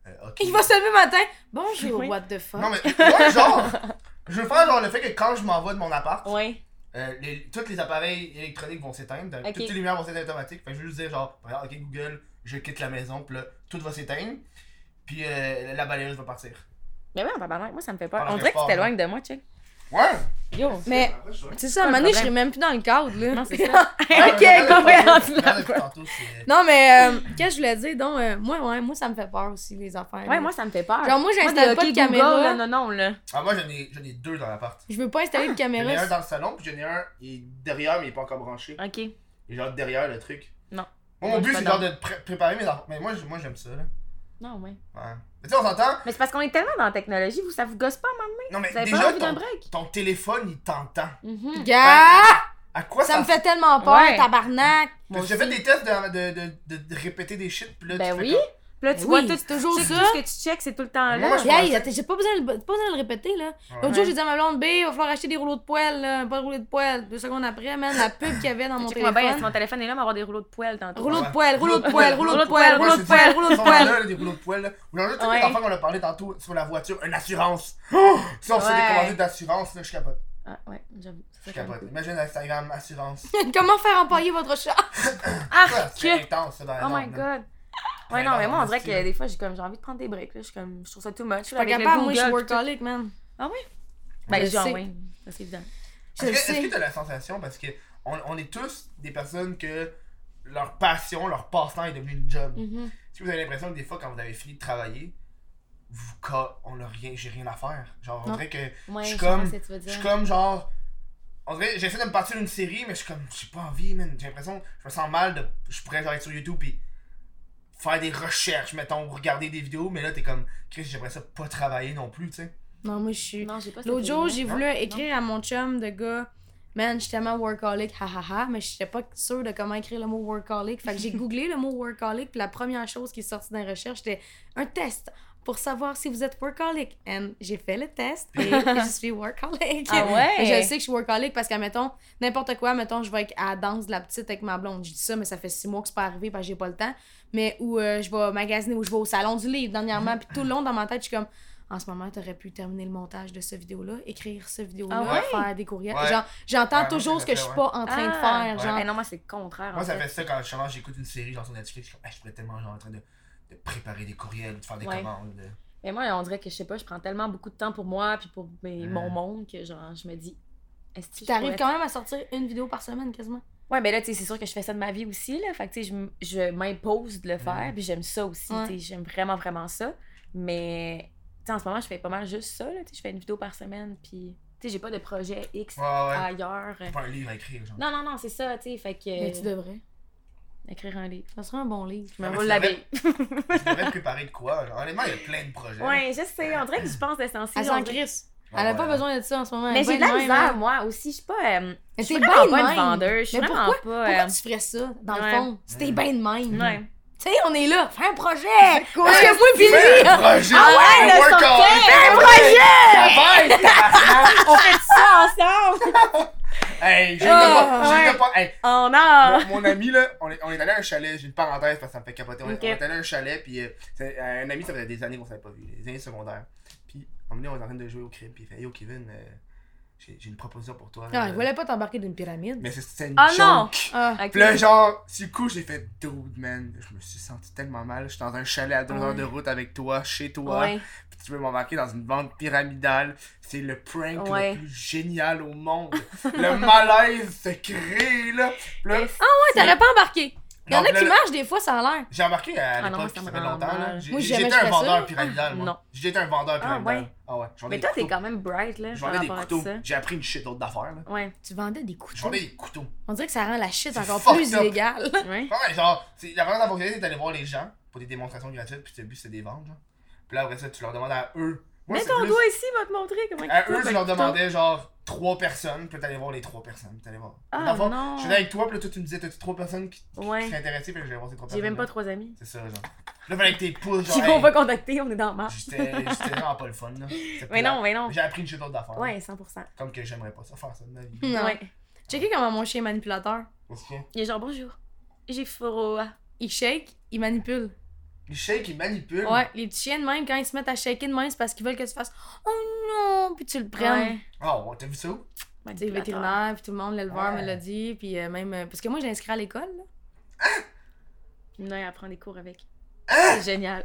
euh, ok. Il va se lever le matin. Bonjour, Oui. what the fuck. Non, mais. Ouais, genre. Je veux faire genre le fait que quand je m'envoie de mon appart, Ouais. euh, les- tous les appareils électroniques vont s'éteindre, donc Ok. toutes les lumières vont s'éteindre automatiques. Fait que je veux juste dire, genre, regarde, ok Google, je quitte la maison, puis là, tout va s'éteindre, puis euh, la balayeuse va partir. Mais ouais, tabarnak, moi, ça me fait peur. Parle On dirait que fort, tu hein. t'éloignes de moi, check. Ouais! Yo. Mais Après, je suis c'est ça, à un Pas de moment donné, je serai problème. même plus dans le cadre, là. Non, c'est ça. ok, Ouais, compréhensible. regarde depuis tantôt, c'est- Non, mais euh, qu'est-ce que je voulais dire? Donc, euh, moi, ouais, moi, ça me fait peur aussi, les affaires. là. Ouais, moi, ça me fait peur. Genre, moi, Moi, j'installe des pas de OK caméra. Google, là, non, non, là. Ah, moi, j'en ai, j'en ai deux dans l'appart. Je veux pas installer de J'en ai caméra. Ah! un dans le salon, puis j'en ai un il est derrière, mais il est pas encore branché. Ok. Il est genre derrière le truc. Non. Moi, mon Moi, je but, suis c'est pas genre de pré- préparer mes enfants. Mais moi, j- moi j'aime ça, là. Non, ouais. Ouais. Mais tu sais, on s'entend. Mais c'est parce qu'on est tellement dans la technologie, vous, ça vous gosse pas, maman. Non, mais Vous avez pas déjà, envie d'un ton, break? ton téléphone, il t'entend. Mm-hmm. Mhm. Gars! À quoi ça, Ça me fait tellement peur, Ouais. tabarnak! Moi J'ai fait des tests de, de, de, de, de répéter des shit, puis là, Ben tu fais oui. comme- Puis là, tu Oui, vois tout. c'est toujours tu sais, ça. Tout ce que tu checks, c'est tout le temps Moi, là. moi, je- Puis, hey, Ah, t'as- j'ai pas besoin, de, le- pas besoin de le répéter, là. L'autre Ouais. jour, j'ai dit à ma blonde, B, il va falloir acheter des rouleaux de poêle, là. Pas de rouleaux de poêle. Deux secondes après, man, la pub qu'il y avait dans mon Check-moi bien, si mon téléphone. téléphone est là, on va avoir des rouleaux de poêle tantôt. Rouleau de Ouais. poêle, rouleau de poêle, rouleau de Moi, poêle, rouleau je de te poêle, dis, rouleau de ils sont poêle. là, là, des rouleaux de poêle. là. Ou genre, juste tous Ouais. les enfants qu'on a parlé tantôt sur la voiture, une assurance. Oh! Si on se fait Ouais. des commandes d'assurance, là, je capote. Ah, ouais, j'avoue. Je C'est ça, quand capote. même. Imagine Instagram, assurance. Comment faire empailler votre chat? Ah, Ça, que. C'est intense, ça, dans la Oh my norme, là. god. Ouais, Ouais, non, mais non, moi, on dirait c'est- que des fois, j'ai comme j'ai envie de prendre des breaks. Là. Je, suis comme, je trouve ça too much. Je suis pas capable, moi, je suis workaholic, man. Ben, Je genre, sais. oui. Ça, c'est évident. Est-ce Je le que- est-ce que sais. tu as la sensation, parce que on, on est tous des personnes que leur passion, leur passe-temps est devenu une job. Mm-hmm. Mhm. Est-ce que vous avez l'impression que des fois, quand vous avez fini de travailler, vous ca- on a rien, j'ai rien à faire. Genre, on Non. dirait que Je Ouais, suis je sais pas comme- ce que tu veux je suis dire. comme genre. On dirait, j'essaie de me partir d'une série, mais je suis comme, j'ai pas envie, man. J'ai l'impression, je me sens mal de. Je pourrais genre être sur YouTube pis faire des recherches, mettons, ou regarder des vidéos, mais là t'es comme, Chris, j'aimerais ça pas travailler non plus, tu sais. Non, moi, je suis. Non, j'ai pas ce L'autre jour, feeling-là. j'ai voulu écrire à mon chum de gars, man, je suis tellement workaholic, hahaha, mais je n'étais pas sûre de comment écrire le mot workaholic. Fait que j'ai googlé le mot workaholic, puis la première chose qui est sortie dans la recherche, c'était un test pour savoir si vous êtes workaholic. And j'ai fait le test et je suis workaholic. Ah ouais? Mais je sais que je suis workaholic parce que, mettons, n'importe quoi, mettons, je vais avec- à la danse de la petite avec ma blonde. Je dis ça, mais ça fait six mois que c'est pas arrivé parce que j'ai pas le temps. Mais où euh, je vais magasiner, où je vais au salon du livre Mhm. dernièrement, puis tout le long dans ma tête, je suis comme, en ce moment, t'aurais pu terminer le montage de ce vidéo-là, écrire ce vidéo-là, Ah ouais? faire des courriels. Ouais. Genre, j'entends Ouais, moi, toujours j'ai ce que fait je ça, suis pas en train Ah, de faire. ouais. Genre, Eh non, moi, c'est le contraire. Moi, en ça fait. fait ça quand justement, j'écoute une série, genre sur Netflix, je suis comme, Hey, je pourrais tellement, genre, en train de, de préparer des courriels, de faire des Ouais. commandes. de- Mais moi, on dirait que je sais pas, je prends tellement beaucoup de temps pour moi puis pour mes- Mm. mon monde que genre, je me dis. Est-ce que je tu arrives pourrais- quand même à sortir une vidéo par semaine quasiment. Ouais, mais là, tu sais, c'est sûr que je fais ça de ma vie aussi, là. Fait que, tu sais, je, m- je m'impose de le faire, Mm. puis j'aime ça aussi, Ouais. tu sais, j'aime vraiment, vraiment ça. Mais, tu sais, en ce moment, je fais pas mal juste ça, là. Tu sais, je fais une vidéo par semaine, puis, tu sais, j'ai pas de projet X Ouais, ouais. ailleurs. Pas un livre à écrire, genre. Ah, Non, non, non, c'est ça, tu sais, fait que... Mais tu devrais. Écrire un livre. Ça serait un bon livre. Je me Ah, mais roule c'est la vrai. bille. Je devrais préparer de quoi, genre. Honnêtement, il y a plein de projets. Ouais, je sais, on dirait que je pense Elle l'essentiel. on s'en dirait- crisse. Ouais, Elle a ouais. pas besoin de ça en ce moment. Mais Elle est j'ai de bien la même, misère, hein. moi, aussi, je suis pas... euh, Mais je suis t'es vraiment bien de pas une même. vendeuse, je suis Mais vraiment pourquoi- pas... Pourquoi euh, tu ferais ça, dans Ouais. le fond? C'était bien de même. Ouais. Tu sais, on est là, fais un projet! Parce que moi, puis Plein lui, de projets! Ah ouais, un le workout! sortir, Un projet! Ça va être- on fait ça ensemble! Hey, j'ai Ah, pas, j'ai ouais. Ah. le pas. Hey, On a... mon, mon ami là, on est, on est allé à un chalet, j'ai une parenthèse parce que ça me fait capoter. On, est- Ok. on est allé à un chalet, puis euh, c'est- euh, un ami, ça faisait des années qu'on s'avait pas vu, des années secondaires. Puis, à un moment donné, on est en train de jouer au crib, puis il fait Yo Kevin, euh, j'ai j'ai une proposition pour toi. Ah, euh, il voulait pas t'embarquer d'une pyramide. Mais c'est- c'était une Ah, joke. non. Ah, Ok. Puis là, genre, sur le coup, j'ai fait Dude, man, je me suis senti tellement mal. J'étais dans un chalet à deux Ouais. heures de route avec toi, chez toi. Ouais. Puis tu veux m'embarquer dans une vente pyramidale. C'est le prank Ouais. le plus génial au monde. le malaise se crée, là. Puis là, Mais ouais, t'aurais pas embarqué. Il y en Non, a là, qui là- marchent des fois, ça a l'air. J'ai embarqué à Ah non, moi, l'époque, ça ça me fait rend longtemps. là. mal. J'ai- Moi, j'ai jamais J'étais fait un ça. vendeur pyramidal, moi. non. J'étais un vendeur pyramidal. ouais. Ah ouais. J'en ai Mais des toi, t'es couteaux. quand même bright, là, J'en par ai des rapport à tout couteaux. ça. J'ai appris une shit d'autre d'affaires. là. Ouais, Tu vendais des couteaux. J'en ai des couteaux. On dirait que ça rend la shit C'est encore fucked plus up. illégale. ouais. Ouais, genre, c'est- la première fonctionnalité, c'est d'aller voir les gens pour des démonstrations gratuites, puis le but, c'est des ventes. Genre. Puis là, après ça, tu leur demandes à eux. Moi, Mets c'est ton plus- doigt ici, va te montrer comment À coupe eux, un tu leur couteau. demandais genre trois personnes, puis t'allais voir les trois personnes. T'allais voir. Ah, Dans le fond, non. J'étais avec toi, puis là, toi, tu me disais, t'as-tu trois personnes qui, qui Ouais. seraient intéressées, puis là, j'allais voir ces trois J'ai personnes. même pas trois amis. C'est ça, genre. Là, fallait que t'es pouces, Si on va genre. contacter, on est dans le hey, marche. J'étais j'étais vraiment pas le fun, là. C'était Mais plate. non, mais non. J'ai appris une chute d'autre d'affaires. Ouais, Hmm. 100%. Comme que j'aimerais pas ça faire ça de ma vie. Non. Ouais. Checkez comment mon chien est manipulateur. Parce que Il est genre bonjour. J'ai froid. Il shake, il manipule. les shakes, ils manipulent. Ouais, les petits chiens de même, quand ils se mettent à shaker de même, c'est parce qu'ils veulent que tu fasses Oh non, puis tu le prennes. Ben, Ouais. Oh, t'as vu ça où? Tu sais, le Manipulateur. vétérinaire, puis tout le monde, l'éleveur Ouais. me l'a dit, puis euh, même. euh, parce que moi, j'ai inscrit à l'école, là. Puis maintenant, elle prend des cours avec. C'est génial.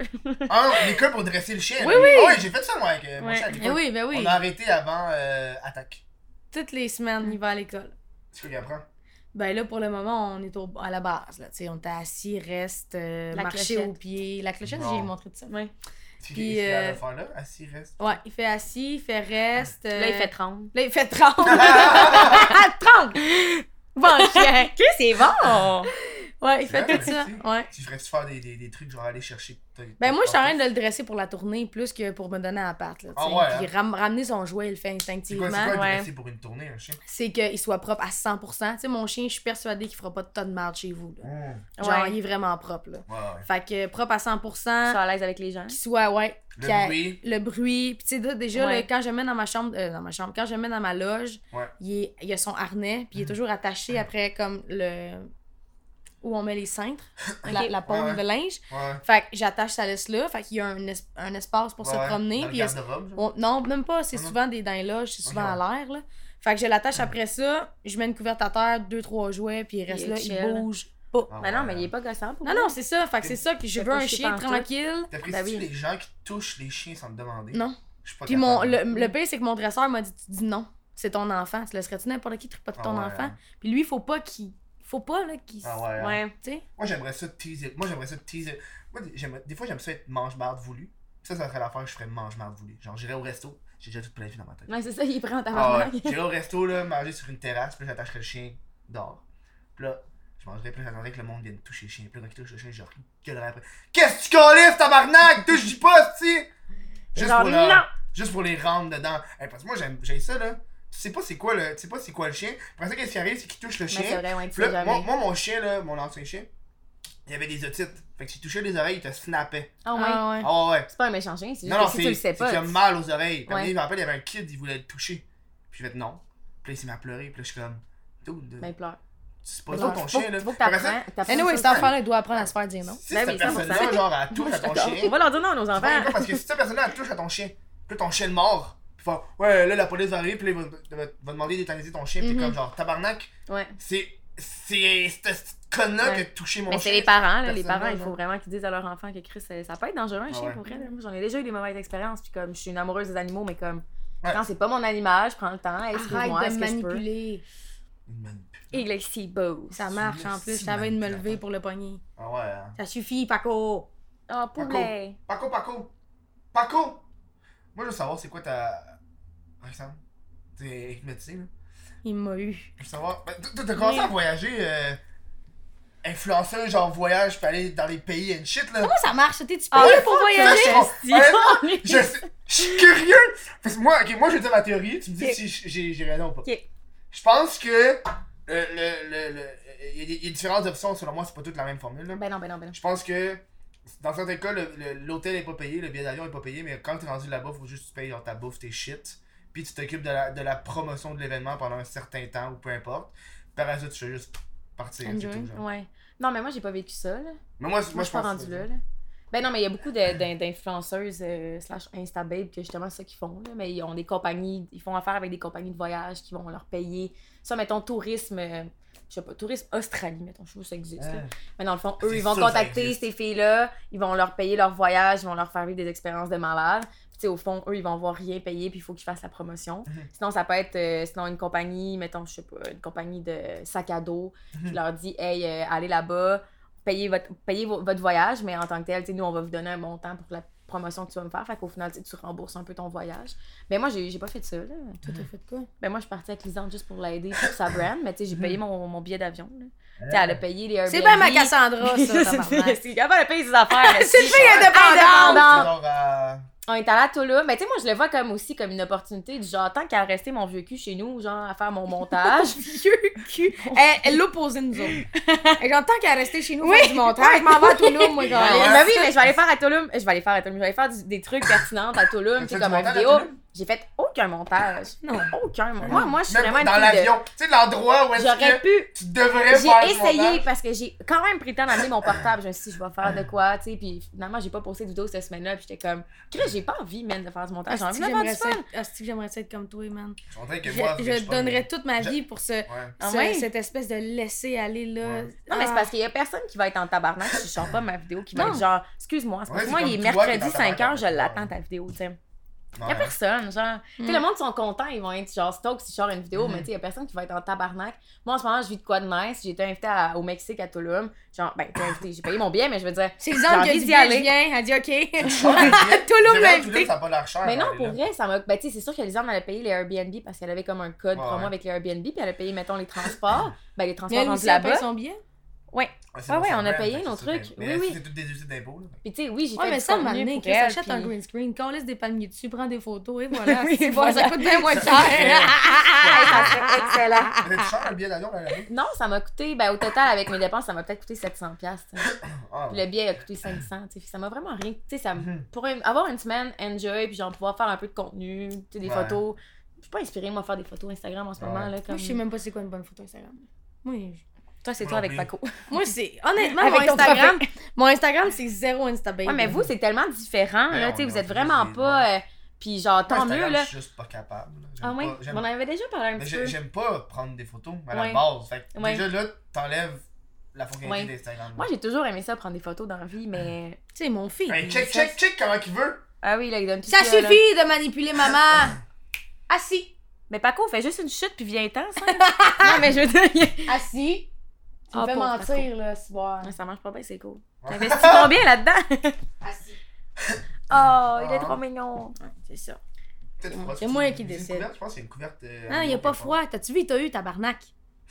Ah, l'école pour dresser le chien. Oui, lui. oui. Ah ouais, j'ai fait ça, moi, avec euh, mon Ouais. chien à Eh l'école. oui, ben oui. On a arrêté avant euh, attaque. Toutes les semaines, il va à l'école. C'est ce que j'apprends. Ben là, pour le moment, on est au- à la base. Là. tu sais, On est assis, reste, euh, La marcher clochette. au pied. La clochette, Bon. j'ai montré de ça. Ouais. C'est Puis, c'est à euh, le faire là, assis, reste. Ouais, il fait assis, il fait reste. Là, il euh, fait 30. Là, il fait 30. Ah, 30! Bon chien! Que c'est bon! ouais, il C'est fait vrai, tout ça. merci. Ouais. Tu ferais-tu faire des, des, des trucs, genre aller chercher. Ben moi, je suis en train de le dresser pour la tournée plus que pour me donner un appart. Là, tu Ah sais. ouais, Puis ram- ramener son jouet, il le fait C'est quoi, c'est instinctivement. quoi ouais. dresser pour une tournée, un chien C'est qu'il soit propre à 100%. Tu sais, mon chien, je suis persuadée qu'il fera pas de tas de marde chez vous. là. Mmh. Genre, Ouais. il est vraiment propre. Là. Ouais, ouais. Fait que propre à 100%. Je suis à l'aise avec les gens. qu'il soit, ouais. Le qu'il y a- bruit. Le bruit. Puis, tu sais, là, déjà, Ouais. là, quand je le mets dans ma chambre, euh, dans ma chambre, quand je le mets dans ma loge, Ouais. il, est- il a son harnais, Mm. puis il est toujours attaché après, comme le. où on met les cintres, la, la paume Ouais, ouais. de linge. Ouais. Fait que j'attache sa laisse là, fait qu'il y a un, es- un espace pour se Ouais, promener. dans le Puis il y a- garde-robe, genre. on- non, même pas, c'est Ah non. souvent des, dans les loges, c'est souvent Ok, ouais. Ah. à l'air, là. Fait que je l'attache après ça, je mets une couverte à terre, deux, trois jouets, puis il reste est là, chill. il bouge pas. Ah Mais non, ouais. mais il est pas gossant pour Non, non, c'est ça, fait que c'est ça, puis je Fait veux pas un chier chien pantoute. tranquille. T'apprécies-tu Bah oui. les gens qui touchent les chiens sans te demander Ben Non. Je suis pas Puis capable. mon, le, le pire, c'est que mon dresseur m'a dit, tu dis non, c'est ton enfant, tu laisserais-tu n'importe qui tripoter Ah ton ouais, enfant? hein. Puis lui, faut pas qu'il... Faut pas, là, qu'il... Ah ouais. hein. Ouais. Tu sais? Moi, j'aimerais ça teaser. Moi, j'aimerais ça teaser. Moi, j'aimerais- des fois, j'aime ça être mange-marde voulu. Ça, ça serait l'affaire que je ferais mange-marde voulu. Genre, j'irais au resto. J'ai déjà tout planifié dans ma tête. Ouais, c'est ça, il prend en Ah ouais. tabarnak. J'irais au resto, là, manger sur une terrasse, puis là, j'attacherais le chien dehors. Puis là, je mangerais, puis là, j'attendrais que le monde vienne toucher le chien. Puis là, quand il touche le chien, je leur gueulerais après. Qu'est-ce que tu calises, tabarnak? Touche dis pas, si Juste Genre, pour leur- non! Juste pour les rendre dedans. Hey, parce que moi, j'aime j'ai ça, là. Tu sais pas c'est quoi le, tu sais pas c'est quoi le chien. Après ça, qu'est-ce qui arrive, c'est qu'il touche le Mais c'est chien. vrai, ouais, tu Puis là, sais moi, jamais. moi, mon chien, là, mon ancien chien, il avait des otites. Fait que si tu touchais les oreilles, il te snappait. Ah ouais. Ah ouais. Ah ouais, ouais. C'est pas un méchant chien, c'est Non, juste non, que si tu c'est le sais c'est pas. qu'il a tu- mal aux oreilles. Puis à un moment Ouais. donné, Je me rappelle, il y avait un kid, il voulait le toucher. Puis je fait non. Puis là, il s'est mis à pleurer. Puis là, je suis comme, dude, Ben, il pleure. c'est pas Faut- ça ton faut- chien, là. Faut que Après ça, t'apprennes. t'apprennes Anyway, ça. cet enfant-là, il doit apprendre à se faire dire non. Si Ben cette oui, 100%. personne-là, genre, elle touche Moi, à je suis ton d'accord. chien. On va leur dire non à nos C'est pas enfants. une con, parce que si cette personne-là elle touche à ton chien, puis ton chien est mort, puis faire, ouais, là, la police va arriver, puis là, il va, va- va demander d'éterniser ton chien, puis t'es Mm-hmm. Mhm. comme genre, tabarnak, Ouais. c'est. C'est ce ce conne-là qui Ouais. a touché mon Mais chien. c'est les parents, là, les Personnellement, parents, il non. faut vraiment qu'ils disent à leur enfant que Chris, euh, ça peut être dangereux un Ah chien ouais. pour elle. Moi, j'en ai déjà eu des mauvaises expériences, puis comme je suis une amoureuse des animaux, mais comme Ouais. quand c'est pas mon animal, je prends le temps, excuse-moi, Arrête est-ce de que je peux? manipuler. Une manip- Il est si beau. Ça marche en plus, je t'avais de me lever pour le pogner. Ah ouais. hein. Ça suffit, Paco! Oh, poulet. Paco, Paco! Paco! Moi, je veux savoir, c'est quoi ta. Par exemple, t'es médecin, là. Il m'a eu. Je veux savoir. Ben, t- t- T'as commencé à voyager, euh, influenceuse, genre voyage, puis aller dans les pays and shit, là. Comment ça marche? T'es tu Ah, payé pour fuck, voyager? là, je suis- honnêtement, Ok. Je sais- je suis curieux! Parce que moi, ok, moi je vais dire ma théorie, tu me dis Ok. si j- j'ai j'ai raison ou pas. Ok. Je pense que. euh, le, le, le- il y, a des- il y a différentes options, selon moi, c'est pas toutes la même formule. là. Ben non, ben non, ben non. Je pense que. Dans certains cas, le- le- l'hôtel est pas payé, le billet d'avion est pas payé, mais quand t'es rendu là-bas, faut juste que tu payes genre, ta bouffe, tes shit. Puis tu t'occupes de la, de la promotion de l'événement pendant un certain temps ou peu importe. Par ça, tu veux juste partir. c'est Enjoy, tout, genre. Ouais. Non, mais moi, j'ai pas vécu ça, là. Mais moi, c'est- Moi, moi je suis pas pense rendue que- là, là. Ben non, mais il y a beaucoup de- d'in- d'influenceuses euh, slash Instababes que justement c'est ça qu'ils font. Là. Mais ils ont des compagnies, ils font affaire avec des compagnies de voyage qui vont leur payer. Ça, mettons, tourisme, euh, je sais pas, tourisme Australie, mettons, je trouve que ça existe. là. Hein. Mais dans le fond, C'est eux, ils vont sûr que ça contacter existe. ces filles-là, ils vont leur payer leur voyage, ils vont leur faire vivre des expériences de malade. Puis, tu sais, au fond, eux, ils vont avoir rien payé, puis il faut qu'ils fassent la promotion. Mhm. Sinon, ça peut être, euh, sinon, une compagnie, mettons, je sais pas, une compagnie de sac à dos, qui Mhm. leur dit, hey, euh, allez là-bas, payez, votre, payez vo- votre voyage, mais en tant que tel, tu sais, nous, on va vous donner un montant pour la promotion que tu vas me faire. Fait qu'au final, tu sais, tu rembourses un peu ton voyage. Mais moi, j'ai j'ai pas fait ça, là. Toi, t'as fait quoi? Ben moi, je suis partie avec Lisande juste pour l'aider pour sa brand, mais tu sais, j'ai payé Mhm. mon, mon billet d'avion, là. Euh. Tu sais, elle a payé les C'est Airbnb. bien ma Cassandra, ça, tabarnak. C'est capable de payer ses affaires. mais C'est une si. fille indépendante! Genre, Indépendante. euh, On est allé à Toulouse. Mais tu sais, moi, je le vois comme aussi comme une opportunité du genre, tant qu'à rester mon vieux cul chez nous, genre, à faire mon montage. Vieux cul! Elle, elle l'opposait nous autres. Et genre, tant qu'elle restait chez nous, faire du montage, je m'en vais à Toulouse, moi, gars. Ouais, Ben oui, mais je vais aller faire à Toulouse. Je vais aller faire à Toulouse. Je vais aller faire du- des trucs pertinents à Toulouse, tu sais, Fais-tu comme en montage à vidéo. Tulum? J'ai fait aucun montage. Non. Aucun montage. Moi, moi, je suis Même vraiment une dans fille de- l'avion. Tu sais, l'endroit où est-ce J'aurais que pu. tu devrais faire J'ai le essayé montage. parce que j'ai quand même pris le temps d'amener mon portable. Je me suis dit, je vais faire de quoi, tu sais. Puis finalement, j'ai pas posté de vidéo cette semaine-là. Puis j'étais comme, Chris, j'ai pas envie, man, de faire du montage. Ah, J'ai envie de Asti, faire du j'aimerais ça fun. être- Asti, j'aimerais ça être comme toi, man. Je suis en train que Je, moi, je faudrait que donnerais toute ma Je- vie pour ce, prenne- Ouais. Ah ce- ouais? cette espèce de laisser-aller là. Ouais. Non, mais c'est Ah. parce qu'il y a personne qui va être en tabarnak si je sors pas ma vidéo qui va Non. être genre, excuse-moi, c'est parce Ouais, que moi, c'est il est comme toi qui est mercredi en tabarnak 5h, je avec toi. l'attends ta vidéo, tu sais. Il y a Ouais. personne, genre. Mm. Tu sais, Mm. le monde sont contents, ils vont être genre stoked si je sors une vidéo, mais tu sais, il y a personne qui va être en tabarnak. Moi, en ce moment, je vis de quoi de nice. J'ai été invitée à- au Mexique à Tulum. Genre, ben, t'es invitée, j'ai payé mon billet, mais je veux dire. C'est J'ai l'exemple qui a envie dit d'y bien, aller. je viens, elle dit Tout ok. Toulouse le m'a monde invité. Ça a pas l'air cher. Mais non, d'aller pour là. vrai, ça m'a. Ben, tu sais, c'est sûr que Lisanne, elle a payé les Airbnb parce qu'elle avait comme un code Ouais, pour ouais. moi avec les Airbnb, puis elle a payé, mettons, les transports. Ben, les Mais transports elle rendus aussi, elle paye là-bas. son billet. c'est Ouais, bon, Ah ouais, c'est on a vrai, payé fait que nos c'est sûr, trucs. mais Oui, est-ce que oui. C'est tout déduit d'impôts. là? Puis, tu sais, oui, j'ai Ouais, fait mais du ça, m'a contenu donné, pour Chris elle, achète un puis- green screen, qu'on laisse des palmiers dessus, prends des photos et voilà. Oui, c'est bon, ça voilà. coûte bien moins euh, cher. Hey, ça serait excellent. C'est cher le billet d'avion là, l'année? Non, ça m'a coûté, ben, au total, avec mes dépenses, ça m'a peut-être coûté 700$. piastres, tu sais. Ah, Puis ouais. le billet a coûté 500, tu sais, ça m'a vraiment rien, tu sais, ça me- Mhm. pour une- avoir une semaine enjoy puis genre pouvoir faire un peu de contenu, tu sais des Ouais. photos. Je suis pas inspirée moi à faire des photos Instagram en ce Ouais. moment là comme Moi, je sais même pas c'est quoi une bonne photo Instagram. Moi, je- toi c'est Moi toi non avec plus. Paco. moi, c'est. Honnêtement, Avec mon ton Instagram, mon Instagram, c'est zéro Instababy. Ouais, mais vous c'est tellement différent Ben, là, on tu sais, est- vous on êtes fait vraiment des- pas euh, puis genre tant Instagram, mieux là. Je suis juste pas capable. là. J'aime Ah oui, pas- j'aime- on en avait déjà parlé un Mais petit j'ai- peu. j'aime pas prendre des photos à la Ouais. base. Fait que Ouais. déjà là, t'enlèves la fonctionnalité Ouais. d'Instagram. Moi j'ai toujours aimé ça prendre des photos dans la vie mais Tu sais, mon fils. Hey, Ben, check, check, check comment qu'il veut. ah oui là il donne tout Ça ce suffit qu'il y a, là. de manipuler maman. Assis. Mais Paco fait juste une chute puis vient ten ça. non mais je veux dire Assis. Tu Ah, me fais pauvre mentir, là, ce soir. Ouais, Ah, ça marche pas bien c'est cool. Ouais. T'investis combien là-dedans Assis. Oh, il Ah. est trop mignon. C'est ça. Peut-être C'est froid, moi une- qui une décide. couverte, Je pense qu'il y a une couverte. euh, Non, Hein, il a animaux pas quelque froid. T'as-tu vu, il t'a eu, tabarnak.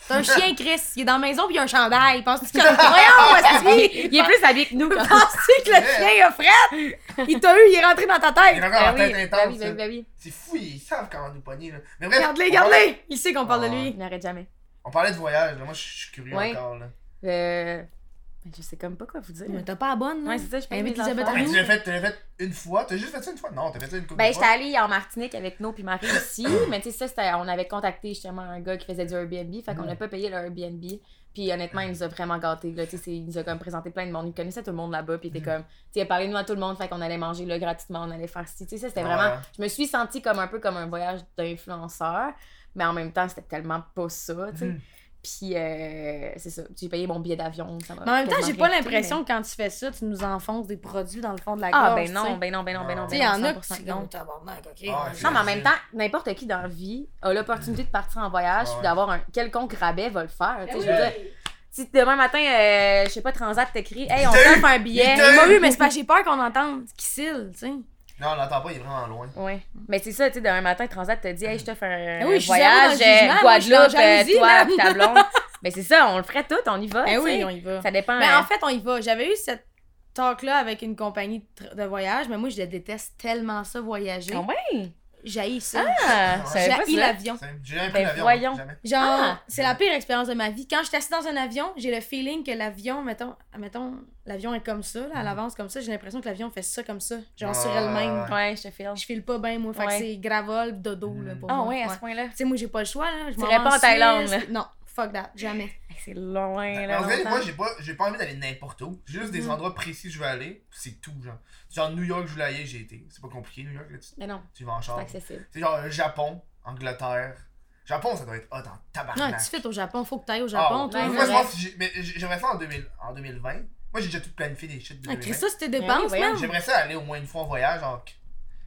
C'est un part. chien, Chris. Il est dans la maison, puis il a un chandail. Penses-tu qu'il a... Voyons, Asti! Ah Il est plus habillé que nous quand Penses-tu que le chien, il a fret? Il t'a eu, il est rentré dans ta Il tête. a encore la Ben oui, tête ben oui, intense. ben oui, là. ben oui. C'est fou, ils savent comment nous pogner. là. Mais bref, Regarde-les, on parlait- regarde-les. Il sait qu'on parle de lui. Il n'arrête jamais. On parlait de voyage, là. moi je suis curieux Ouais. encore. Là. Euh... ben, je sais comme pas quoi vous dire. Mais t'as pas la bonne, là. Ouais, Ben, c'est ça, je paye Avec mes Elisabeth enfants. Mais Nous- tu l'as fait, tu l'as fait une fois, t'as juste fait ça une fois? Non, t'as fait ça une couple Ben, de j'étais fois. allée en Martinique avec nous puis Marie aussi, mais tu sais, ça, c'était- on avait contacté justement un gars qui faisait du Airbnb, fait qu'on Mm. n'a pas payé le Airbnb. Puis honnêtement, il nous a vraiment gâtés, là, tu sais, c'est- il nous a comme présenté plein de monde, il connaissait tout le monde là-bas, puis il était comme, tu sais, il a parlé de nous à tout le monde, fait qu'on allait manger là gratuitement, on allait faire ci, tu sais, ça, c'était Ouais. vraiment, je me suis sentie comme un peu comme un voyage d'influenceur, mais en même temps, c'était tellement pas ça, tu sais. Mm. Puis, euh, c'est ça, j'ai payé mon billet d'avion, ça m'a Mais en même temps, quasiment j'ai pas rien coûté, l'impression mais- que quand tu fais ça, tu nous enfonces des produits dans le fond de la gorge. Ah, ben non, tu sais. ben non, ben non, ben non. Tu sais, ben il y en non, a qui 100% sont non. comme tabarnak, ok. Ah, Non, mais en même temps, n'importe qui dans la vie a l'opportunité de partir en voyage Ah ouais. puis d'avoir un quelconque rabais va le faire. tu sais, Ben je veux dire, si demain matin, euh, je sais pas, Transat t'écrit, hey, on Il t'a t'offre un billet. Il t'a Il m'a eu. eu, mais c'est pas, j'ai peur qu'on entende qui cille, tu sais. Non, on l'entend pas, il est vraiment loin. Ouais. Mais c'est ça, tu sais, demain matin, Transat te dit, hey, je t'offre un Ben oui, je suis voyage, zéro dans le jugement, euh, moi, je suis Guadeloupe, dans la jalousie, euh, toi, man. puis ta blonde. Mais c'est ça, on le ferait tout, on y va. Ben tu oui, sais. on y va. Ça dépend. Mais euh, Ben, en fait, on y va. J'avais eu cette talk-là avec une compagnie de tr- de voyage, mais moi, je déteste tellement ça, voyager. ah ouais. J'haïs ça. Ah, je savais pas J'haïs ça. l'avion. C'est- J'ai jamais pris Ben, l'avion. voyons. Jamais. Genre, Ah! c'est la pire expérience de ma vie. Quand je suis assise dans un avion, j'ai le feeling que l'avion, mettons, mettons l'avion est comme ça, là, Mm. à l'avance comme ça, j'ai l'impression que l'avion fait ça comme ça, genre sur Ouais. elle-même. Ouais, je te file. Je file pas bien, moi, fait que Ouais. c'est gravol, dodo, là, Mm. pour Ah moi. ouais, à Ouais. ce point-là. Tu sais, moi, j'ai pas le choix, là. Je m'en T'irais vais pas en Thaïlande, Suisse. Non, fuck that, jamais. Hey, C'est loin, Mm. là. Ben, En fait, longtemps. moi, j'ai pas, j'ai pas envie d'aller n'importe où. J'ai Juste des Mhm. endroits précis où je veux aller. puis C'est tout, genre. Genre, New York, je voulais aller, j'ai été. C'est pas compliqué, New York, là, tu, Mais non, tu vas en c'est char. accessible. C'est genre le Japon, Angleterre. Japon, ça doit être hot en Non, tabarnak. tu fais au Japon, faut que t'ailles au Ah, Japon, ouais. toi. ouais. Moi, je pense que j'ai- mais j'- j'aimerais ça en, 2000 en 2020. Moi, j'ai déjà tout planifié des shit de Ah, Chris, 2020. ça, c'est tes dépenses, Ben oui, man. J'aimerais ça aller au moins une fois en voyage. genre, que-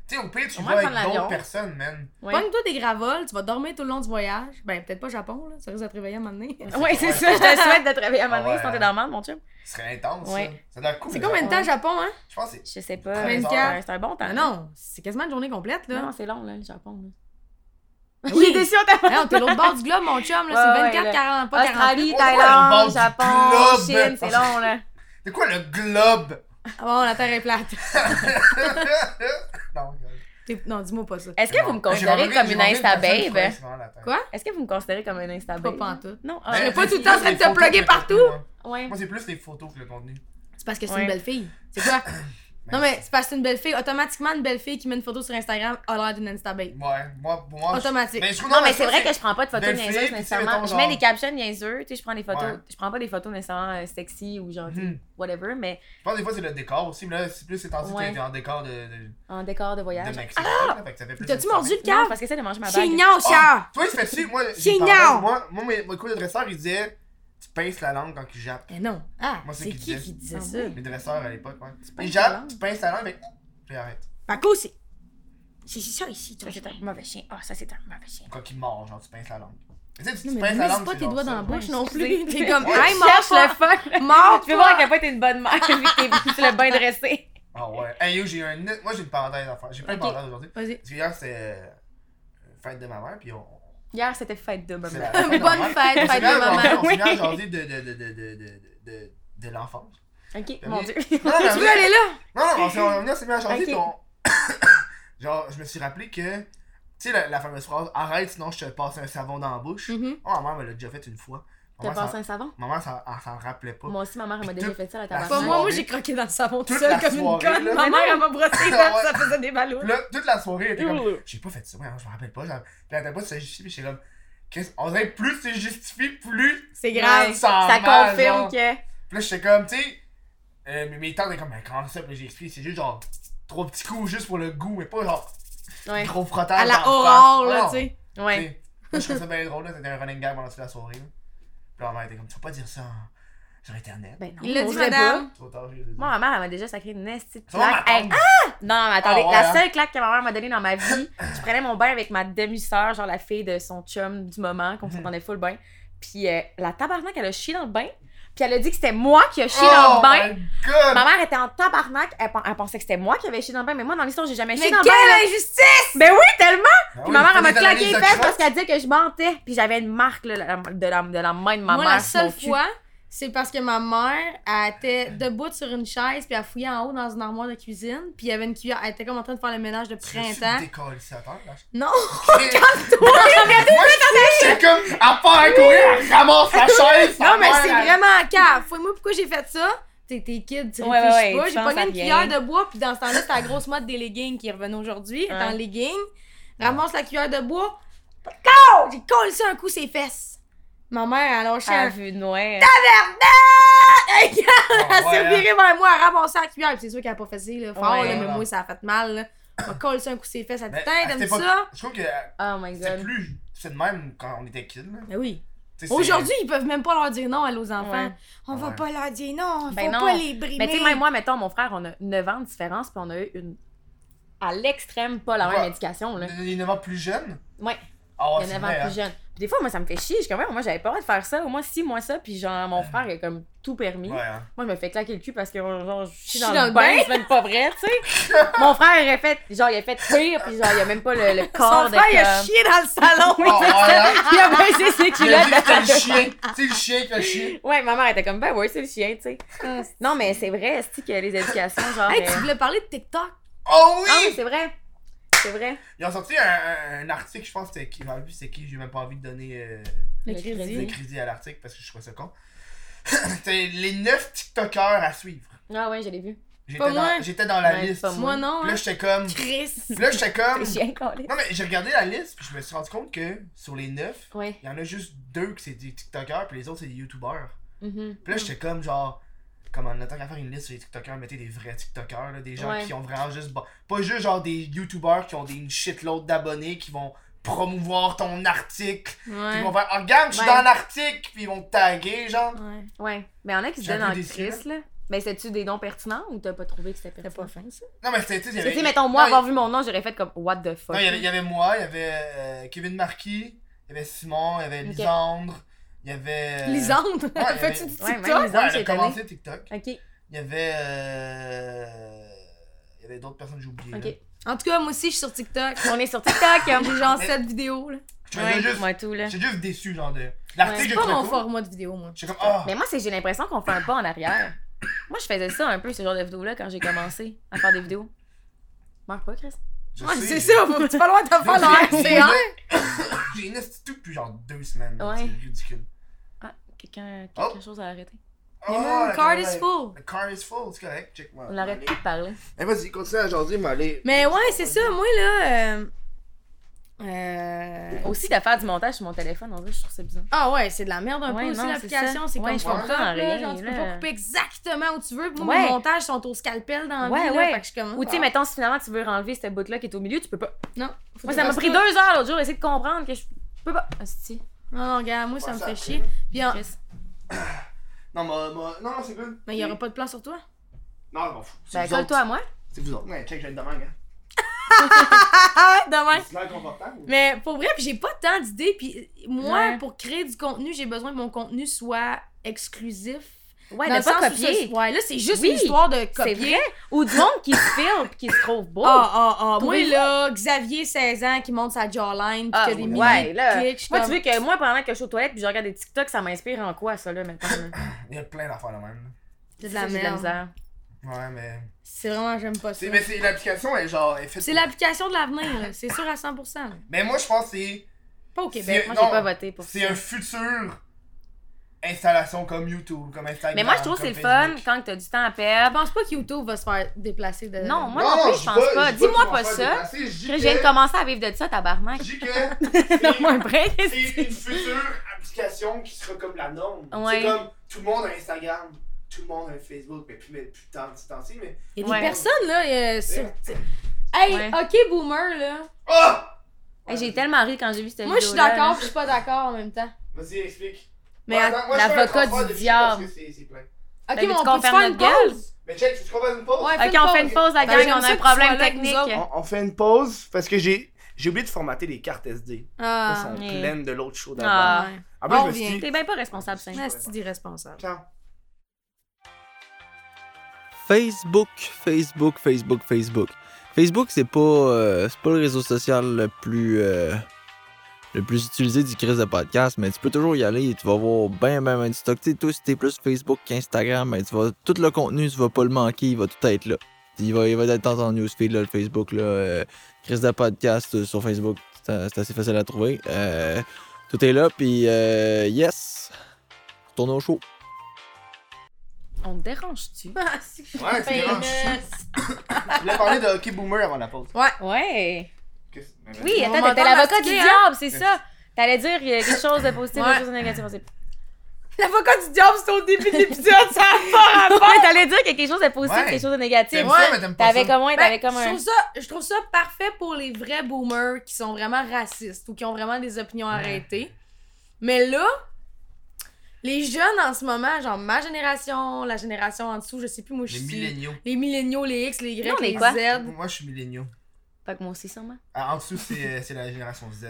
Tu sais, au pire, tu Au vas moins avec prendre d'autres l'avion. personnes, man. Ouais. Pogne-toi des gravoles, tu vas dormir tout le long du voyage. Ben, peut-être pas au Japon, là. Ça risque de te réveiller à un moment donné. Ouais, c'est ça, je te souhaite de travailler à un Ah moment donné, sinon ouais. t'es dans le monde, mon chum. Ce serait intense, Ouais. ça. Ça a l'air cool. C'est le combien de Japon. temps au Japon, hein? Je pense que c'est Je sais pas. 24. C'est un- C'est un bon temps. Ah non, c'est quasiment une journée complète, Non, là. non, c'est long, là, le Japon. Là. Oui. Il est déçu, on t'a Non, t'es l'autre bord du globe, mon chum, là. Ouais, ouais, c'est 24, là. 40, pas 40. Australie, Ouais, Thaïlande, ouais, Japon, le bord du Chine, c'est long, là. C'est quoi le globe? Ah bon, la terre est plate. non, regarde. T'es- Non, dis-moi pas ça. Est-ce que vous me J'ai rencontré- considérez j'ai comme une rencontré personne qui insta-babe? prenait souvent la tête. Quoi? Est-ce que vous me considérez comme une insta-babe? Pas pantoute. Non, Ben, ah, pas c'est tout le temps en plus train de les te photos plugger que le contenu, partout. moi. ouais. Moi, c'est plus les photos que le contenu. C'est parce que c'est Ouais. une belle fille. C'est quoi? Non, mais c'est parce que c'est une belle fille. Automatiquement, une belle fille qui met une photo sur Instagram a l'air d'une Instabate. Ouais, moi, pour moi. je- Automatique. je trouve- Non, mais ça, c'est vrai que je prends pas de photos belle fille, puis niaiseuses c'est, nécessairement. mettons, Je mets genre- des captions niaiseux, tu sais, je prends des photos. Ouais. Je prends pas des photos nécessairement euh, sexy ou genre, tu sais, Mhm. whatever, mais Je pense des fois c'est le décor aussi, mais là, c'est plus ces temps-ci Ouais. t'es en décor de, de, en décor de voyage. de Mexique. Ah! Fait que ça fait plus T'as-tu Instagram. mordu le Mm. Non, cave? parce que ça de manger ma bague. Ah! Chignant, cher! Toi, je fais-tu, moi, j'ai Génial! parlé- moi, moi, mes- mon cours de dresseur, il disait, tu pinces la langue quand tu jappes. Mais non. Ah, Moi, c'est c'est qui qui disait. qui disait Ah ça? oui. Les dresseurs à l'époque, ouais. pinces Ils la jappent, langue. tu pinces la langue, mais. Puis arrête. Paco, c'est. C'est ça ici, tu Ça, vois. c'est un mauvais chien. Ah, ça, c'est un mauvais chien. Quand il mange, genre, tu pinces la langue. Tu sais, tu- Non, tu mais pinces ne la langue. pas c'est tes genre doigts ça. dans la bouche Ouais, non excusez. plus. Ben, T'es comme, Ouais, hey, tu mort, Cherche pas. le fuck! Mort, Tu peux voir à pas. quel point t'es une bonne mère vu que t'es vu que tu l'as bien dressé. Ah ouais. Hey, yo, j'ai un. net- Moi, j'ai une parenthèse à faire. J'ai pas de Ok. parenthèse aujourd'hui. Vas-y. Parce que hier, c'est. euh, Fête de ma mère, puis on. Hier, c'était fête de maman. c'est la fête de ma mère. Bonne fête, On s'est fête mis à de jaser- On maman. s'est mis à Oui. jaser de, de, de, de, de, de, de, de l'enfance. Ok, T'as mon mis- dieu. Non, non, Tu veux aller là? Non, non, on s'est- on on s'est mis à Ok. chanter, puis on... Genre, je me suis rappelé que, tu sais, la, la fameuse phrase « Arrête, sinon je te passe un savon dans la bouche Mhm. Oh, ma mère me l'a déjà fait une fois. Ma T'as mère, passé s'en- un savon? ma mère, s'en- elle s'en rappelait pas. Moi aussi, ma mère, elle m'a Puis déjà tout- fait ça, la la Pas tabarnak. moi, moi soirée. j'ai croqué dans le savon tout Toute seul la comme une soirée, conne. là. Ma mère, elle m'a brossé les dents, ça faisait des ballons. Puis Là, toute la soirée, elle était comme Ouh. « J'ai pas fait ça, ouais, non, je me rappelle pas. » Puis elle était pas de se justifier, puis j'étais comme « Qu'est-ce- On dirait que plus c'est justifié, plus C'est Ouais, grave. ça Ça va, confirme genre. que. Puis là, j'étais comme, tu sais, euh, mes- mes tantes étaient comme « Mais comment ça? » Puis là, j'ai expliqué, c'est juste genre trois petits coups juste pour le goût, mais pas genre Ouais. gros frottage À la dans Oh. aurore, face. là, Non. tu sais. Ouais. T'sais, Moi, je trouve ça bien drôle, là. C'était un running gag pendant toute la soirée. là. Puis ma mère était comme, tu vas pas dire ça en- sur Internet. Ben non, Il l'a on dit, dirait madame. Trop tard, j'ai dit. pas. Moi, ma mère, elle m'a déjà sacré une nasty de Ça va, claque. ma Hey, tante? Non, mais attendez, Ah ouais, la hein? seule claque que ma mère m'a donnée dans ma vie, je prenais mon bain avec ma demi-sœur, genre la fille de son chum du moment, qu'on Mhm. s'entendait full bain. Puis euh, la tabarnak, elle a chié dans le bain. Puis elle a dit que c'était moi qui a chié Oh dans le bain. my god! Ah Ma mère était en tabarnak, elle, pen- elle pensait que c'était moi qui avais chié dans le bain, mais moi dans l'histoire, j'ai jamais chié Mais dans le bain. là. quelle injustice! Ben oui, Ben tellement! Puis oui, ma mère, elle m'a prenez de claqué les l'analyse de fesses crotte. parce qu'elle disait que je mentais. Puis j'avais une marque là, la- de, la, de la main de ma Moi, mère. la sur mon seule cul. fois, c'est parce que ma mère, elle était debout sur une chaise, puis elle fouillait en haut dans une armoire de cuisine, puis il y avait une cuillère. Elle était comme en train de faire le ménage de Tu veux-tu printemps. me décoller ça, attends, là? Non! Calme-toi! Moi, j'étais comme, à part à courir, elle ramasse la chaise! Ah, hein. Non, Ah, mais sa c'est mère, elle- vraiment un cave. Fouille-moi pourquoi j'ai fait ça. T'es t'es kid, tu réfléchis Ouais, ouais, ouais, pas. tu J'ai penses à pogné une rien. cuillère de bois, puis dans ce temps-là, c'était la grosse mode des leggings qui revenait aujourd'hui. Elle est en Ouais. legging, ramasse la cuillère de bois. Go! J'ai collé ça un coup ses fesses. Ma mère, elle a lâché à un vue noire. Hey, Elle Ah, ouais, s'est hein? virée vers moi, elle a ramassé la cuillère. Puis c'est sûr qu'elle a pas fait ça, là, fort, Ouais. là, mais moi, ça a fait mal. Là. Elle m'a collé ça un coup ses fesses, elle a Mais dit Tain, à t'aimes cette époque, ça? Je trouve que euh, Oh my c'était god. plus. C'est de même quand on était kids, là. Ben oui. T'sais, c'est- Aujourd'hui, ils peuvent même pas leur dire non à aux enfants. Ouais. On va Ouais. pas leur dire non, faut Ben non. pas les brimer. Mais tu sais, même moi, mettons, mon frère, on a 9 ans de différence, puis on a eu une. À l'extrême, pas la même Ouais. éducation, là. Il y en a plus jeune. Ouais, Ah, il ouais, y c'est en vrai, avait hein. plus jeune. Puis des fois, moi, ça me fait chier. Je suis comme, Ouais, moi, j'avais pas le droit de faire ça. Au moins, si, moi, ça. Puis genre, mon frère, il a comme tout permis. Ouais, hein. Moi, je me fais claquer le cul parce que, genre, je suis Je dans, le bain, c'est même pas vrai, tu sais. mon frère, il a fait, genre, il a fait pire, puis genre, il a même pas le, le corps Son de. frère, il a comme- chié dans le salon. Ah, ouais, hein. il a baissé ses Il a dit que culottes. c'était le chien. Ah, C'est le chien qui a chié. Ouais, ma mère était comme, ben ouais, c'est le chien, tu sais. Ah, Non, mais c'est vrai, c'est que les éducations, genre. Hey, tu euh, voulais parler de TikTok? Oh oui! Ah oui, c'est vrai. C'est vrai. Ils ont sorti un, un- un article, je pense, c'était qui, je m'en rappelle plus c'est qui, j'ai même pas envie de donner euh, Le Le crédit. le crédit. crédit à l'article parce que je trouvais ça con. C'était les 9 TikTokers à suivre. Ah ouais, je l'ai vu. J'étais Pas moi. dans, j'étais dans la Ouais, liste. Ben, pas moi. Moi, non. Puis hein. là, j'étais comme. puis Chris. là, j'étais comme. C'est chien collé. Non, mais j'ai regardé la liste, puis je me suis rendu compte que sur les 9, Ouais. il y en a juste deux que c'est des TikTokers, puis les autres, c'est des YouTubers. Mhm. Puis là, j'étais comme genre. Comme en attendant qu'à faire une liste sur les TikTokers, mettez des vrais TikTokers, là, des gens Ouais. qui ont vraiment juste. bon- Pas juste genre des YouTubers qui ont des, une shitload d'abonnés qui vont promouvoir ton article. Puis ils Ouais. vont faire, Ah, regarde, je suis Ouais. dans l'Arctique, puis ils vont te taguer, genre. Ouais. Ouais. Mais il y en a qui se J'ai un donnent peu en déçu, crise, là. Mais c'est-tu des dons pertinents ou t'as pas trouvé que c'était T'as pertinent? pas faim, ça? Non, mais c'était, tu sais, il y Parce que, avait. Tu sais, mettons, moi, non, avoir vu mon nom, j'aurais fait comme, what the il- fuck. Non, il y avait, il y avait moi, il y avait euh, Kevin Marquis, il y avait Simon, il y avait Ok. Lisandre, il y avait. euh, Lisandre. ouais, Fais-tu mais- du Ouais, même TikTok? Ouais, Lisandre, elle j'ai a étonné. commencé TikTok. Ok, Il y avait. euh, Il y avait d'autres personnes que j'ai oubliées. ok. là. En tout cas, moi aussi, je suis sur TikTok. On est sur TikTok. hein. J'ai genre 7 vidéos. là. Je faisais Ouais, juste. moi tout, là. J'étais juste déçu, genre de. L'article, C'est j'ai pas trouvé mon cool. format de vidéo, moi. J'étais comme, ah! Mais moi, c'est j'ai l'impression qu'on fait un pas en arrière. Moi, je faisais ça un peu, ce genre de vidéos-là, quand j'ai commencé à faire des vidéos. Marque pas, Chris. je Ouais, sais, c'est j'ai- ça, Oh, faut- tu pas loin de hein. faire J'ai- le j'ai- RCA. J'ai une astuce depuis genre deux semaines. là, Ouais. C'est ridicule. Ah, quelqu'un, Oh. quelque chose à arrêter. Mais Oh, mon la card grande- is full. The card is full, c'est correct. Check moi. On aurait pu parler. Eh, vas-y, continue à jaser, mais allez. Mais ouais, c'est ça, moi là. euh, euh, Aussi, de faire du montage sur mon téléphone, on dirait, je trouve ça bizarre. Ah ouais, c'est de la merde un Ouais, peu aussi non, c'est l'application, ça. c'est Ouais, comme je propre, comprends là, rien, genre, tu peux là. pas couper exactement où tu veux. Puis Moi, Ouais. mes montages sont au scalpel dans la Ouais, vie, là, ouais. fait que je suis comme... Ou tu Ah. sais, mettons, si finalement tu veux enlever ce bout-là qui est au milieu, tu peux pas. Non, faut Moi, ça que tu m'a fasses pris deux ça. heures l'autre jour, essayer de comprendre que je peux pas. Ah, Ah, Hostie, Non, non, regarde, moi, ça Ouais, me ça fait fait. chier. Puis, en- Chris. Non, moi, moi- non, non, c'est good. Mais il y aura pas de plan sur toi? Non, je m'en fous. C'est Ben, vous autres. colle-toi à moi. C'est vous autres. Ouais, check, j'ai une demande, hein. Ah, demain! C'est l'air confortable. ou- Mais pour vrai, puis j'ai pas tant d'idées. Puis moi, Ouais. pour créer du contenu, j'ai besoin que mon contenu soit exclusif. Ouais, Dans de le pas sens où ça- copier. ouais, là, c'est juste Oui, une histoire de C'est copier. vrai. Ou du monde qui se filme pis qui se trouve beau. Ah, ah, ah. Moi, Trouvez-vous. là, Xavier, 16 ans, qui monte sa jawline, puis Ah, qui a des milliers ouais, là. de clics. je suis Moi, comme- tu veux que moi, pendant que je suis aux toilettes puis je regarde des TikTok, ça m'inspire en quoi, ça, là, maintenant? là? Il y a plein d'affaires de même. C'est de Ça, la j'ai merde. misère. Ouais, mais. C'est vraiment, j'aime pas ça. C'est, mais c'est, l'application est genre. est faite C'est pour- l'application de l'avenir, là. c'est sûr à 100%. là. Mais moi, je pense que c'est. Pas au Québec. C'est- Moi, Non, j'ai pas voté pour ça. C'est un futur installation comme YouTube, comme Instagram. Mais moi, je trouve que comme c'est le fun Facebook. quand t'as du temps à Je perdre. pense pas que YouTube va se faire déplacer de. Non, moi Non, non, non, plus, je pense dis pas. je dis Dis-moi qu'ils vont pas se ça. faire déplacer, Je dis Chris, Je que- viens de commencer à vivre de ça, tabarnak. je dis que c'est- Donne-moi un break. c'est une future application qui sera comme la norme. Ouais. C'est comme tout le monde a Instagram, tout le monde a Facebook, mais plus, mais plus tant de temps-ci, mais. Il y a des Ouais. personnes, là. euh, sur- tu- Hey, Ouais. ok, boomer, là. Ah! Hey, J'ai tellement ri quand j'ai vu cette vidéo. Moi, je suis d'accord, puis je suis pas d'accord en même temps. Vas-y, explique. Mais Ouais, à- attends, moi, je fais un transfert l'avocat du de fille parce diable. que c'est- c'est plein. Ok, Ben, mais on veux-tu qu'on peut ferme faire une notre gueule? pause? Mais check, tu comprends une pause? Ouais, Ok, on fait une pause, la Ben, gang, j'aime on ça a que un tu problème sois là avec nous technique. autres. On, on fait une pause parce que j'ai j'ai oublié de formater les cartes SD. Elles Ah, sont mais- pleines de l'autre show d'avant. Ah, ouais. En on je me revient. suis t'es dit, bien pas responsable, Saint. Ah, c'est irresponsable. ciao. Facebook, Facebook, Facebook, Facebook. Facebook, c'est pas, euh, c'est pas le réseau social le plus, euh, le plus utilisé du crise de podcast, mais tu peux toujours y aller et tu vas voir ben, ben, ben du stock. Tu sais, toi, si t'es plus Facebook qu'Instagram, ben, tu vas, tout le contenu, tu vas pas le manquer, il va tout être là. Il va, il va être dans ton newsfeed, là, le Facebook, là, euh, crise de podcast euh, sur Facebook, c'est c'est assez facile à trouver. Euh, tout est là, puis euh, yes, retourne au show. On te dérange-tu? Ah, c'est Ouais, c'est famous. Je voulais parler de Hockey Boomer avant la pause. Ouais. Qu'est-ce- mais vas-y. Oui, On attends, t'étais m'entend l'avocat du masquer, hein? diable, c'est ça. T'allais dire il y a quelque chose de positif, Ouais. quelque chose de négatif. on sait pas. L'avocat du diable, c'est au début de l'épisode, ça a pas rapport. Ouais, t'allais dire qu'il y a quelque chose de positif, Ouais. quelque chose de négatif. T'aimes Ouais, ça, mais t'aimes pas T'avais ça. comme un, Ben, t'avais comme je, un. trouve ça, je trouve ça parfait pour les vrais boomers qui sont vraiment racistes ou qui ont vraiment des opinions arrêtées. Mais là, les jeunes en ce moment, genre ma génération, la génération en dessous, je sais plus, moi je Les suis. milléniaux. Les milléniaux, les X, les Y, Nous, on est les quoi? Z. Moi, je suis milléniaux. Fait que moi aussi, sûrement. Ah, en dessous, c'est euh, c'est la génération Z.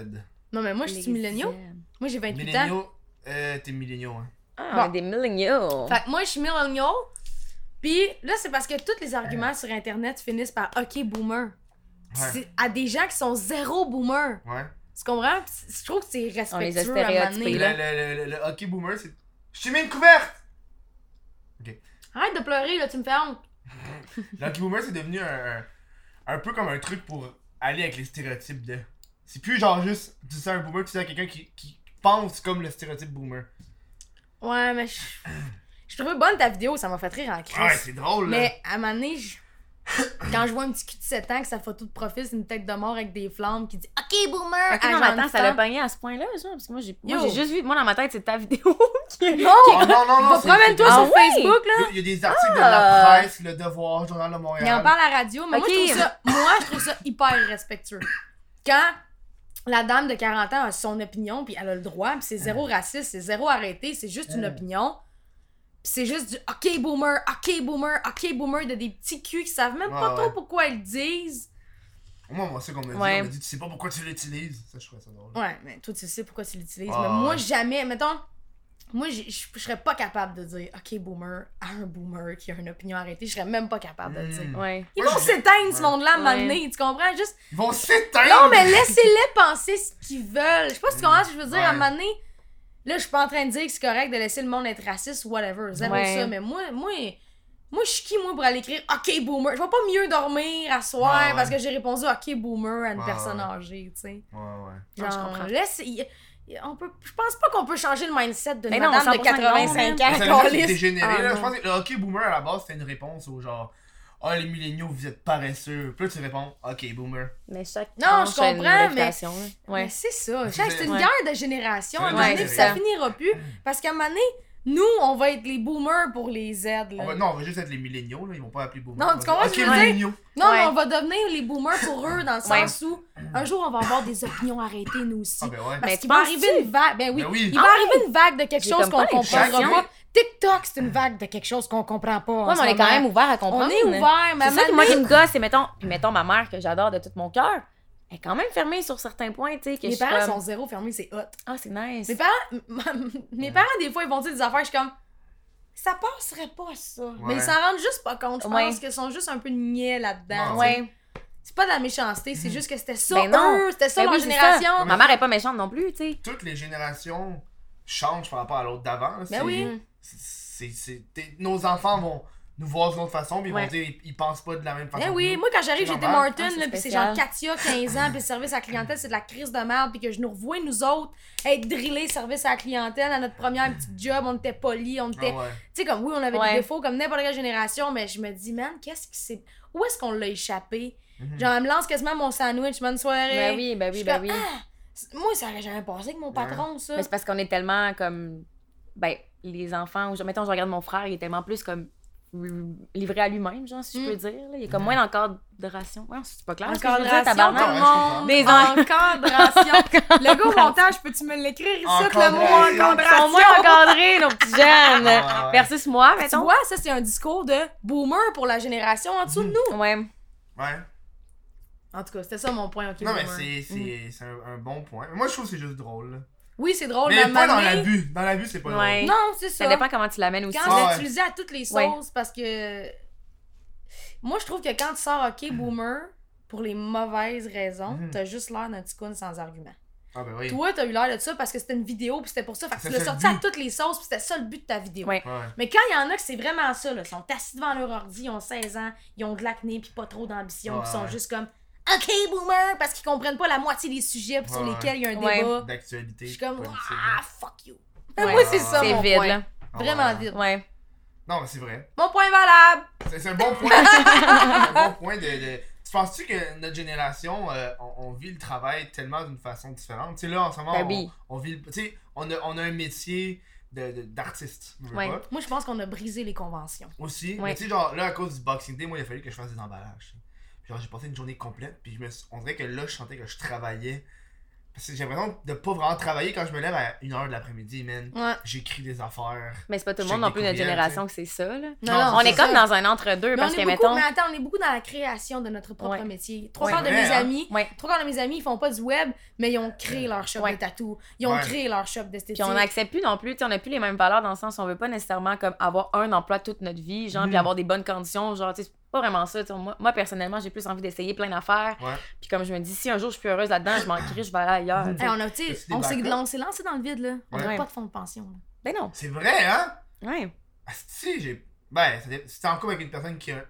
Non, mais moi je suis Les milléniaux. dizaines. Moi j'ai 28 ans. Milléniaux, euh, t'es milléniaux, hein. Ah, on Bon. est des millennials. Fait que moi je suis milléniaux. Puis là, c'est parce que tous Euh. les arguments sur Internet finissent par OK, boomer. Ouais. C'est à des gens qui sont zéro boomer. Ouais. Tu comprends? Puis c'est- Je trouve que c'est respectueux. les a à un moment stéréotypés, donné. Le, là. le, le, le Hockey Boomer, c'est. Je t'ai mis une couverte! Arrête de pleurer, là, tu me fais honte. Le Hockey Boomer, c'est devenu un, un- un peu comme un truc pour aller avec les stéréotypes de. C'est plus genre juste, tu sais, un boomer, tu sais, quelqu'un qui, qui pense comme le stéréotype boomer. Ouais, mais je. Je trouvais bonne ta vidéo, ça m'a fait rire en crise. Ouais, Ah, c'est drôle, là. mais à un moment donné, je- quand je vois un petit cul de 7 ans que sa photo de profil, c'est une tête de mort avec des flammes qui dit OK, boomer! Ok, non, mais attends, ça l'a pogné à ce point-là, genre, parce que moi, j'ai moi, Yo. j'ai juste vu, moi, dans ma tête, c'est ta vidéo qui est- Non! Oh, non, non, non! Va c'est- promène-toi Ah sur ouais? Facebook, là! Ah. Il y a des articles de la presse, Le Devoir, Journal de Il en Montréal. parle à la radio, mais moi, Ok. je trouve ça, moi, je trouve ça hyper respectueux. Quand la dame de 40 ans a son opinion, puis elle a le droit, puis c'est zéro raciste, c'est zéro arrêté, c'est juste une Mm. opinion. Puis c'est juste du OK boomer, OK boomer, OK boomer de des petits culs qui savent même pas Ouais, trop ouais. pourquoi ils le disent. Moi, moi, c'est qu'on me dit. Ouais. On me dit, tu sais pas pourquoi tu l'utilises. Ça, je trouvais ça drôle. Ouais, mais toi, tu sais pourquoi tu l'utilises. Ouais, mais moi, ouais. jamais. Mettons, moi, j'ai- je je serais pas capable de dire OK boomer à un boomer qui a une opinion arrêtée. Je serais même pas capable de le dire. Mm. Ouais. Ils Moi, vont je- s'éteindre, ce Ouais. monde-là, à un moment Ouais. donné, tu comprends? Juste. Ils vont s'éteindre! Non, mais laissez-les penser ce qu'ils veulent. Je sais pas si tu comprends ce que je veux dire. À un Ouais. moment donné, là, je suis pas en train de dire que c'est correct de laisser le monde être raciste ou whatever. Zéro Ouais. ça. Mais moi, moi, Moi, je suis qui, moi, pour aller écrire OK, boomer? Je vais pas mieux dormir à soir Ouais, ouais. parce que j'ai répondu OK, boomer à une Ouais, personne ouais. âgée, tu sais. Ouais, ouais. Non, je Genre, comprends. laisse- y- y- on peut, je pense pas qu'on peut changer le mindset d'une Mais non, madame 100% de non, 85 ans. Mais Ça veut dire que c'est câlisse. dégénéré, Ah, là. non. Je pense que le hockey boomer à la base, c'était une réponse au genre. Ah, les milléniaux, vous êtes paresseux. Puis là, tu réponds, ok, boomer. Mais chaque. Non, tranche je a une comprends, mais- réputation, hein. Mais Ouais. c'est ça. Chaque- C'est une Ouais. guerre de génération. À un Ouais, moment donné, c'est puis ça ça. finira plus. Parce qu'à un moment donné, nous, on va être les boomers pour les Z. là. On va- non, on va juste être les milléniaux, là. Ils vont pas appeler boomer. Non, On va tu comprends dire, ce que je Ok, veux dire? milléniaux. Non, mais Ouais. on va devenir les boomers pour eux dans le sens où un jour, on va avoir des opinions arrêtées, nous aussi. Ah, ben ouais. Parce Mais qu'il va penses-tu? Ah arriver une vague. Ben oui. Ben oui. Il va arriver une vague de quelque J'ai chose comme qu'on pas comprendra l'impression. pas. TikTok, c'est une vague de quelque chose qu'on comprend pas. en Ouais, mais on ce est quand moment. même ouvert à comprendre. On est ouvert, mais à C'est un ça que moment moi donné, qui me gosse, c'est mettons, puis mettons ma mère que j'adore de tout mon cœur, elle est quand même fermée sur certains points, tu sais, que je Mes suis parents comme, sont zéro fermés, c'est hot. Ah, c'est nice. Mes parents, mes parents des fois, ils vont dire des affaires, je suis comme. Ça passerait pas, ça. Mais Ouais. ils s'en rendent juste pas compte. Je Ouais. pense qu'ils sont juste un peu niais là-dedans. parents- Ouais. C'est pas de la méchanceté, c'est juste que c'était ça, Ben non. eux, c'était ça Ben leur oui, c'est ça. génération. Ma mère est pas méchante non plus, tu sais. Toutes les générations changent par rapport à l'autre d'avant. là. C'est- Ben oui. c'est- c'est- t'es- Nos enfants vont nous voir d'une autre façon, puis ils Ouais. vont dire, ils- ils pensent pas de la même façon. Ben que oui, nous. moi quand j'arrive, C'est j'étais normal. Martin, Ah, c'est là, pis c'est genre spécial. Katia, 15 ans, puis le service à la clientèle, c'est de la crise de merde, puis que je nous revois, nous autres, être drillés service à la clientèle, à notre première petite job, on était polis, on Ah était. ouais. Tu sais, comme oui, on avait Ouais. des défauts, comme n'importe quelle génération, mais je me dis, man, qu'est-ce que c'est. Où est-ce qu'on l'a échappé? Mhm. Genre, elle me lance quasiment mon sandwich, bonne soirée. Ben oui, ben Je oui, suis ben comme, oui. Ah! C'est- Moi, ça aurait jamais passé avec mon Ben patron, ça. Mais c'est parce qu'on est tellement comme. Ben, les enfants, ou genre, mettons, je regarde mon frère, il est tellement plus comme euh, livré à lui-même, genre, si je Mm. peux dire. là. Il est comme moins dans l'encadration. Ouais, c'est pas clair. ce que je veux dire, Encadration, tout tabarnak. Ouais, le je monde. comprends. Des en- Encadration. Le gars au montage, peux-tu me l'écrire ici, que le mot Encadration. Ils sont encadration? moins encadrés, nos petits jeunes. Ouais, ouais. Versus moi, Tu mettons. vois, ça, c'est un discours de boomer pour la génération en dessous de nous. Ouais. Ouais. En tout cas, c'était ça mon point. ok, Non, mais boomer. Mm. c'est- c'est c'est un, un bon point. Mais Moi, je trouve que c'est juste drôle. là. Oui, c'est drôle, mais à pas dans maner- l'abus. Dans l'abus, c'est pas Ouais. drôle. Non, c'est ça. Ça dépend comment tu l'amènes aussi. Quand Ah, je ouais. l'utilisais à toutes les sauces, Ouais. parce que... Moi, je trouve que quand tu sors OK, Mm. boomer, pour les mauvaises racoons, Mhm. t'as juste l'air d'un petit coon sans argument. Ah, ben oui. Toi, t'as eu l'air de ça parce que c'était une vidéo, puis c'était pour ça. Fait que C'est tu l'as ça le sorti à but. toutes les sauces, puis c'était ça le but de ta vidéo. Ouais. Ouais. Mais quand il y en a que c'est vraiment ça, là, ils sont assis devant leur ordi, ils ont 16 ans, ils ont de l'acné puis pas trop d'ambition, puis ils sont Ouais. juste comme OK boomer parce qu'ils comprennent pas la moitié des sujets puis sur Ouais. lesquels il y a un Ouais. débat. D'actualité. Je suis comme politique, ah là. fuck you. Ouais. Moi c'est ça C'est mon vide, point. là. Ah, Vraiment ouais. vide. Ouais. Non, mais c'est vrai. Mon point est valable. C'est c'est un bon point. un bon point de. de- Tu penses-tu que notre génération, euh, on, on vit le travail tellement d'une façon différente? Tu sais, là, en ce moment, Ben on, oui. on vit. le- Tu sais, on a, on a un métier de- de- d'artiste. je veux Ouais. pas. Moi je pense qu'on a brisé les conventions. Aussi. Ouais. Mais tu sais, genre, là, à cause du Boxing Day, moi, il a fallu que je fasse des emballages. Puis genre, j'ai passé une journée complète, puis je me suis- on dirait que là, je sentais que je travaillais. Parce que j'ai l'impression de pas vraiment travailler quand je me lève à 1h de l'après-midi, man. Ouais. J'écris des affaires. Mais c'est pas tout le Je monde check non plus des de notre courriels, génération que c'est ça, là. Non, Non, non, On c'est est ça. comme dans un entre-deux Mais, parce on est que, beaucoup, mettons. mais attends, on est beaucoup dans la création de notre propre Ouais. métier. Trois Ouais. quarts de C'est vrai, mes hein. amis, Ouais. trois quarts de mes amis, ils font pas du web, mais ils ont créé leur shop Ouais. de tatou, ils ont Ouais. créé leur shop d'esthétique. Puis on n'accepte plus non plus, tu sais, on n'a plus les mêmes valeurs dans le sens où on veut pas nécessairement comme avoir un emploi toute notre vie, genre, Mhm. puis avoir des bonnes conditions, genre, tu sais, c'est pas vraiment ça. tu sais. Moi, moi, personnellement, j'ai plus envie d'essayer plein d'affaires. Ouais. Puis comme je me dis, si un jour je suis heureuse là-dedans, je m'en crie, je vais aller ailleurs. tu sais. Hey, on a, tu sais, T'as-tu des on s'est backups? on s'est lancé dans le vide là. On n'a Ouais. pas de fonds de pension. là. Ben non. C'est vrai, hein? Ouais. Si, j'ai. Ben, ça dé- si t'es en couple avec une personne qui a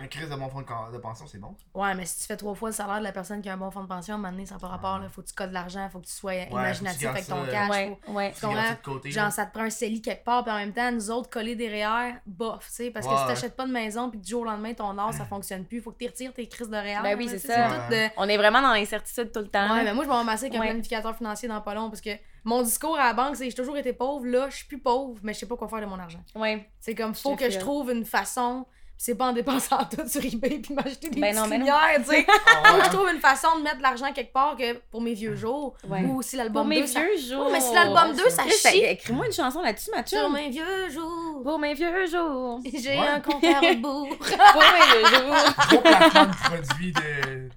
un crise de bon fonds de can- de pension, c'est bon. Ouais, mais si tu fais trois fois le salaire de la personne qui a un bon fonds de pension, à un moment donné, ça n'a pas rapport. Là. Faut que tu codes de l'argent, faut que tu sois faut que tu imaginatif gardes avec ton ça, cash. Ouais. faut- Ouais. Tu C'est garanti comprends? de côté. là. Genre, ça te prend un CELI quelque part, puis en même temps, nous autres, coller derrière, bof, tu sais. Parce que Ouais, si ouais. t'achètes pas de maison, puis du jour au lendemain, ton or, ça fonctionne plus, faut que tu retires tes crises de réel. Ben oui, là, c'est tu sais, ça. tout de- On est vraiment dans l'incertitude tout le temps. Ouais, mais moi, je vais m'amasser avec un Ouais. planificateur financier dans pas long, parce que mon discours à la banque, c'est j'ai toujours été pauvre, là, je suis plus pauvre, mais je sais pas quoi faire de mon argent. Ouais. C'est comme, te faut que je file. trouve une façon, pis c'est pas en dépensant tout sur eBay puis m'acheter des Ben non, ben non. petites lumières, tu sais. Ah Faut ouais, que je hein? trouve une façon de mettre de l'argent quelque part que pour mes vieux jours, Ouais. ou si Pour l'album mes 2, ça... vieux jours. Oh, mais si l'album 2, ça Chris, chie, Écris-moi une chanson là-dessus, Mathieu. sur mes vieux jours, Pour mes vieux jours. j'ai Ouais. un compte à rebours. Pour mes vieux jours. Gros placement de produits de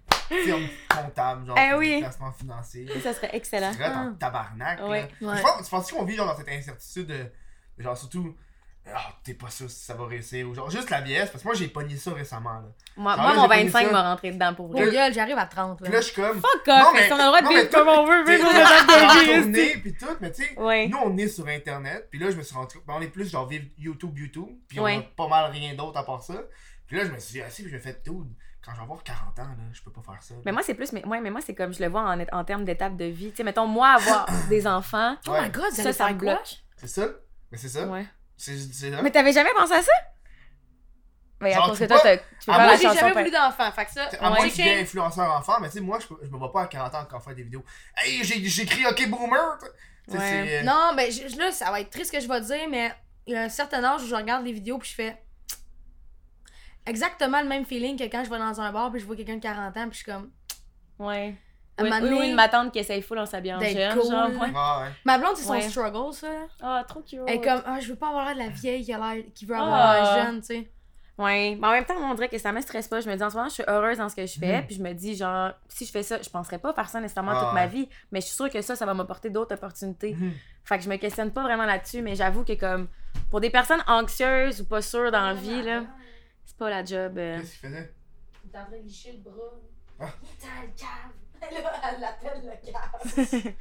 firme comptable, genre. Eh des oui. placements financiers. Ça serait C'est excellent. vrai, t'es en tabarnak. là. Ouais. Tu penses- Tu penses qu'on vit genre dans cette incertitude de. de Genre, surtout, Ah, t'es pas sûr si ça va réussir. ou genre, Juste la vieillesse, parce que moi j'ai pogné ça récemment. Là. Moi, Ça moi, va, mon j'ai connu 25 ça. m'a rentré dedans pour Oui. vrai. Ta gueule, j'arrive à 30, Puis là. là, je suis comme. Fuck Non, off, mais- on a le droit de non, mais vivre comme Ah, on veut, t'es- vivre notre vie. on est, puis tout, mais tu sais, Ouais. nous on est sur internet, puis là je me suis rendu compte, ben, on est plus genre vivre YouTube, YouTube, puis on a Ouais. pas mal rien d'autre à part ça. Puis là je me suis assis, puis je me fais tout. Quand je vais avoir 40 ans, là, je peux pas faire ça. Mais moi, c'est plus. Mais, ouais, mais moi, c'est comme je le vois en, en termes d'étape de vie. Tu sais, mettons, moi, avoir des enfants, Oh Ouais. my god, ça, ça me Ah, bloque. C'est ça? Mais c'est ça? Ouais. C'est c'est ça? Mais t'avais jamais pensé à ça? Mais à Genre, cause tu que toi, vois- t'as- tu peux Ah, faire moi, la Moi, j'ai chanson. jamais par- voulu d'enfant, fait que ça. À moins ouais, que je devienne shame. influenceur enfant, mais tu sais, moi, je, peux- je me vois pas à 40 ans encore faire des vidéos. Hey, j'ai j'écris OK Boomer! Tu sais, Ouais. c'est- euh, Non, mais je- là, ça va être triste ce que je vais dire, mais il y a un certain âge où je regarde les vidéos puis je fais exactement le même feeling que quand je vais dans un bar puis je vois quelqu'un de 40 ans puis je suis comme. Ouais. À un Ou une- moment ou donné- une ma tante qui essaye full en s'habillant D'être jeune, cool. genre, ouais. Ah, ouais. Ma blonde, c'est son Ouais. struggle, ça. Ah, trop cute. Elle est comme, ah, je veux pas avoir l'air de la vieille qui, a l'air, qui veut avoir Ah. l'air jeune, tu sais. Ouais. Mais en même temps, on dirait que ça me stresse pas. Je me dis en ce moment, je suis heureuse dans ce que je fais. Mhm. Puis je me dis, genre, si je fais ça, je penserais pas faire ça nécessairement Ah toute ma ouais. vie. Mais je suis sûre que ça, ça va m'apporter d'autres opportunités. Mhm. Fait que je me questionne pas vraiment là-dessus. Mais j'avoue que, comme, pour des personnes anxieuses ou pas sûres dans la vie, là, c'est pas la job. euh. Qu'est-ce qu'il faisait? Il est en train de licher le bras. Ah. Il est cave. Là, elle l'appelle le cave.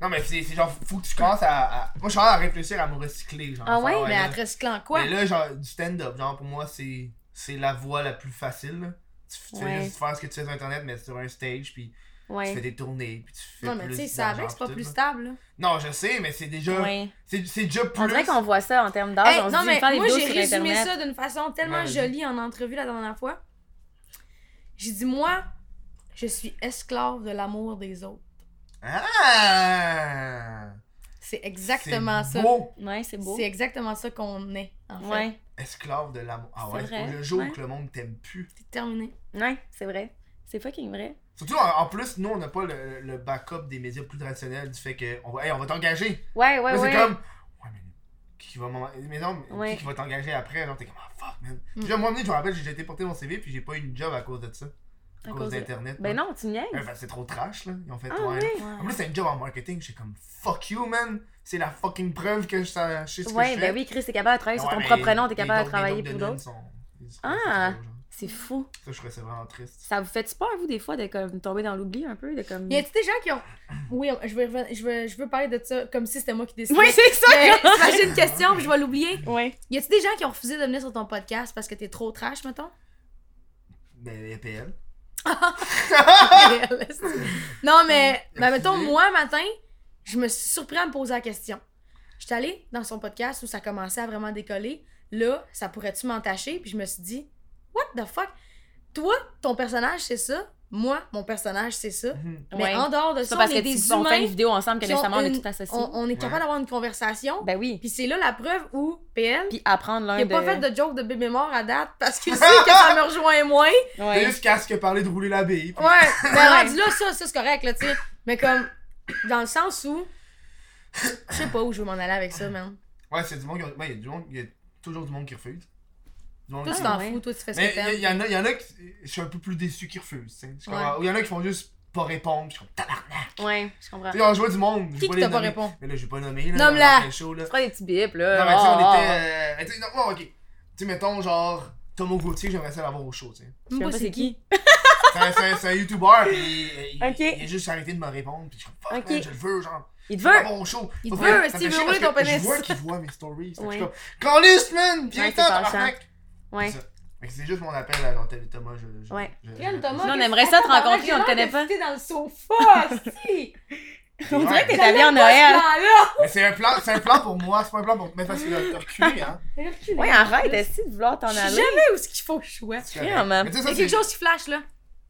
Non, mais c'est c'est genre, faut que tu commences à. à- Moi, je suis en train de réfléchir à me recycler. Genre, Ah faire, ouais, Mais là. elle te recycle en quoi? Mais là, genre, du stand-up, genre, pour moi, c'est c'est la voie la plus facile. là. Tu, tu fais Ouais. juste faire ce que tu fais sur Internet, mais sur un stage, puis tu fais Ouais. des tournées, puis tu fais. non, mais tu plus sais, ça d'argent, avec, c'est pas puis plus tout, là. stable, là. Non, je sais, mais c'est déjà. Ouais. C'est c'est déjà plus. On dirait qu'on voit ça en termes d'âge. Hey, Ah, on se non, dit, mais faire des moi, vidéos j'ai sur résumé Internet. ça d'une façon tellement Ouais, vas-y. jolie en entrevue la dernière fois. J'ai dit, moi, je suis esclave de l'amour des autres. Ah! C'est exactement C'est ça. beau. Ouais, c'est beau. C'est exactement ça qu'on est, en fait. Ouais. Esclave de l'amour. Ah C'est ouais, vrai, le jour ouais. que le monde t'aime plus. C'est terminé. Ouais, c'est vrai. C'est fucking vrai. Surtout en, en plus, nous, on n'a pas le, le backup des médias plus traditionnels du fait que on va, hey, on va t'engager. Ouais, ouais, Là, ouais. c'est comme, ouais, mais qui va m'en- mais non, mais Ouais. qui va t'engager après? Genre, t'es comme, ah fuck, man. Mm. Déjà, moi, à un moment donné, je me rappelle, j'ai été porter mon CV puis j'ai pas eu une job à cause de ça. À, À cause, cause de- d'Internet. Ben non, tu niaises. Ouais, ben, c'est trop trash, là. Ils ont fait, Ah ouais. ouais. En plus, c'est une job en marketing. J'étais comme, fuck you, man. C'est la fucking preuve que je sais je sais ce que Ouais, je fais. Ah ben oui, Chris, t'es capable de travailler sur Ouais, ton mais propre nom, t'es les d'autres- capable de les travailler d'autres pour de nuns d'autres. sont- ils sont Ah. très, genre. C'est fou. Ça, je trouvais ça vraiment triste. Ça vous fait peur, vous, des fois, de comme tomber dans l'oubli un peu? De comme. Y a-t-il des gens qui ont. Oui, je, vais reven- je, veux, je veux parler de ça comme si c'était moi qui décidais. Oui, c'est ça! Mais c'est une question, puis je vais l'oublier. Ouais. Y a-t-il des gens qui ont refusé de venir sur ton podcast parce que t'es trop trash, mettons? Ben, EPL. non, mais, mais mettons, Refusé. moi, matin, je me suis surpris à me poser la question. J'étais allée dans son podcast où ça commençait à vraiment décoller. Là, ça pourrait-tu m'entacher? Puis je me suis dit, what the fuck? Toi, ton personnage, c'est ça. Moi, mon personnage, c'est ça. Mhm. Mais Ouais. en dehors de C'est ça, pas parce on que est tu des on fait une humains. vidéo ensemble que qui ont nécessairement on est une- tout associé. On, on est capable Ouais. d'avoir une conversation. Ben oui. Puis c'est là la preuve où PL, Puis apprendre l'un il a de. pas fait de joke de bébé mort à date parce qu'il sait que ça me rejoint moins. T'as Ouais. Juste qu'à ce que parler de rouler la bille. puis- Ouais, mais Ouais. rendu là, ça, ça c'est correct, là, tu sais. Mais comme, dans le sens où. Je sais pas où je veux m'en aller avec ça, man. Ouais, c'est du monde qui. ont- Ouais, il y a du monde. Il y a toujours du monde qui refuse. Du monde Toi, qui- tu t'en Ah, ouais. fous, toi, tu fais ce Mais que il y, t'aimes. en a, il y en a qui. Je suis un peu plus déçu qui refusent. tu sais. Je comprends. Ouais. Ou il y en a qui font juste pas répondre. puis Je suis comme tabarnak. Ouais, je comprends. Tu sais, on jouait du monde. je Qui vais qui les t'a pas nommer. répondu? Mais là, j'ai pas nommé. Là, Nomme-la. dans le show, là. C'est pas des petits bips, Non, là. mais tu sais, on Ah, était. ah, euh, mais tu sais, non, ouais, ok. Tu sais, mettons, genre. Thomas Gauthier, j'aimerais ça l'avoir au show, tu sais. ah. Je sais Moi, pas c'est qui. C'est un- C'est un- c'est un YouTuber, pis il, Ok. il a juste arrêté de me répondre, pis je suis comme, fuck, Ok. man, je le veux, genre. Il te Ah veut! bon show. Il Faut te vrai, veut, ça s'il fait veut chier rouler parce ton que Je pénis. vois qu'il voit mes stories. Fait que je suis Ouais. comme, Calisse, man! Viens Ouais, t'en, c'est fâchant. tabarnak! Ouais. C'est ça. Fait que C'est juste mon appel à genre, Thomas, je. je- Ouais. je- je- Nous, on aimerait ça te rencontrer, on te connaît pas. T'es dans le sofa, si! On dirait que Ouais. t'es habillé en Noël. là! Mais c'est un plan, c'est un plan pour moi, c'est pas un plan pour. Mais parce que là, t'as reculé, hein. Ouais, arrête, est-ce de vouloir t'en Je sais aller? jamais où ce qu'il faut que je sois. C'est correct. Vraiment. Mais tu sais, Il ça, y a quelque c'est- chose qui flash, là.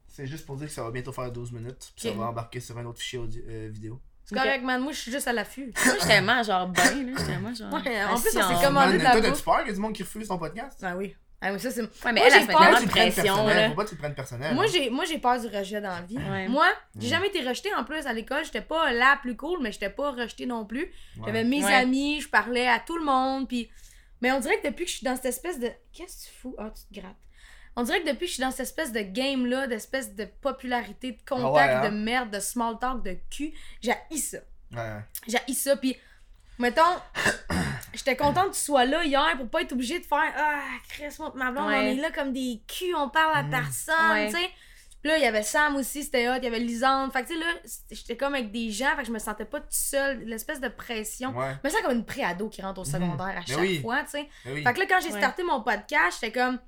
c'est juste pour dire que ça va bientôt faire 12 minutes, puis ça Ok. va embarquer sur un autre fichier audio- euh, vidéo. C'est Ok. correct, man. Moi, je suis juste à l'affût. Moi, j'étais tellement genre ben, là. J'étais tellement genre. Ouais, en plus, assis on s'est en- comme- Commander Man, de la Toi, bouffe. t'as-tu peur qu'il y ait du monde qui refuse ton podcast? Ah oui. Ah oui, ça, c'est. Ouais, mais Moi, elle, elle j'ai se met peur tellement tu de le prennes pression, personnel. là. Faut pas que tu le prennes personnel. Moi, hein. j'ai, moi, j'ai peur du rejet dans la vie. Ouais. Moi, j'ai Mm. jamais été rejetée en plus à l'école. J'étais pas la plus cool, mais j'étais pas rejetée non plus. J'avais Ouais. mes Ouais. amis, je parlais à tout le monde. Puis... Mais on dirait que depuis que je suis dans cette espèce de. Qu'est-ce que tu fous? Ah, tu te grattes. On dirait que depuis que je suis dans cette espèce de game-là, d'espèce de popularité, de contact, Ah ouais, hein? de merde, de small talk, de cul, j'ai ça. Ouais. J'ai ça. Puis, mettons, J'étais contente que tu sois là hier pour pas être obligée de faire Ah, Chris, moi, pis ma blonde, Ouais. on est là comme des culs, on parle à Mm. personne, Ouais. tu sais. Puis là, il y avait Sam aussi, c'était hot, il y avait Lisande. Fait que, tu sais, là, c- j'étais comme avec des gens, fait que je me sentais pas toute seule, l'espèce de pression. Ouais. Mm-hmm. Je me sens comme une pré-ado qui rentre au secondaire à Mais chaque oui. fois, tu sais. Mais oui. Fait que là, quand j'ai Ouais. starté mon podcast, j'étais comme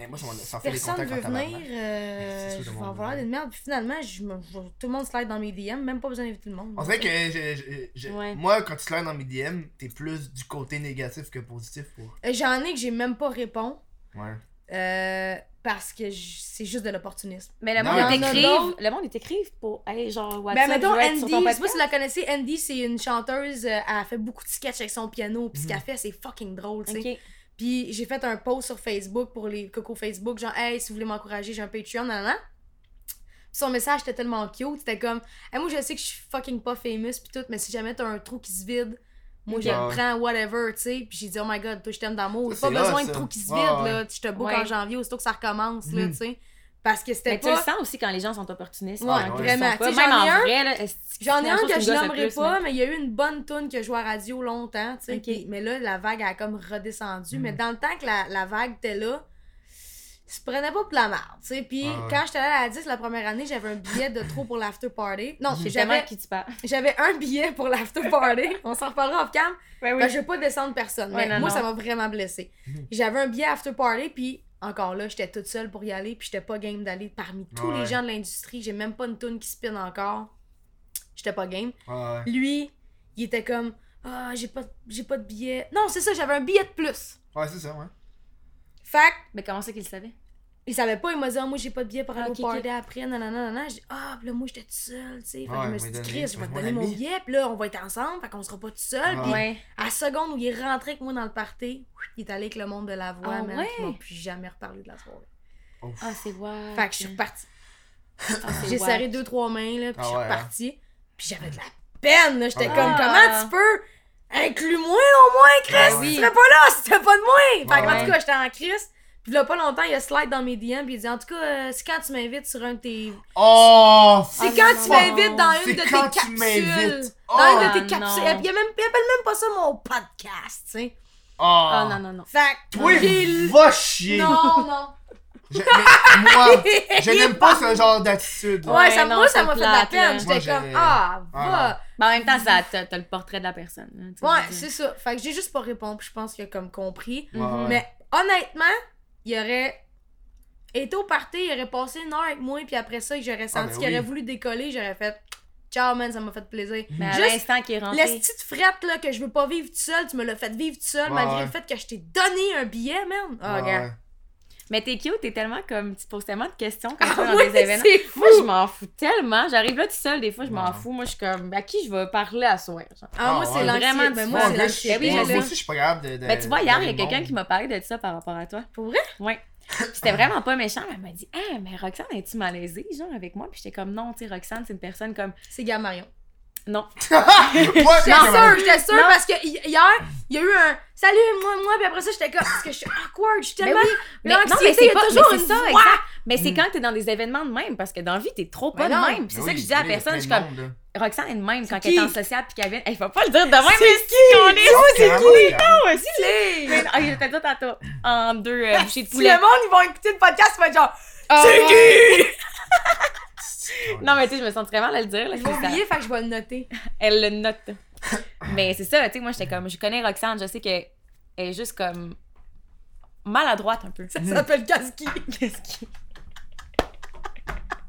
Eh, moi, ça m'en- ça en fait des personne contacts en veut venir, tabarnak. euh, C'est sûr, tout je le vais monde avoir veut. l'air d'une merde. Puis finalement, je me- je- tout le monde se slide dans mes DM, même pas besoin d'inviter le monde. On dirait que je- je- je- Ouais. moi, quand tu te lances dans mes DM, t'es plus du côté négatif que positif. Pour... Euh, J'en ai que j'ai même pas répondu Ouais. euh, parce que j- c'est juste de l'opportunisme. Mais le Non, monde, il ils y en a t'écrivent. d'autres. Le monde, ils t'écrivent pour. Hey, genre, WhatsApp, Ben, mettons, je veux être sur Andy, ton je sais pas podcast. si vous la connaissez, Andy, c'est une chanteuse, euh, elle fait beaucoup de sketchs avec son piano, puis ce Mhm. qu'elle fait, c'est fucking drôle, tu sais. Ok. Puis j'ai fait un post sur Facebook pour les cocos Facebook, genre, hey, si vous voulez m'encourager, j'ai un Patreon, nan, nan, nan. Puis Son message était tellement cute, c'était comme, hey, moi je sais que je suis fucking pas famous, puis tout, mais si jamais t'as un trou qui se vide, moi je Ouais. le prends, whatever, tu sais. Puis j'ai dit, oh my god, toi je t'aime d'amour, Ça, pas c'est hot, besoin de ça. trou qui se vide, Ouais, ouais. là, je te book Ouais. en janvier, aussitôt que ça recommence, là, Mhm. tu sais. Parce que c'était Mais tu le pas. sens aussi quand les gens sont opportunistes. Ouais, quand ils le vraiment. sont pas. Tu sais, Même j'en ai un- en vrai, là, est-ce que J'en ai c'est un la chose que qui je me gosse le nommerai plus, pas, mais il y a eu une bonne toune que je joue à radio longtemps, tu sais. Ok. puis- Mais là, la vague elle a comme redescendu. Mm. Mais dans le temps que la, la vague était là, je se prenait pas pour la merde, tu sais. Puis Ah ouais. quand j'étais allée à la 10 la première année, j'avais un billet de trop pour l'after party. Non, mais j'avais, J'avais qui tu parles. j'avais un billet pour l'after party. On s'en reparlera off cam. Ben Ben, je veux pas descendre personne, Ouais, mais non, moi, non. ça m'a vraiment blessé. Mhm. J'avais un billet after party, puis encore là, j'étais toute seule pour y aller, puis j'étais pas game d'aller parmi tous Ouais. les gens de l'industrie. J'ai même pas une toune qui spin encore. J'étais pas game. Ouais, ouais. Lui, il était comme Ah, j'ai pas, j'ai pas de billet. Non, c'est ça, j'avais un billet de plus. Ouais, c'est ça, ouais. Fait que, Mais comment ça qu'ils le savaient? il savait pas, il m'a dit Ah, moi j'ai pas de billet pour aller Ah, au ok, party après, nanana, nanana. J'ai dit Ah, puis là, moi j'étais toute seule, tu sais. Fait que Ouais, je me mais suis dit donne-lui, Chris, je vais te donne-moi donner mon l'ami. billet, puis là, on va être ensemble, fait qu'on sera pas tout seul. Ah. Puis Ouais. à la seconde où il est rentré avec moi dans le party, il est allé avec le monde de la voix, Ah, man, ouais? puis ils m'ont plus jamais reparlé de la soirée. Ouf. Ah, c'est wack. Fait que je suis repartie. Ah, c'est J'ai wack. serré deux, trois mains, là, puis Ah je suis ouais, hein? repartie. Puis j'avais de la peine, là. J'étais Ah. comme, comment tu peux? Inclus-moi au moins, Ah Chris! ouais. Tu serais pas là si t'étais pas de moi! Fait que, Ouais. en tout cas, j'étais en crise. Puis là, pas longtemps, il a slide dans mes DM, puis il dit, en tout cas, euh, c'est quand tu m'invites sur un de tes. Oh! C'est Ah quand non. tu m'invites dans C'est une de tes quand tu capsules! m'invites. Dans une Ah de tes capsules! non. Il, a même, il appelle même pas ça mon podcast, tu sais. Ah, non, non, non. Fait que. Toi, il- va chier! Non, non. Je- mais moi, je Il est n'aime pas ce genre d'attitude. Ouais, là. Ouais, ça, non, moi, ça c'est m'a fait de la plate, là. peine. Moi, J'étais j'ai- comme, ah, Ah, va! non. Ben, en même temps, ça, t'as, t'as le portrait de la personne. hein, tu Ouais, sais. c'est ça. Fait que j'ai juste pas répondu, je pense qu'il a comme compris. Mhm. Ouais, ouais. Mais honnêtement, il aurait été au party, il aurait passé une heure avec moi, puis après ça, j'aurais senti ben qu'il oui. aurait voulu décoller, j'aurais fait Ciao, man, ça m'a fait plaisir. Mais à Juste l'instant qu'il est rentré. La petite frette là, que je veux pas vivre tout seul, tu me l'as fait vivre tout seul, Ouais, malgré ouais. le fait que je t'ai donné un billet, man. Oh, Ouais, regarde. Mais t'es cute, t'es tellement comme. Tu poses tellement de questions comme ça dans Ah Oui, des événements. c'est fou! Moi, je m'en fous tellement. J'arrive là tout seul, des fois, je m'en Ouais. fous. Moi, je suis comme. À qui je vais parler à soir? genre? Ah, Ah, moi, c'est ouais. l'anxiété. Vraiment Ben, du moi, fun. là, c'est je l'anxiété. suis- Ben oui, moi, j'allais. moi aussi, je suis pas capable de. de- Ben, tu Euh, vois, hier, d'aller il y a quelqu'un monde. qui m'a parlé de ça par rapport à toi. Pour vrai? Ouais. Puis c'était vraiment pas méchant. Elle m'a dit, ah, mais Roxane, es-tu malaisée, genre, avec moi? Puis j'étais comme, non, tu sais, Roxane, c'est une personne comme, C'est Gamarion. non. Ouais, Ben J'étais non, mais- sûre, j'étais sûre Non. parce que hi- hier, il y a eu un salut, moi, moi, puis après ça, j'étais comme, parce que je suis awkward, je suis tellement. Mais non, L'anxiété, mais il c'est y a pas, toujours mais une c'est ça, voix. exact. Mais c'est Mm. quand t'es dans des événements de même, parce que dans la vie, t'es trop pas Mais non. de même. C'est Ben ça oui, que je dis à la il y a personne. Je suis plein de comme, monde, Roxane est de même quand C'est elle est en qui? social puis qu'elle vient. Elle va pas le dire de même, mais Oh, c'est qui on est? là. Carrément, carrément. Ah, aussi, c'est- Mais non, Ah, je t'ai dit tantôt. En deux euh, bouchées de Si le poulet. monde, ils vont écouter le podcast, ils vont être genre, Ah, c'est ouais. qui? Non, mais tu sais, je me sens très mal à le dire. Là, Je c'est vais ça. oublier, fait que je vais le noter. Elle le note. Mais c'est ça, tu sais, moi j'étais comme, je connais Roxane, je sais qu'elle est juste comme maladroite un peu. Ça s'appelle Kaski. Qu'est-ce qui-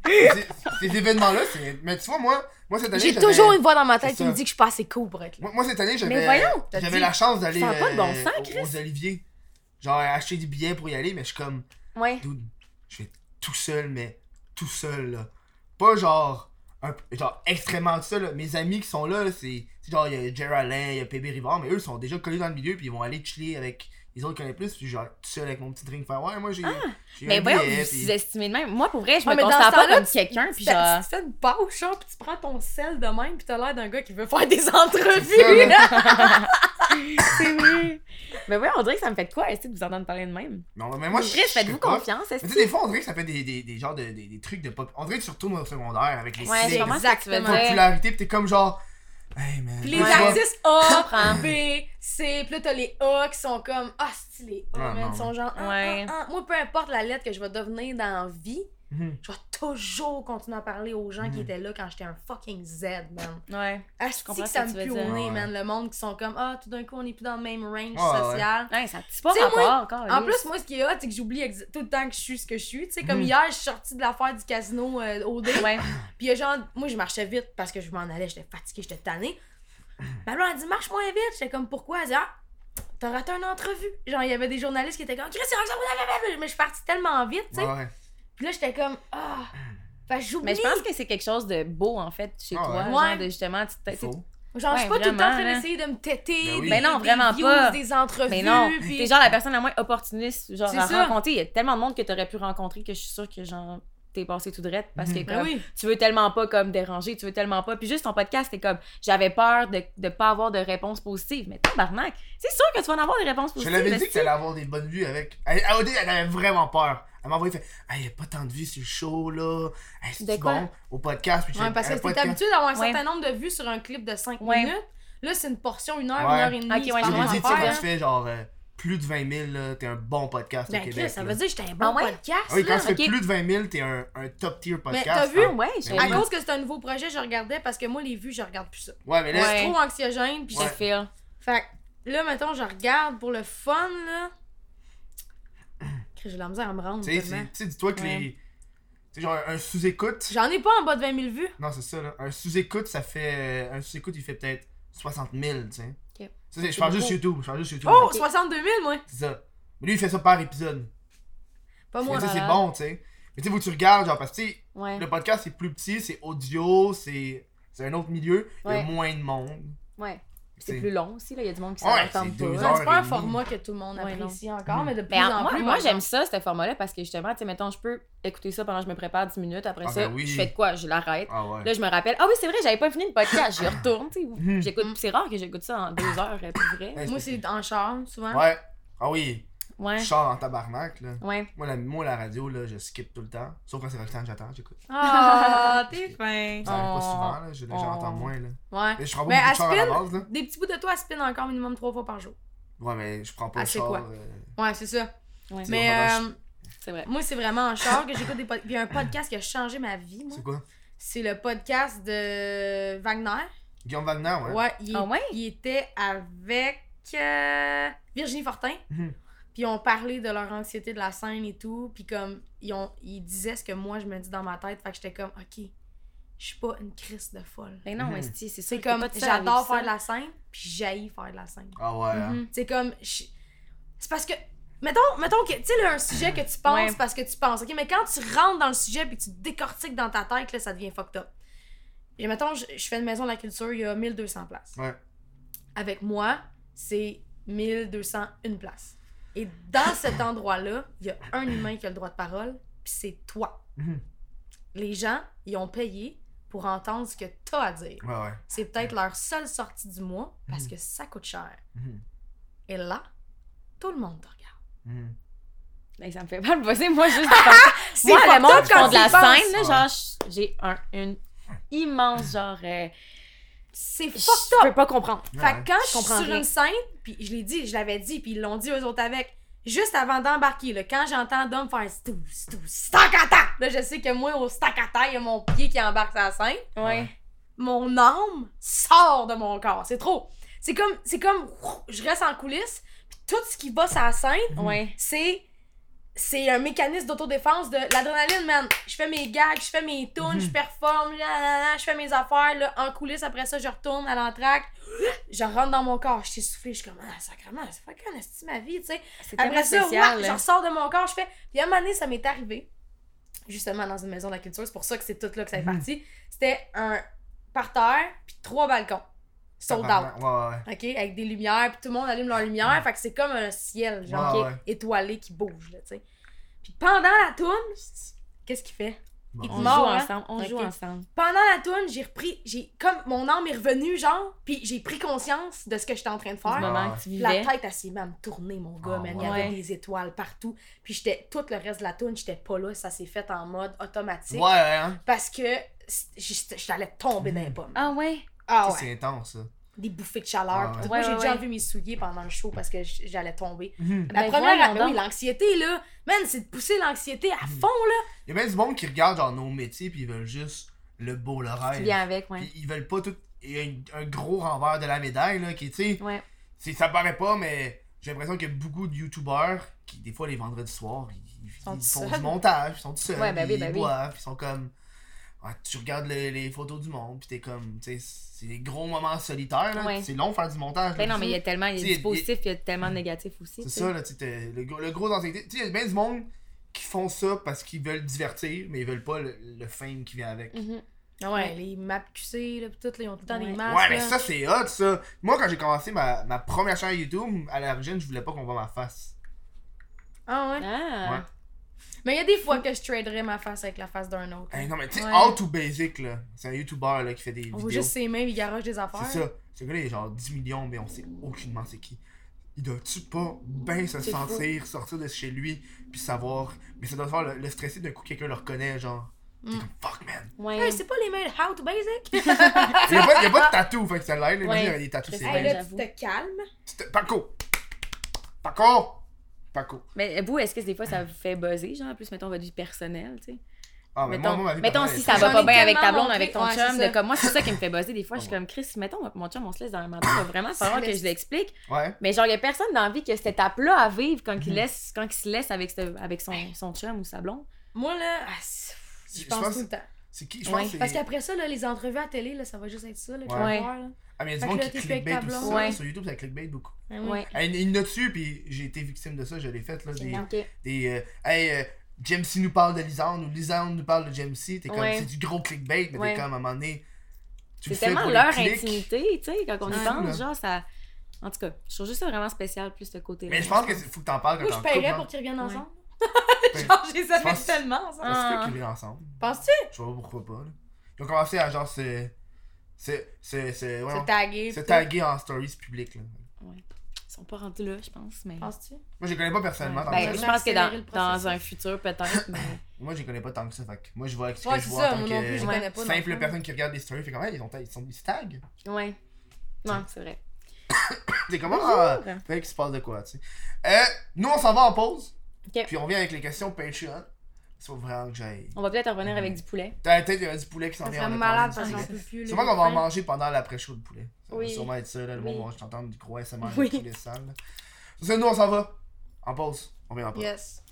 Ces- Ces événements-là, c'est. Mais tu vois, moi, moi cette année. J'ai j'avais- toujours une voix dans ma tête C'est qui me ça. dit que je suis pas assez cool pour être là. Moi, moi, cette année, Mais j'avais voyons, t'as j'avais dit- la chance d'aller Ça a pas de bon euh, sens, aux- Chris. aux Oliviers. Genre acheter des billets pour y aller, mais je suis comme Ouais. dude, je vais tout seul mais tout seul là. Pas genre un- genre extrêmement tout seul. là. Mes amis qui sont là, là, c'est c'est genre il y a Geraldin, il y a PB Rivard, mais eux ils sont déjà connus dans le milieu puis ils vont aller chiller avec les autres qui connaissent plus puis genre tout seul avec mon petit drink faire ouais, moi j'ai j'ai Ah, Mais un voyons, billet, vous eh, puis- sous-estimez de même. Moi, pour vrai, je Ah, me mais dans considère ce pas temps-là, comme quelqu'un, puis T'as- genre... Tu fais une pause, genre, puis tu prends ton sel de même, puis t'as l'air d'un gars qui veut faire des C'est entrevues. ça, C'est vrai. Mais ouais, on dirait que ça me fait de quoi, est-ce que de vous entendre parler de même? Non, mais moi je Chris, je sais faites-vous pas. confiance, est-ce Mais tu que... sais, des fois, on dirait que ça fait des, des, des genres de des, des trucs de pop. On dirait que tu retournes au secondaire avec les Ouais, signes, je comprends ce que tu veux Exactement. dire. popularité, pis t'es comme genre. Hey, man. Puis les Ouais. artistes A, comprends. B, C, puis là t'as les A qui sont comme ah c'est les A, Ah, man, non. ils sont genre Ah, Ouais. ah, ah. moi peu importe la lettre que je vais devenir dans la vie, Mhm. je vais toujours continuer à parler aux gens Mhm. qui étaient là quand j'étais un fucking Z, man. Ouais. Ah, je comprends comprends que ce ça que me tu veux pue au dire. nez, Ouais. man, le monde qui sont comme ah tout d'un coup on est plus dans le même range Ah, Ouais, ouais. social. Ouais, ça te pas Tu sais, rapport moi, encore. En Alice. plus, moi, ce qui est hot, c'est que j'oublie exa- tout le temps que je suis ce que je suis. Tu sais, comme Mhm. hier, je suis sortie de l'affaire du casino euh, au dé. Ouais. Puis il y a genre, moi, je marchais vite parce que je m'en allais, j'étais fatiguée, j'étais tannée. Ma blonde, elle dit, marche moins vite. J'étais comme, pourquoi? Elle dit, ah, t'as raté une entrevue. Genre, il y avait des journalistes qui étaient comme, Christian, mais je suis partie tellement vite, tu sais. Ouais, ouais. Puis là, j'étais comme, ah, Fait que j'oublie. Mais je pense que c'est quelque chose de beau, en fait, chez Ah toi. ouais. Genre, Ouais. de justement, tu ben, t'es- Faux. Genre, je suis pas Ouais, tout le temps en vraiment, train là. d'essayer de me têter. Ben oui. des- Ben non, des vraiment views, pas. Des entrevues. Mais non, puis- t'es genre la personne la moins opportuniste genre C'est à ça. rencontrer. Il y a tellement de monde que t'aurais pu rencontrer que je suis sûre que genre t'es passé tout droit parce que Mhm. comme, Ben oui. tu veux tellement pas comme déranger, tu veux tellement pas. Puis juste ton podcast, t'es comme j'avais peur de, de pas avoir de réponse positive. Mais tabarnak, c'est sûr que tu vas en avoir des réponses Je positives. l'avais dit mais que t'allais avoir des bonnes vues avec. Elle, elle, au début, elle avait vraiment peur. Elle m'a envoyé, fait Hey, y a pas tant de vues sur le show, là. Hey, De c'est quoi? bon au podcast. Puis j'ai- Ouais, parce que le t'es podcast- habitué d'avoir un Ouais. certain nombre de vues sur un clip de 5 Ouais. minutes. Là, c'est une portion, une heure, Ouais. une heure et demie. Ok, c'est ouais, pas Je j'ai l'ai vraiment dit, tu sais, affaire, quand hein. tu fais genre euh, plus de 20 000, là, t'es un bon podcast au Ben, Québec. Chris, ça là. veut dire que j'étais un Ah bon ouais? podcast. Ah Oui, quand là. tu fais ok. plus de 20 000, t'es un, un top tier podcast. t'as vu? hein. Ouais, je Mais À oui. l'avais- cause que c'est un nouveau projet, je regardais parce que moi, les vues, je regarde plus ça. Ouais, mais là, Ouais. c'est- C'est trop anxiogène. Puis je Ouais. le feel. je- Fait que là, mettons, je regarde pour le fun, là. Chris, J'ai de la misère à me rendre. tu sais, tellement. c'est- tu sais, dis-toi que Ouais. les. Tu sais, genre, un sous-écoute. J'en ai pas en bas de 20 000 vues. Non, c'est ça, là. Un sous-écoute, ça fait. euh, Un sous-écoute, il fait peut-être 60 000, tu sais. Ok. Ça, c'est- je parle C'est juste beaucoup. YouTube. Je parle juste YouTube. Oh, Ok. 62 000, moi. C'est ça. Mais lui, il fait ça par épisode. Pas Mais moi. tu sais, c'est malade. bon, tu sais. Mais tu sais, faut que tu regardes, genre, parce que tu sais, Ouais. le podcast, c'est plus petit, c'est audio, c'est. C'est un autre milieu. Il y Ouais. a moins de monde. Ouais. C'est- C'est plus long aussi, là. Il y a du monde qui Ouais, s'en entend c'est pas. deux Ouais, C'est pas Heure un et format que tout le monde Ouais, non. apprécie encore, mais de plus Mais en- en moi, plus. moi par j'aime exemple. ça, ce format-là, parce que justement, tu sais, mettons, je peux écouter ça pendant que je me prépare 10 minutes. Après Ah, ça, ben oui. je fais de quoi? Je l'arrête. Ah ouais. Là, je me rappelle, ah oui, c'est vrai, j'avais pas fini le podcast, j'y retourne, tu Mhm. sais. J'écoute, c'est rare que j'écoute ça en deux heures, euh, pour vrai. Ouais, Moi, c'est en char, souvent. Ouais. Ah oui. Ouais, Je sors en tabarnak, là. ouais. Moi la, moi, la radio, là, je skip tout le temps. Sauf quand c'est le temps que j'attends, j'écoute. Ah, t'es fin. Ça arrive pas Oh. souvent, là. Je- J'entends Oh. moins, là. Ouais. Mais je prends pas Mais beaucoup de à char à la spin- base, là. Des petits bouts de toi, elle spin encore minimum trois fois par jour. Ouais, mais je prends pas Ah, le c'est char. quoi? euh, Ouais, c'est ça. Ouais. C'est Mais vraiment euh, C'est vrai. moi, c'est vraiment en char que j'écoute des podcasts. Puis il y a un podcast qui a changé ma vie, moi. C'est quoi? C'est le podcast de Wagner. Guillaume Wagner, ouais. Ouais, il, Ah ouais? il était avec euh, Virginie Fortin. Mhm. Puis ils ont parlé de leur anxiété de la scène et tout. Puis comme, ils, ont, ils disaient ce que moi, je me dis dans ma tête. Fait que j'étais comme, OK, je suis pas une crise de folle. Mais Ben non, Mhm. esti, c'est C'est sûr que comme, t'es pas tout seul à j'adore vivre ça. faire de la scène, puis j'haïs faire de la scène. Ah ouais. hein. Mhm. C'est comme. je- C'est parce que. Mettons, mettons que. Tu sais, là, un sujet que tu penses Ouais. parce que tu penses, OK? Mais quand tu rentres dans le sujet puis que tu décortiques dans ta tête, là, ça devient fucked up. Et mettons, je, je fais une maison de la culture, il y a 1200 places. Ouais. Avec moi, c'est 1201 place. Et dans cet endroit-là, il y a un humain qui a le droit de parole, puis c'est toi. Mhm. Les gens, ils ont payé pour entendre ce que t'as à dire. Ouais, ouais. C'est peut-être leur seule sortie du mois parce que ça coûte cher. Mhm. Et là, tout le monde te regarde. Mhm. Ben, ça me fait pas le bosser, moi, juste de penser- Moi, le monde qui font de la scène, là, Ouais. genre, je- j'ai un, une immense, genre, euh, C'est fucked je up. peux pas comprendre. Fait que Ouais. quand je suis comprends sur rien. une scène, puis je l'ai dit, je l'avais dit, puis ils l'ont dit eux autres avec, juste avant d'embarquer, là, quand j'entends Dom faire stou, stou, staccata, là, je sais que moi, au staccata, il y a mon pied qui embarque sur la scène. Ouais. Mon âme sort de mon corps. C'est trop. C'est comme, c'est comme, ouf, je reste en coulisses, puis tout ce qui va sur la scène, Ouais. c'est c'est un mécanisme d'autodéfense de l'adrénaline man je fais mes gags je fais mes tunes je performe là, là, là, je fais mes affaires là, en coulisses après ça je retourne à l'entraque je rentre dans mon corps je suis essoufflée je suis comme ah sacrément c'est pas qu'on estime ma vie tu sais C'est après tellement ça spécial. ouah, je ressors de mon corps je fais puis à un moment donné ça m'est arrivé justement dans une maison de la culture c'est pour ça que c'est tout là que ça est Mhm. parti c'était un parterre puis trois balcons sold out Ouais, ouais, ouais. OK? Avec des lumières, puis tout le monde allume leurs lumières. Fait que c'est comme un ciel, genre, Ouais, qui ouais. est étoilé, qui bouge, là, tu sais. Puis pendant la toune, qu'est-ce qu'il fait? Bon. Il on mord, joue hein. ensemble, on joue Ok. ensemble. Pendant la toune, j'ai repris, j'ai comme mon âme est revenue, genre, puis j'ai pris conscience de ce que j'étais en train de Du faire. moment que tu Puis La vivais. tête, elle s'est même tournée, mon gars, Ah, man. Il ouais. y avait Ouais. des étoiles partout. Puis j'étais, tout le reste de la toune, j'étais pas là. Ça s'est fait en mode automatique. Ouais, ouais, hein. Parce que c'est- j'étais- j'allais tomber dans les pommes. Ah ouais? Ah Tu ouais. sais, C'est intense, ça. Des bouffées de chaleur. Ah pis ouais. tout. Moi, Ouais, j'ai ouais, déjà ouais. enlevé mes souliers pendant le show parce que j- j'allais tomber. Mhm. La Ben première, voyons ben oui, donc. l'anxiété, là. Man, c'est de pousser l'anxiété à Hmm. fond, là. Il y a bien du monde qui regarde genre nos métiers puis ils veulent juste le beau, le rêve. Tu viens avec, ouais. Puis ils veulent pas tout. Il y a une- un gros renvers de la médaille, là, qui est, tu sais, Ouais. c'est- ça paraît pas, mais j'ai l'impression qu'il y a beaucoup de youtubeurs qui, des fois, les vendredis soirs, ils, ils Sont tout font seuls. du montage, ils sont tout seuls, Ouais, ben puis oui, ils ben oui. boivent, puis ils sont comme. Ah, tu regardes les, les photos du monde, puis t'es comme. Tu sais, c'est des gros moments solitaires, là. Ouais. C'est long de faire du montage. Ben là, non, mais il y a aussi. tellement, il Tu y a sais, du positif, il y a tellement de négatif aussi. C'est tu sais. ça, là, tu sais, t'as- le, gros- le gros anxiété. Tu sais, il y a bien du monde qui font ça parce qu'ils veulent divertir, mais ils veulent pas le, le fame qui vient avec. Mhm. Ouais, les maps QC, là, pis tout, là, ils ont tout le temps des Ouais. masques. Ouais, mais là. ça, c'est hot, ça. Moi, quand j'ai commencé ma, ma première chaîne YouTube, à l'origine, je voulais pas qu'on voit ma face. Ah ouais. Ah. Ouais. Mais il y a des fois que je traderais ma face avec la face d'un autre. Hey, non, mais tu sais, Ouais. All Too Basic, là. C'est un YouTuber, là, qui fait Hein, des On voit vidéos. juste ses mains, il garoche des affaires. C'est ça. Ce gars-là, il est genre 10 millions, mais on sait aucunement c'est qui. Il doit-tu pas bien se C'est sentir, sortir de chez lui, puis savoir. Mais ça doit te faire le, le stresser d'un coup, quelqu'un le reconnaît, genre. T'es Mm. comme fuck, man. Ouais. Hey, c'est pas les mains de How to Basic. Il y a pas, il y a pas de tatou, fait que ça l'aide. Ouais. Imagine, il y a des tatous, Très c'est simple. vrai. hey, là, tu te calmes. Paco! Paco! Paco! Mais vous, est-ce que des fois ça vous fait buzzer, genre, plus mettons votre vie personnelle, tu sais? Ah, mais moi, mettons, moi, ma vie mettons personnelle, si elle ça est Ah va J'en pas ai bien avec ta tellement blonde, montré. avec ton Ouais, chum, c'est de ça. comme moi, c'est ça qui me fait buzzer. Des fois, je suis comme Chris, mettons, mon chum, on se laisse dans le menton, il va vraiment falloir que je l'explique. Ouais. Mais genre, il y a personne dans la vie qui a cette étape-là à vivre quand, Mhm. il, laisse, quand il se laisse avec, ce- avec son, son chum ou sa blonde. Moi, là, ah, c'est- Je je pense- pense tout le temps. C'est qui? Je pense Ouais. que c'est. Parce qu'après ça, là, les entrevues à télé, là, ça va juste être ça. Là, que tu vas Ouais. voir, là. Ah, mais il y a Fait du monde que qui là, t'es plus avec clickbait ta tout ça. blonde. Ouais. Sur YouTube, ça clickbait beaucoup. Ben Ouais. Ah, Il il y en a dessus, puis j'ai été victime de ça, je l'ai fait, là. Des, Ok. des euh, hey, euh, James C nous parle de Lisande ou Lisande nous parle de James C. T'es comme, Ouais. c'est du gros clickbait, mais Ouais. t'es comme, à un moment donné. tu C'est le fais tellement pour le leur click. intimité, tu sais, quand on C'est y fou, là. pense, genre, ça. En tout cas, je trouve juste ça vraiment spécial, plus ce côté-là. Mais je pense que c'est- faut que t'en parles Moi, quand je t'es en couple, paierais hein. pour qu'ils reviennent Ouais. ensemble. Ouais. Genre, je les Je avais pense- tellement ensemble. Parce Ah. qu'ils vivent ensemble. Penses-tu? Je sais pas pourquoi pas, là. Ils ont commencé à genre se. se. se. se. C'est voyons, tagué. se pis tout. taguer en stories publiques, là. Ils sont pas rendus là, je pense, mais. Penses-tu? Moi, je les connais pas personnellement. Ouais. tant que Ben, ça. je pense que Accélérer le dans, processus. dans un futur, peut-être, mais. Moi, je les connais pas tant que ça. Fait que moi, je vois ce que Ouais, je c'est vois ça. en tant Moi non plus, je que ouais, connais pas. non simple plus. personne qui regarde des stories. Fait comme, hey, ils, ont, ils sont ils se taguent. Ouais. Non, c'est vrai. T'es comment ah, Fait qu'il se passe de quoi, tu sais. Euh, nous, on s'en va en pause. Ok. Puis on vient avec les questions Patreon. Il faut vraiment que j'aille. On va peut-être revenir avec du poulet. T'as la tête, il y a du poulet qui s'en Ça vient. serait on a parlé malade parce du que j'en poulet. peux plus. là, Sûrement qu'on va en j'ai faim. manger pendant l'après-chaud de poulet. Ça va Oui. sûrement être ça, là. Le Oui. monde, va- je t'entends du croix, ça mange Oui. du poulet sale. là. Sur ce, nous, on s'en va. En pause. On vient en pause. Yes.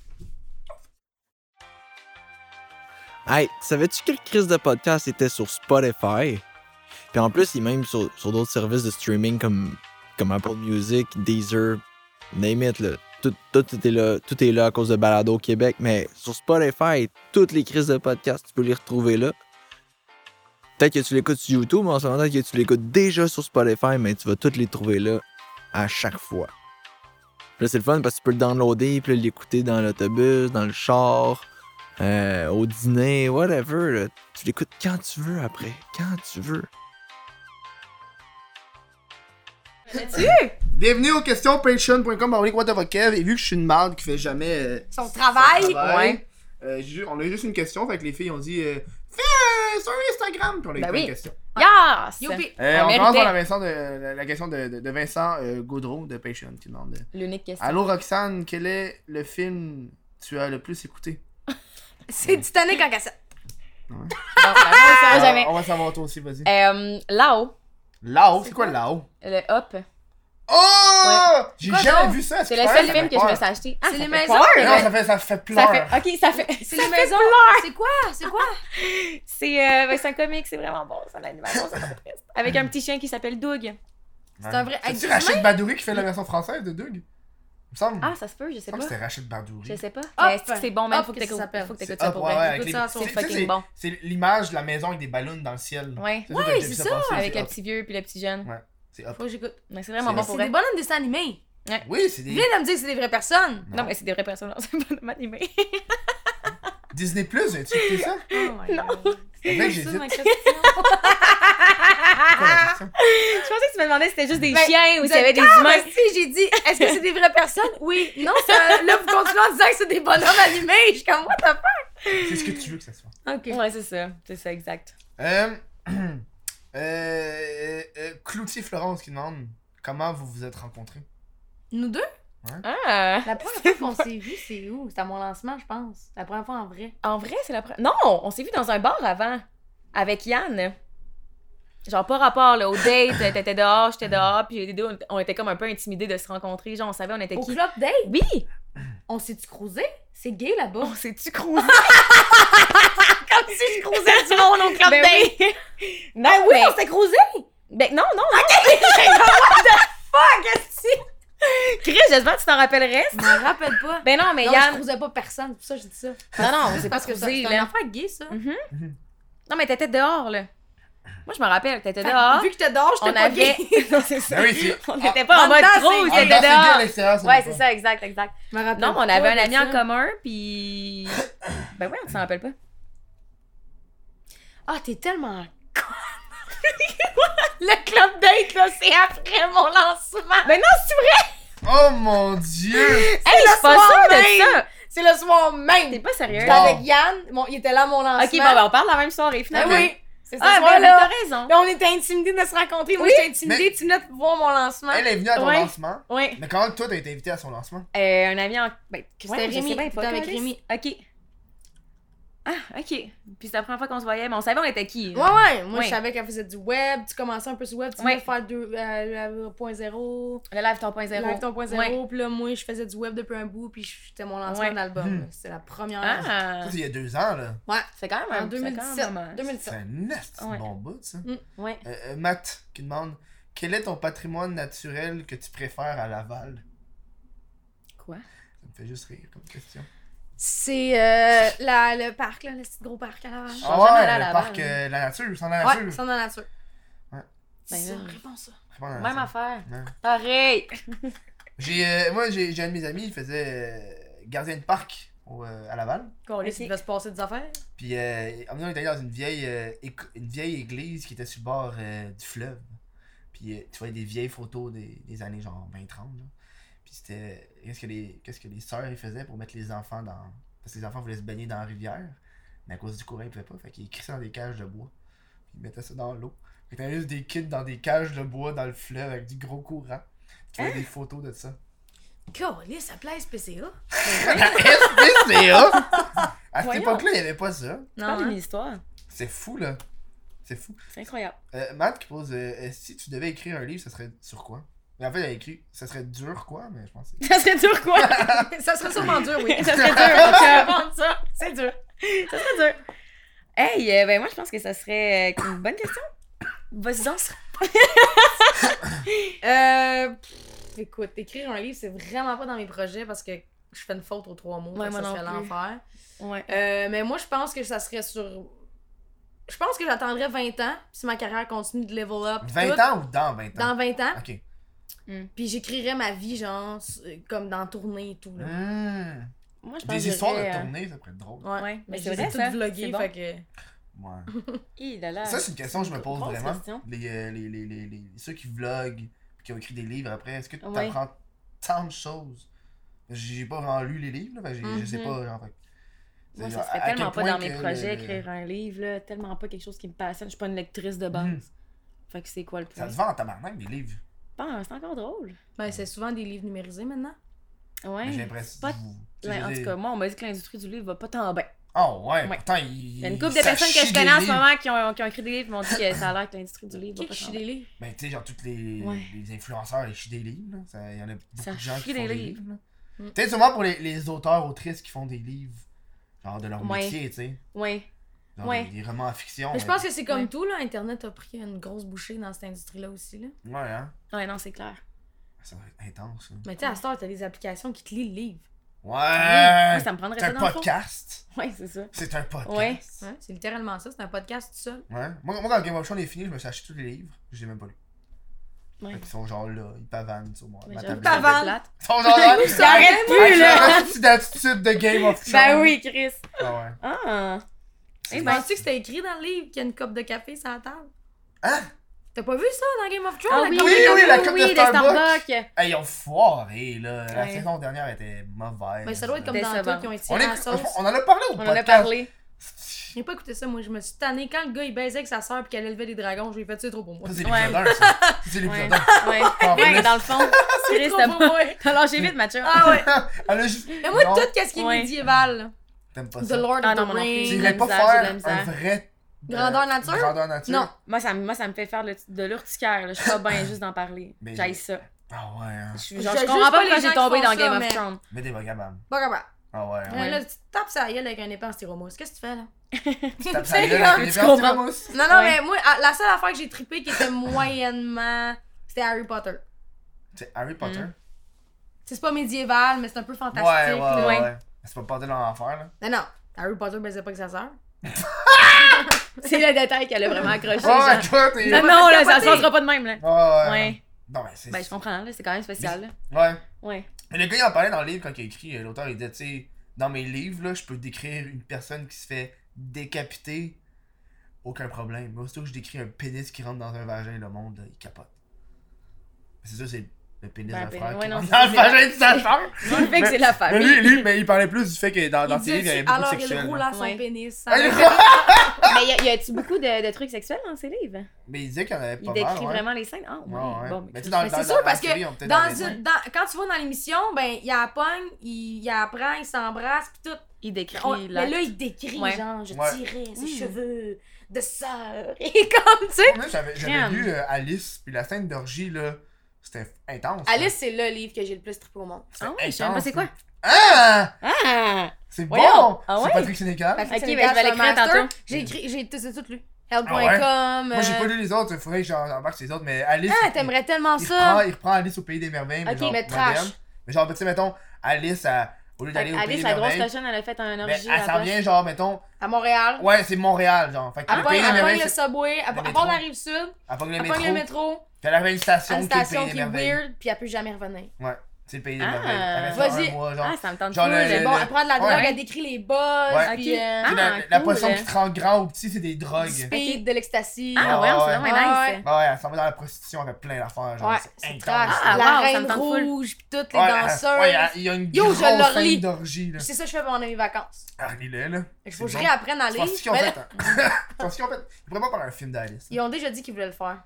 Hey, savais-tu que le Chris de podcast était sur Spotify? Puis en plus, il est même sur, sur d'autres services de streaming comme, comme Apple Music, Deezer, name it, là. Tout, tout était là, tout est là à cause de Balado au Québec, mais sur Spotify, toutes les crises de podcast, tu peux les retrouver là. Peut-être que tu l'écoutes sur YouTube, mais en ce moment que tu l'écoutes déjà sur Spotify, mais tu vas toutes les trouver là à chaque fois. Puis là, c'est le fun parce que tu peux le downloader, puis là, l'écouter dans l'autobus, dans le char, euh, au dîner, whatever. là. Tu l'écoutes quand tu veux après, quand tu veux. Bienvenue aux questions patreon.com. on est quoi t'as Kev. Et vu que je suis une marde qui fait jamais. euh, Son travail. travail. Ouais. Euh, ju- on a juste une question, fait que les filles ont dit euh, Fais euh, sur Instagram Puis on a eu Ben plein de oui. questions. Yes! Youpi. Euh, On on méritait. commence par la, Vincent de, la, la question de, de- de Vincent euh, Gaudreau de Patreon qui demande euh, L'unique question. Allô Roxane, quel est le film tu as le plus écouté Ah. C'est Titanic en cassette. Non, ben, non, ça va Alors, jamais. Euh, On va savoir toi aussi, vas-y. Euh, Là-haut, Là-haut, c'est quoi là-haut le Hop, Oh J'ai Quoi, jamais donc? vu ça. c'est tu le fais? seul Ça fait film que je me peur. suis acheté. Ah, C'est ça les fait maisons. peur, Mais Non, là. ça fait, ça fait Ça pleurer. fait, ok, ça fait. C'est les maisons. C'est quoi? C'est quoi? C'est euh, Vincent Comique, c'est vraiment bon, ça, l'animation, ça fait triste. Avec un petit chien qui s'appelle Doug. C'est un vrai. avec C'est des Rachid humains? Badouri qui fait la version française de Doug Il me semble. Ah, ça se peut, je sais Il me semble que pas. c'était Rachid Badouri. Je sais pas. Mais est-ce que Hop! c'est bon, man, Hop, faut que que ça t'écoutes s'appelle. faut que C'est t'écoutes ça hop, pour ouais, ouais, vrai. avec Écoute les- ça, c'est tu sais, c'est- fucking bon. C'est l'image de la maison avec des ballons dans le ciel. Ouais. ça, t'as déjà pensé, c'est ça, Avec c'est le hop. petit vieux puis le petit jeune. Ouais. C'est hop. Faut que j'écoute. Mais c'est vraiment C'est Ah, bon C'est pour des vrai. bonhommes dessins animés. Oui, c'est des. Viens de me dire que c'est des vraies personnes. Non, mais c'est des vraies personnes, non, c'est pas de m'animer. Disney Plus, tu écouté ça? Oh my god. C'est vrai que C'est ça, j'hésite. ma question. C'est quoi la Ah. question? Je pensais que tu me demandais si c'était juste des Ben, chiens ou Vous s'il y avait avez des tort, humains. ben Si, j'ai dit, est-ce que c'est des vraies personnes? Oui. Non, ça- là, vous continuez en disant que c'est des bonhommes animés. Je suis comme, what the fuck? C'est ce que tu veux que ça soit. Ok. Ouais, c'est ça. C'est ça, exact. Euh, euh, Cloutier Florence qui demande comment vous vous êtes rencontrés. Nous deux? Ah! La première fois qu'on s'est vu, c'est où? C'était à mon lancement, je pense. La première fois en vrai. En vrai, c'est la première. Non, on s'est vu dans un bar avant, avec Yann. Genre, pas rapport, là, au date, t'étais dehors, j'étais dehors, puis les deux, on était comme un peu intimidés de se rencontrer. Genre, on savait, on était Au qui. club date, Oui! on s'est-tu cruisé? C'est gay là-bas. On s'est-tu croisés? comme si je croisais du monde au club Ben date! Ben. Non, Ah oui, mais- on s'est cruisé! Ben non, non, non! What the fuck, est-ce Chris, j'espère que tu t'en rappellerais. Je m'en rappelle pas. Ben non, mais non, je Yann. croisais pas personne, c'est pour ça que je dis ça. Non, non, on s'est pas Parce que croisés, c'est là. un enfant gay, ça. Mhm. Non, mais t'étais dehors, là. Moi, je me rappelle, t'étais Fait que dehors. Vu que t'es dehors, on j'étais pas avait. gay. Ah, non, c'est ça. Ben oui, c'est- On n'était pas en en mode dedans, trop, c'est- en c'était dedans, c'est gay, à dehors. l'extérieur, Ouais, pas. c'est ça, exact, exact. Je me rappelle Non, mais on pas avait un de ami ça. en commun, puis. Ben ouais, on s'en rappelle pas. Ah, t'es tellement. Le club date, là, c'est après mon lancement. Ben non, c'est vrai! Oh mon dieu! Hey, je suis pas soir sûre même. de ça! C'est le soir T'es même! pas sérieux? J'étais Bon. avec Yann, bon, il était là à mon lancement. Ok, bon, ben on parle la même soirée, Ah finalement. oui! C'est ce Ah, ben oui, soir-là. t'as raison. Mais on était intimidés de se rencontrer. Moi, Oui. j'étais intimidée. Tu venais de voir mon lancement. Elle est venue à ton Ouais. lancement. Oui. Mais comment toi t'as été invité à son lancement? Euh, un ami en. Ben, C'était ouais, je sais Rémi, bien t'étais avec Chris. Rémi. Ok. Ah, ok. Puis c'était la première fois qu'on se voyait, mais on savait on était qui. hein. Ouais, ouais. Moi, Oui. je savais qu'elle faisait du web. Tu commençais un peu sur web. Tu Oui. voulais faire deux- euh, le 1.0, Le live ton point zéro. live 1.0. Oui. Puis là, moi, je faisais du web depuis un bout. Puis c'était mon lancement Ouais. d'album. Hmm. là. C'était la première. Ah! Ça, c'est il y a deux ans, là. C'est quand même un En c'est quand 2017. même un- 2017. C'est un nest, c'est Ouais. Mm, un bon bout, ça. Ouais. Euh, euh, Matt qui demande Quel est ton patrimoine naturel que tu préfères à Laval? Quoi? Ça me fait juste rire comme question. C'est euh, la- le parc, là, le petit gros parc à Laval. Ah, Ah jamais allée à ouais, le Laval, parc hein. euh, La Nature, sans La Ouais, Nature. c'est dans la nature. Ouais. Ben, là. C'est réponds ça. Réponds à la Même nature. affaire. Ah, Ouais. Pareil. J'ai, euh, moi, j'ai, j'ai un de mes amis, il faisait euh, gardien de parc au, euh, à Laval. Qu'on Est-ce qu'il va se passer des affaires? Puis, euh, un moment donné, on était allé dans une vieille, euh, éc- une vieille église qui était sur le bord euh, du fleuve. Puis, euh, tu voyais des vieilles photos des, des années genre 20-30. là. Puis, c'était euh, qu'est-ce que les, qu'est-ce que les sœurs ils faisaient pour mettre les enfants dans. Parce que les enfants voulaient se baigner dans la rivière. Mais à cause du courant, ils pouvaient pas. Fait qu'ils crissaient dans des cages de bois. Puis, ils mettaient ça dans l'eau. Fait que t'avais juste des kids dans des cages de bois dans le fleuve avec du gros courant. Tu voyais des photos de ça. Calais, ça plaît SPCA. La SPCA! À cette Voyons. époque-là, il n'y avait pas ça. Parle d'une histoire. C'est fou, là. C'est fou. C'est incroyable. Euh, Matt qui pose euh, euh, Si tu devais écrire un livre, ça serait sur quoi Mais En fait, il a écrit Ça serait dur, quoi Mais je pense que Ça serait dur, quoi? hein. ça serait sûrement dur, oui. ça serait dur. on peut répondre ça. C'est dur. Ça serait dur. Hey, euh, ben moi, je pense que ça serait euh, une bonne question. Vas-y, donc. Euh, pff, écoute, écrire un livre, c'est vraiment pas dans mes projets parce que je fais une faute aux trois mots. Ouais, fait moi que ça non serait plus. l'enfer. Ouais. Euh, mais moi, je pense que ça serait sur. Je pense que j'attendrais 20 ans si ma carrière continue de level up. pis 20 tout, ans ou dans 20 ans Dans 20 ans. Ok. Puis j'écrirais ma vie, genre, s- euh, comme dans tournée et tout. Mm. Là. Mmh. Moi, je pense que Des histoires j'irais, de euh, tournée, ça pourrait être drôle. Ouais. Ouais, mais Mais c'est je vrai, les ai ça. toutes vloguées, C'est bon. fait que. Ouais. Hi, là, là. Ça, c'est une question que je me pose Euh, Grosse vraiment. question. Les, euh, les, les, les, les- ceux qui vloguent, qui ont écrit des livres après, est-ce que tu Ouais. apprends tant de choses J'ai pas vraiment lu les livres, là, fait que j'ai- je sais Mhm. pas. Genre, fait que- Moi, C'est-à-dire, ça à serait quel tellement pas point dans mes que le- projets le- écrire hein. un livre, là, tellement pas quelque chose qui me passionne. Je suis pas une lectrice de base. Mhm. Fait que c'est quoi le Ça point? se vend en tabarnak, des livres. Pense, c'est encore drôle. Ben, c'est souvent des livres numérisés maintenant. Ouais. Mais J'ai l'impression. pas- vous- tu Ouais, sais, en je tout veux cas, dire- moi, on m'a dit que l'industrie du livre va pas tant bien. Oh, ouais, Ouais. pourtant, il. Il y a une couple de personnes que je connais en ce moment qui ont, qui ont écrit des livres qui m'ont dit que ça a l'air que l'industrie du livre va Qui pas qui tant chie bien. des livres? Ben, tu sais, genre, tous les, Ouais. les influenceurs, ils chient des livres. là. Ça- Il y en a beaucoup Ça de gens chie qui font des des livres. livres. là. Mm. Peut-être sûrement pour les, les auteurs, autrices qui font des livres, genre de leur Ouais. métier, tu sais. Ouais. Genre Ouais. des, des romans à fiction. Mais je pense que c'est comme Ouais. tout, là. Internet a pris une grosse bouchée dans cette industrie-là aussi, là. Ouais, hein. Ah, Ouais, non, c'est clair. Ça va être intense. là. Mais tu sais, à cette heure, t'as des applications qui te lisent le livre. Oui, Mm. moi, Ouais! ça me prendrait Euh, C'est ça un dans le fond. podcast. Ouais, c'est ça. C'est un podcast. Ouais. Ouais. Ouais, c'est littéralement ça, c'est un podcast tout seul. Moi, moi, quand Game of Thrones est fini, je me suis acheté tous les livres. Je les ai même pas lus. Ouais. Fait qu'ils sont genre là, ils pavanent sur moi. Mais ma j'avoue que tablette. c'est T'avances. plate. Ils sont genre là. Ça arrête Avec plus, leur là! attitude d'attitude de Game of Thrones. Ben oui, Chris. Ah ouais. Ah. Eh Tu ben, penses-tu que c'était écrit dans le livre qu'il y a une coupe de café sur la table? Hein? T'as pas vu ça dans Game of Thrones? ah la oui, coupe oui, de oui, café? la coupe de oui, Starbucks. Starbucks. Hey, ils ont foiré, là. La Ouais. saison dernière était mauvaise. Mais Ben, ça doit être comme Décevant. dans tout qui ont été On, à est- la sauce. on en a parlé au On en podcast. a parlé. viens pas écouter ça, moi. Je me suis tannée. Quand le gars, il baisait avec sa soeur puis qu'elle élevait des dragons, je lui ai fait, c'est trop pour moi. Ça, c'est Ouais. l'épisode 1, ça. Ça, C'est Ouais. l'épisode 1. ouais. Ah, Ouais, ouais. dans le fond, C'est Chris, trop t'as pour moi. t'as lâché vite, Mathieu. Ah ouais. Elle a juste. Mais moi, Non, tout qu'est-ce qui est Ouais. médiéval, là. T'aimes pas The ça. Lord Ah non, of the moi non plus. Tu Rings. irais pas J'ai de la misère, j'ai de la faire un misère. vrai. euh, Grandeur nature? Grandeur nature? Non. Moi ça, me- moi, ça me fait faire le- de l'urticaire. là. Je suis pas bien juste d'en parler. Mais- J'aille ça. Ah ouais, hein. Je, suis genre, Je je juge comprends pas pas les pourquoi gens j'ai qui tombé font dans ça, Game mais- of Thrones. Mets des vagabonds. Pas grave. Ah ouais, hein. Ouais, Là, tu tapes sa gueule avec un épée en styromousse. Qu'est-ce que tu fais, là? Tu tapes C'est sa gueule grave, avec les tu verres, tu comprends. vois, moi aussi. Non, non, Ouais. mais moi, à- la seule affaire que j'ai trippé qui était moyennement, c'était Harry Potter. C'est Harry Potter. Tu sais, C'est pas médiéval, mais c'est un peu Ouais, fantastique. ouais, là. ouais. ouais. ouais. C'est pas porter leur enfer, là. Non, non. Harry Potter baisait pas que sa sœur. C'est le détail qu'elle a vraiment accroché. genre. Ouais, toi, t'es. Non, Ouais, non, là, ça Capoté. se passera pas de même, là. ouais. Ouais. Non, mais c'est. Ben, je comprends, là. C'est quand même spécial, là. Ouais. Ouais. Mais le gars, il en parlait dans le livre quand il a écrit. euh, L'auteur, il disait, tu sais, dans mes livres, là, je peux décrire une personne qui se fait décapiter. Aucun problème. Moi, aussitôt que je décris un pénis qui rentre dans un vagin, le monde, euh, il capote. Mais c'est ça, c'est le pénis Ben, de ben, frère ouais, qui non, rentre c'est dans le ça, vagin de sa sœur. Le fait que c'est la Mais famille. lui, lui, mais il parlait plus du fait que dans, dans Il ses livres, il y disait, avait beaucoup de Alors, il sexuel. roule là. à son Ouais. pénis. ça- Ah, il roule- Mais y a- y a-tu beaucoup de, de trucs sexuels dans ces livres? Mais il disait qu'il y en avait Il pas mal. décrit ouais. vraiment les scènes? Ah, ouais. Ouais, ouais. Bon, Mais mais tu sais, dans- Mais dans- c'est dans sûr la parce que série, on peut-être dans en une, dans, quand tu vas dans l'émission, ben il appogne, il, il apprend, il s'embrasse pis tout. il décrit On- la... mais là il décrit Ouais. genre je Ouais. tirais ses Mm. cheveux de sœur et comme tu sais. Moi, J'avais j'avais Crème. lu euh, Alice, puis la scène d'orgie, là, c'était intense. là. Alice c'est le livre que j'ai le plus trippé au monde. Ah ouais, Intense, je sais même pas c'est quoi. Ah! Ah! C'est bon! Voyons. Ah ouais? C'est Patrick Sénécal. Parce que Ok, ben, c'est le gars, je vais c'est un l'écrire master. tantôt. J'ai écrit j'ai tout, c'est tout lu. Ah ouais? Help.com. Moi, j'ai euh, pas lu les autres, il faudrait que j'en embarque sur les autres, mais Alice. Ah, il- t'aimerais tellement il, ça. Reprend, il reprend Alice au pays des merveilles, mais Ok, genre mais trash. moderne. Mais genre, tu sais, mettons, Alice, elle- au lieu d'aller au pays Alice, des la grosse merveilles, cochonne, elle a fait un ben, orgie elle à s'en la vient, genre, mettons, À Montréal. ouais, c'est Montréal, genre. Fait que Elle le pogne pays des elle merveilles, pogne le c'est- subway, elle le elle métro. part de la rive sud, elle pogne le elle pogne le métro, métro, puis elle arrive à une à station une qui est le station pays qui des est merveilles. weird, puis elle peut jamais revenir. C'est le pays des Ah. merveilles. Elle reste Vas-y. un mois, genre. Ah, ça me tente Genre pas, le- là. Mais bon, elle prend de la drogue, ouais. elle décrit les buzz, Ouais. puis Ok. euh, Tu sais, la, Ah, la cool. potion hein. qui te rend grand ou petit, c'est des drogues. du Ouais, speed, de l'ecstasy. Ah, ouais, Ouais, c'est ouais. vraiment nice. ouais, elle s'en va dans la prostitution avec plein d'affaires, genre. ouais, intense. c'est trash. Ah, wow, la ça me reine tente full. rouge, puis toutes les Ouais, ah, danseurs. ouais, il y a une Yo, je grosse leur scène lis. d'orgie, là. C'est ça que je fais pendant mes vacances. Ah, lis-le, là. Il C'est faut que je bon. réapprenne à Je lire. pense qu'ils ont mais fait. là, Je pense qu'ils ont fait. Ils pourraient pas faire un film d'Alice. ils ont déjà dit qu'ils voulaient le faire.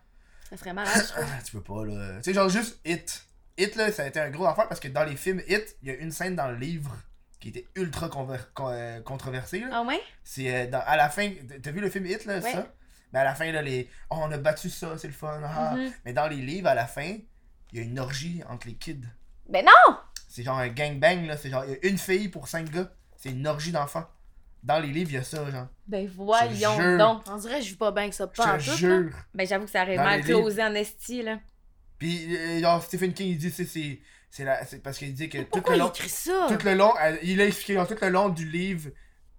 Ça serait malade, je trouve. Ah, tu peux pas, là. Tu sais, genre juste Hit. Hit, là, ça a été un gros affaire parce que dans les films Hit, il y a une scène dans le livre qui était ultra conver- con- euh, controversée, là. Ah ouais? C'est euh, dans- à la fin. T'as vu le film Hit, là, Ouais. ça? Mais à la fin, là, les. Oh, on a battu ça, c'est le fun. ah. Mm-hmm. Mhm. Mais dans les livres, à la fin, il y a une orgie entre les kids. Ben non! C'est genre un gangbang, là. C'est genre, il y a une fille pour cinq gars. C'est une orgie d'enfants. Dans les livres, il y a ça, genre. Ben Je te jure. voyons donc. On dirait que je vis pas bien que ça, Je pas en te tout. là. jure. Ben j'avoue que ça aurait Dans mal les livres. closé en esti, là. Puis, euh, genre, Stephen King, il dit, c'est- c'est. C'est la- c'est parce qu'il dit que tout Pourquoi le il long. écrit ça? Tout le long, elle- il a expliqué, genre, tout le long du livre,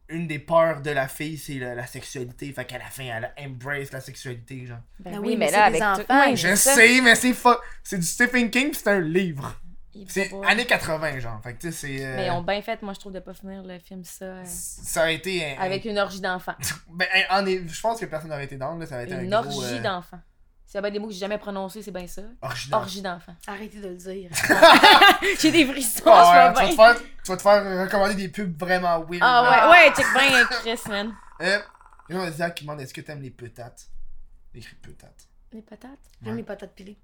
une des peurs de la fille, c'est la, la sexualité. Fait qu'à la fin, elle embrace la sexualité, genre. Ben, Ben oui, oui, mais mais là, c'est des avec tout- enfants, Ouais, Je c'est ça. sais, mais c'est fa- C'est du Stephen King, puis c'est un livre. Il C'est faut pas. années 80, genre. Fait que, tu sais, c'est. euh, Mais ils ont bien fait, moi, je trouve, de pas finir le film ça euh, Ça a été. un- avec une orgie d'enfants. Ben, un- en est- je pense que personne n'aurait été down, là. Ça a été Une un gros, orgie euh, d'enfants. C'est bien des mots que j'ai jamais prononcés, c'est bien ça. Orgie d'or- Orgie d'enfants. Arrêtez de le dire. j'ai des frissons, Ah ouais, je tu, vas vois bien. te faire, tu vas te faire recommander des pubs vraiment weird. là. Ah ouais, ouais, check bien Chris, man. Euh, il y a un Zach qui demande est-ce que t'aimes les petates Écrit petates. Des patates? J'aime les patates pilées.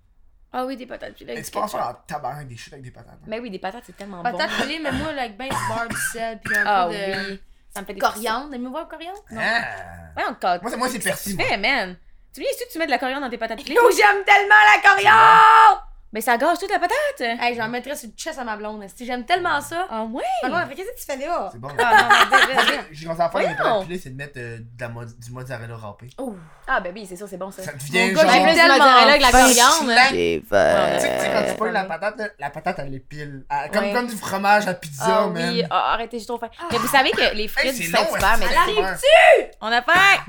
Ah oui, des patates. puis là, Et du tu peux en ketchup. faire en tabarnak des shit avec des patates. hein. Mais Ben oui, des patates, c'est tellement Patates bon. pilées, mais moi, là, avec ben du beurre, du sel, puis un Ah peu de... oui. Ça me fait des Coriandre, aimez-vous voir le coriandre? Ah. Ouais, on cote. Moi, c'est- moi, c'est persil. moi. Fais, man. Tu viens ici, tu mets de la coriandre dans tes patates pilées. Yo, j'aime tellement la coriandre! Mais ça gâche toute la patate. Hey, j'en mettrais sur le chest à ma blonde. esti. J'aime tellement ça. Ah ouais? Ma blonde, elle fait qu'est-ce que tu fais là? C'est bon. Ah, non, mais déjà, déjà. J'ai commencé à faire des Voyons. patates pilées, c'est de mettre euh, de la mo- du mozzarella râpé. Oh, Ah, ben oui, c'est sûr, c'est bon ça. Ça devient gars, genre. J'ai plus Tu de mozzarella avec la faim. coriandre. hein. sais, tu sais, quand tu Euh, pognes la ouais. patate, là, la patate, elle est pile. Ah, Comme, Ouais. comme du fromage à pizza, Ah man. oui, ah, arrêtez, j'ai trop faim. Mais vous savez que les frites Hey, du c'est long, hein. Saint-Hubert, est-ce mais que là, c'est il long? on a faim!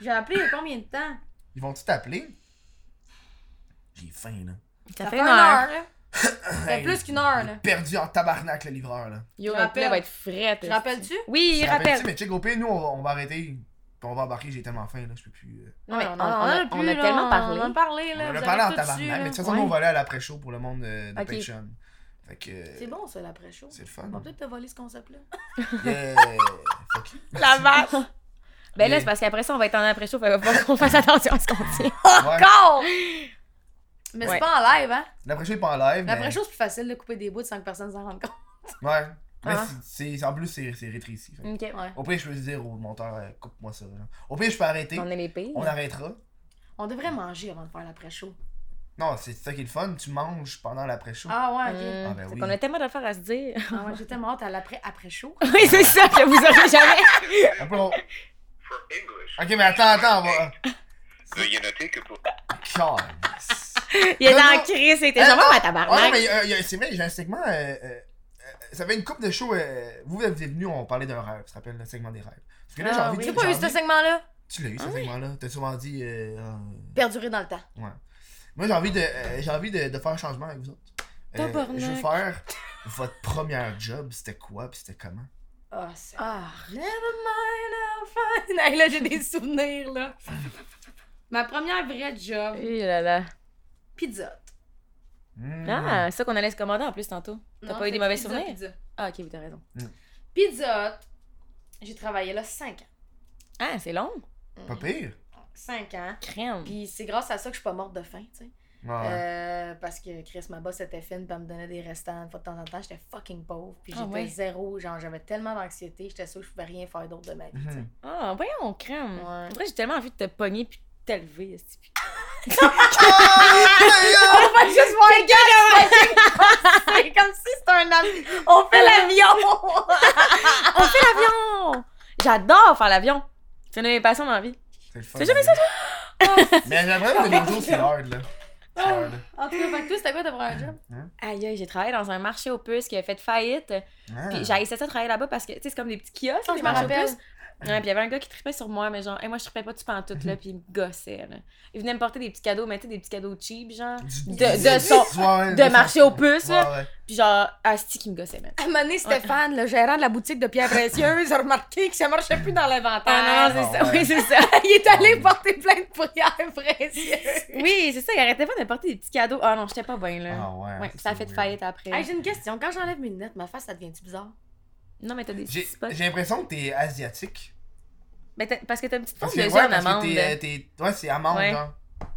j'ai appelé il y a combien de temps? Ils vont-tu t'appeler? J'ai faim, là. Ça fait une heure. là. Ça fait plus qu'une heure, là. Perdu en tabarnak, le livreur, là. Yo, Je le rappelle. poulet va être frais. Tu rappelles-tu? Oui, il rappelle. Rappelles-tu, Mais check au pire, nous, on va, on va arrêter. Puis on va embarquer, j'ai tellement faim, là, je peux plus. euh. Non, mais Ah, on, on a, plus, on a là, tellement parlé. On en a parlé, On là. en a vous parlé en avez tout dessus, tabarnak, là. mais de toute façon, on va aller à l'après-show pour le monde euh, de Ok. Patreon. Fait que. euh, C'est bon, ça, l'après-chaud. C'est le fun. On va peut-être te voler ce concept-là. Yeah! Fuck you. La vache! Ben là, Mais- c'est parce qu'après ça, on va être en après-chaud, fait qu'il va falloir qu'on fasse attention à ce qu'on dit. Ouais. Encore! Mais Ouais. c'est pas en live, hein? L'après-show est pas en live. mais- L'après-chose, c'est plus facile de couper des bouts sans que personne s'en rende compte. Ouais. Mais Ah. c'est, c'est- en plus, c'est, c'est rétréci. fait que- Ok. Ouais. Au pire, je peux dire au monteur, euh, coupe-moi ça. genre. Au pire, je peux arrêter. On est les pires. On arrêtera. On devrait manger avant de faire l'après-chaud. Non, c'est ça qui est le fun. Tu manges pendant l'après-show. Ah ouais, ok. Hmm. Ah, ben C'est oui. qu'on a tellement d'affaires à se dire. Ah ouais, j'étais morte à l'après-après-chaud. oui, c'est ça que vous aurez jamais. Un peu long. for English. Ok, mais attends, attends, on va. Ah, Veuillez noter que pour Calisse. Il est Non, en non. crise, il était Euh, genre, non. ma Ah non, tabarnak. mais euh, y a- c'est vrai, j'ai un segment. euh, euh, euh, ça fait une coupe de show. euh, vous, vous êtes venus, on parlait d'un rêve. Ça s'appelle le segment des rêves. Parce que là, j'ai Ah envie oui. de- J'ai pas j'ai vu ce Ah envie- segment-là. Tu l'as eu, ce segment-là. T'as souvent dit. euh, euh, Perdurer dans le temps. Moi, j'ai envie, de, euh, j'ai envie de, de faire un changement avec vous autres. Euh, Tabarnak. je veux faire votre première job. C'était quoi, puis c'était comment? Ah, c'est... Ah, Never mind, I'll find- Hey, là, j'ai des souvenirs, là. Ma première vraie job, oui, là là. pizza. Hmm. Ah, c'est ça qu'on allait se commander en plus tantôt. T'as Non, pas eu des c'est mauvais Pizza Hut, souvenirs? Pizza. Hut. Ah, ok, oui, t'as raison. Pizza Hut, j'ai travaillé là 5 ans. Ah, c'est long. Pas pire. 5 ans. Crème. Puis c'est grâce à ça que je suis pas morte de faim, tu sais. Ah Ouais. Euh, parce que Chris, ma boss était fine, puis elle me donnait des restants une fois de temps en temps. J'étais fucking pauvre, puis Ah j'étais ouais. zéro. Genre, j'avais tellement d'anxiété, j'étais sûre que je pouvais rien faire d'autre de ma vie, tu sais. Mhm. Ah, voyons, crème. Ouais. Après, j'ai tellement envie de te pogner puis de t'élever. esti. On va juste voir les gars! C'est comme si c'était un ami. On fait l'avion! Ah! On fait l'avion! J'adore faire l'avion. C'est une de mes passions dans la vie. C'est le fun. hein. Ah, T'as jamais ça, Ah, Mais j'aimerais que nos jours, c'est hard, là. C'est hard, là. En tout cas, fait que toi, c'était quoi ta première job? Aïe, aïe, j'ai travaillé dans un marché aux puces qui a fait faillite. Ah. Puis Ah, j'haïssais ça travailler là-bas parce que, tu sais, c'est comme des petits kiosques, Oh, les je marchés m'en aux puces. Ouais, puis il y avait un gars qui tripait sur moi, mais genre, hey, moi je tripais pas du pantoute, Mhm. là, puis il me gossait, là. Il venait me porter des petits cadeaux, mais tu sais, des petits cadeaux cheap, genre. Du- de- du- de son- ouais, de son- marché aux puces, Ouais, là. ouais. Puis genre, Asti qui me gossait, man. À un moment donné, Stéphane, le gérant de la boutique de Pierre Précieuse, a remarqué que ça marchait plus dans Ah l'inventaire. non, non, c'est Ah, ça. ouais. Oui, c'est ça. Il est allé porter plein de Pierre Précieuses. Oui, c'est ça. Il arrêtait pas de me porter des petits cadeaux. Ah non, j'étais pas bien, là. Ah ouais. ouais, c'est ça a fait weird. faillite après. Hey, j'ai une question. Quand j'enlève mes lunettes, ma face, ça devient-tu bizarre? Non, mais t'as des J'ai petits spots. j'ai l'impression que t'es asiatique. Mais t'as- parce que t'as une petite Parce forme que, de yeux ouais, en parce amande. que t'es- euh, t'es. Ouais, c'est amande, Ouais. genre. Fait que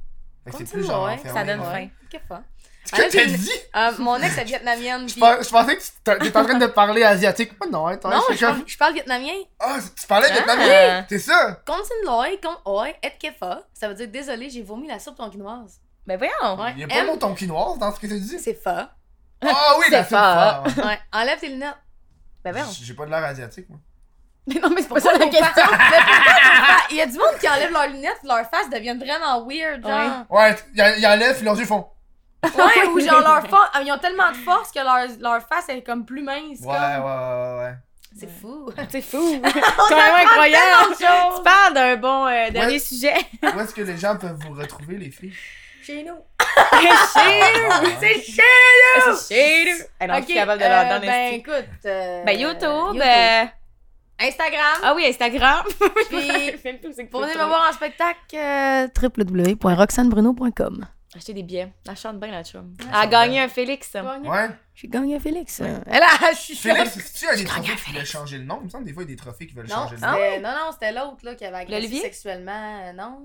c'est Comme plus ça, genre. ouais, fait, ça ouais, donne ouais. faim. Quelle fois? C'est ce que Ah, là, t'as j'ai- dit? Euh, mon ex est vietnamien. Je puis- pens- je pensais que tu t'a- t'étais en train de parler asiatique. Mais non, hein, t'as- Non, c'est je comme- parle, je parle vietnamien. Ah, c'est- tu parlais Ah. vietnamien! C'est ça! Konsin loi, kon oi, et kefa. Ça veut dire désolé, j'ai vomi la soupe tonkinoise. Mais Ben voyons. Ouais. Il y a pas M, mon tonkin noir dans ce que t'as dit. c'est fa. Ah oui, C'est la soupe fort. fort, ouais. Ouais, enlève tes lunettes. Ben voyons. J'ai pas de l'air asiatique, moi. Mais non, mais c'est pas ça la Nos parents- question. Mais pourquoi nos parents- Il y a du monde qui enlève leurs lunettes, leur face deviennent vraiment weird, genre. Ouais, t- il y enlève, puis leurs yeux font. Ouais, ou genre leur force, ils ont tellement de force que leur, leur face est comme plus mince. Ouais, comme- ouais, ouais, ouais. C'est fou. C'est fou. C'est quand même incroyable. Tu parles d'un bon euh, dernier Ouais. sujet. Où est-ce que les gens peuvent vous retrouver, les filles? Ah, Chez nous. C'est C'est chiant. Shade. Elle est capable de leur donner ben un écoute. euh, Ben YouTube. euh, Instagram. Ah oui, Instagram. Puis Filme tout, c'est que pour tu venir peux me voir en spectacle, euh, www.roxanebruno.com. Acheter des billets. La chante bien, la chum. Elle Ah, a gagné un Félix. Ouais. J'ai gagné un Félix. Elle a, je suis Félix, c'est-tu un des trophées qui voulait changer le nom? Il me semble des fois, il y a des trophées qui veulent Non, changer le nom. c'était- non, non, c'était l'autre là qui avait agressé L'Olivier? sexuellement. euh, Non.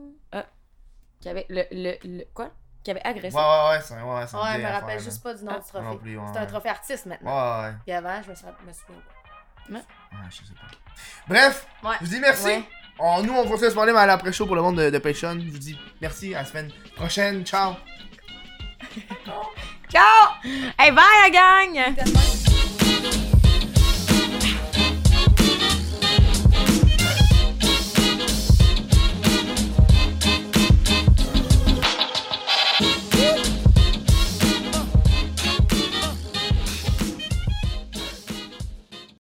Qui avait le, le, le- Quoi Qui avait agressé. Ouais, ouais, ouais, c'est ouais, ouais, c'est une Ouais, je vieille me affaire, rappelle là. Ah, juste pas du nom du Moi non trophée. plus, ouais, C'était un ouais. trophée artiste maintenant. Ouais, ouais. Puis avant, je me souviens, me souviens pas. Ouais, je sais pas. Bref, Ouais. je vous dis merci. Ouais. On- nous, on continue à se parler, mais à l'après-show pour le monde de, de Patreon. Je vous dis merci, à la semaine prochaine. Ciao! Ciao! Hey, bye, la gang! Tellement-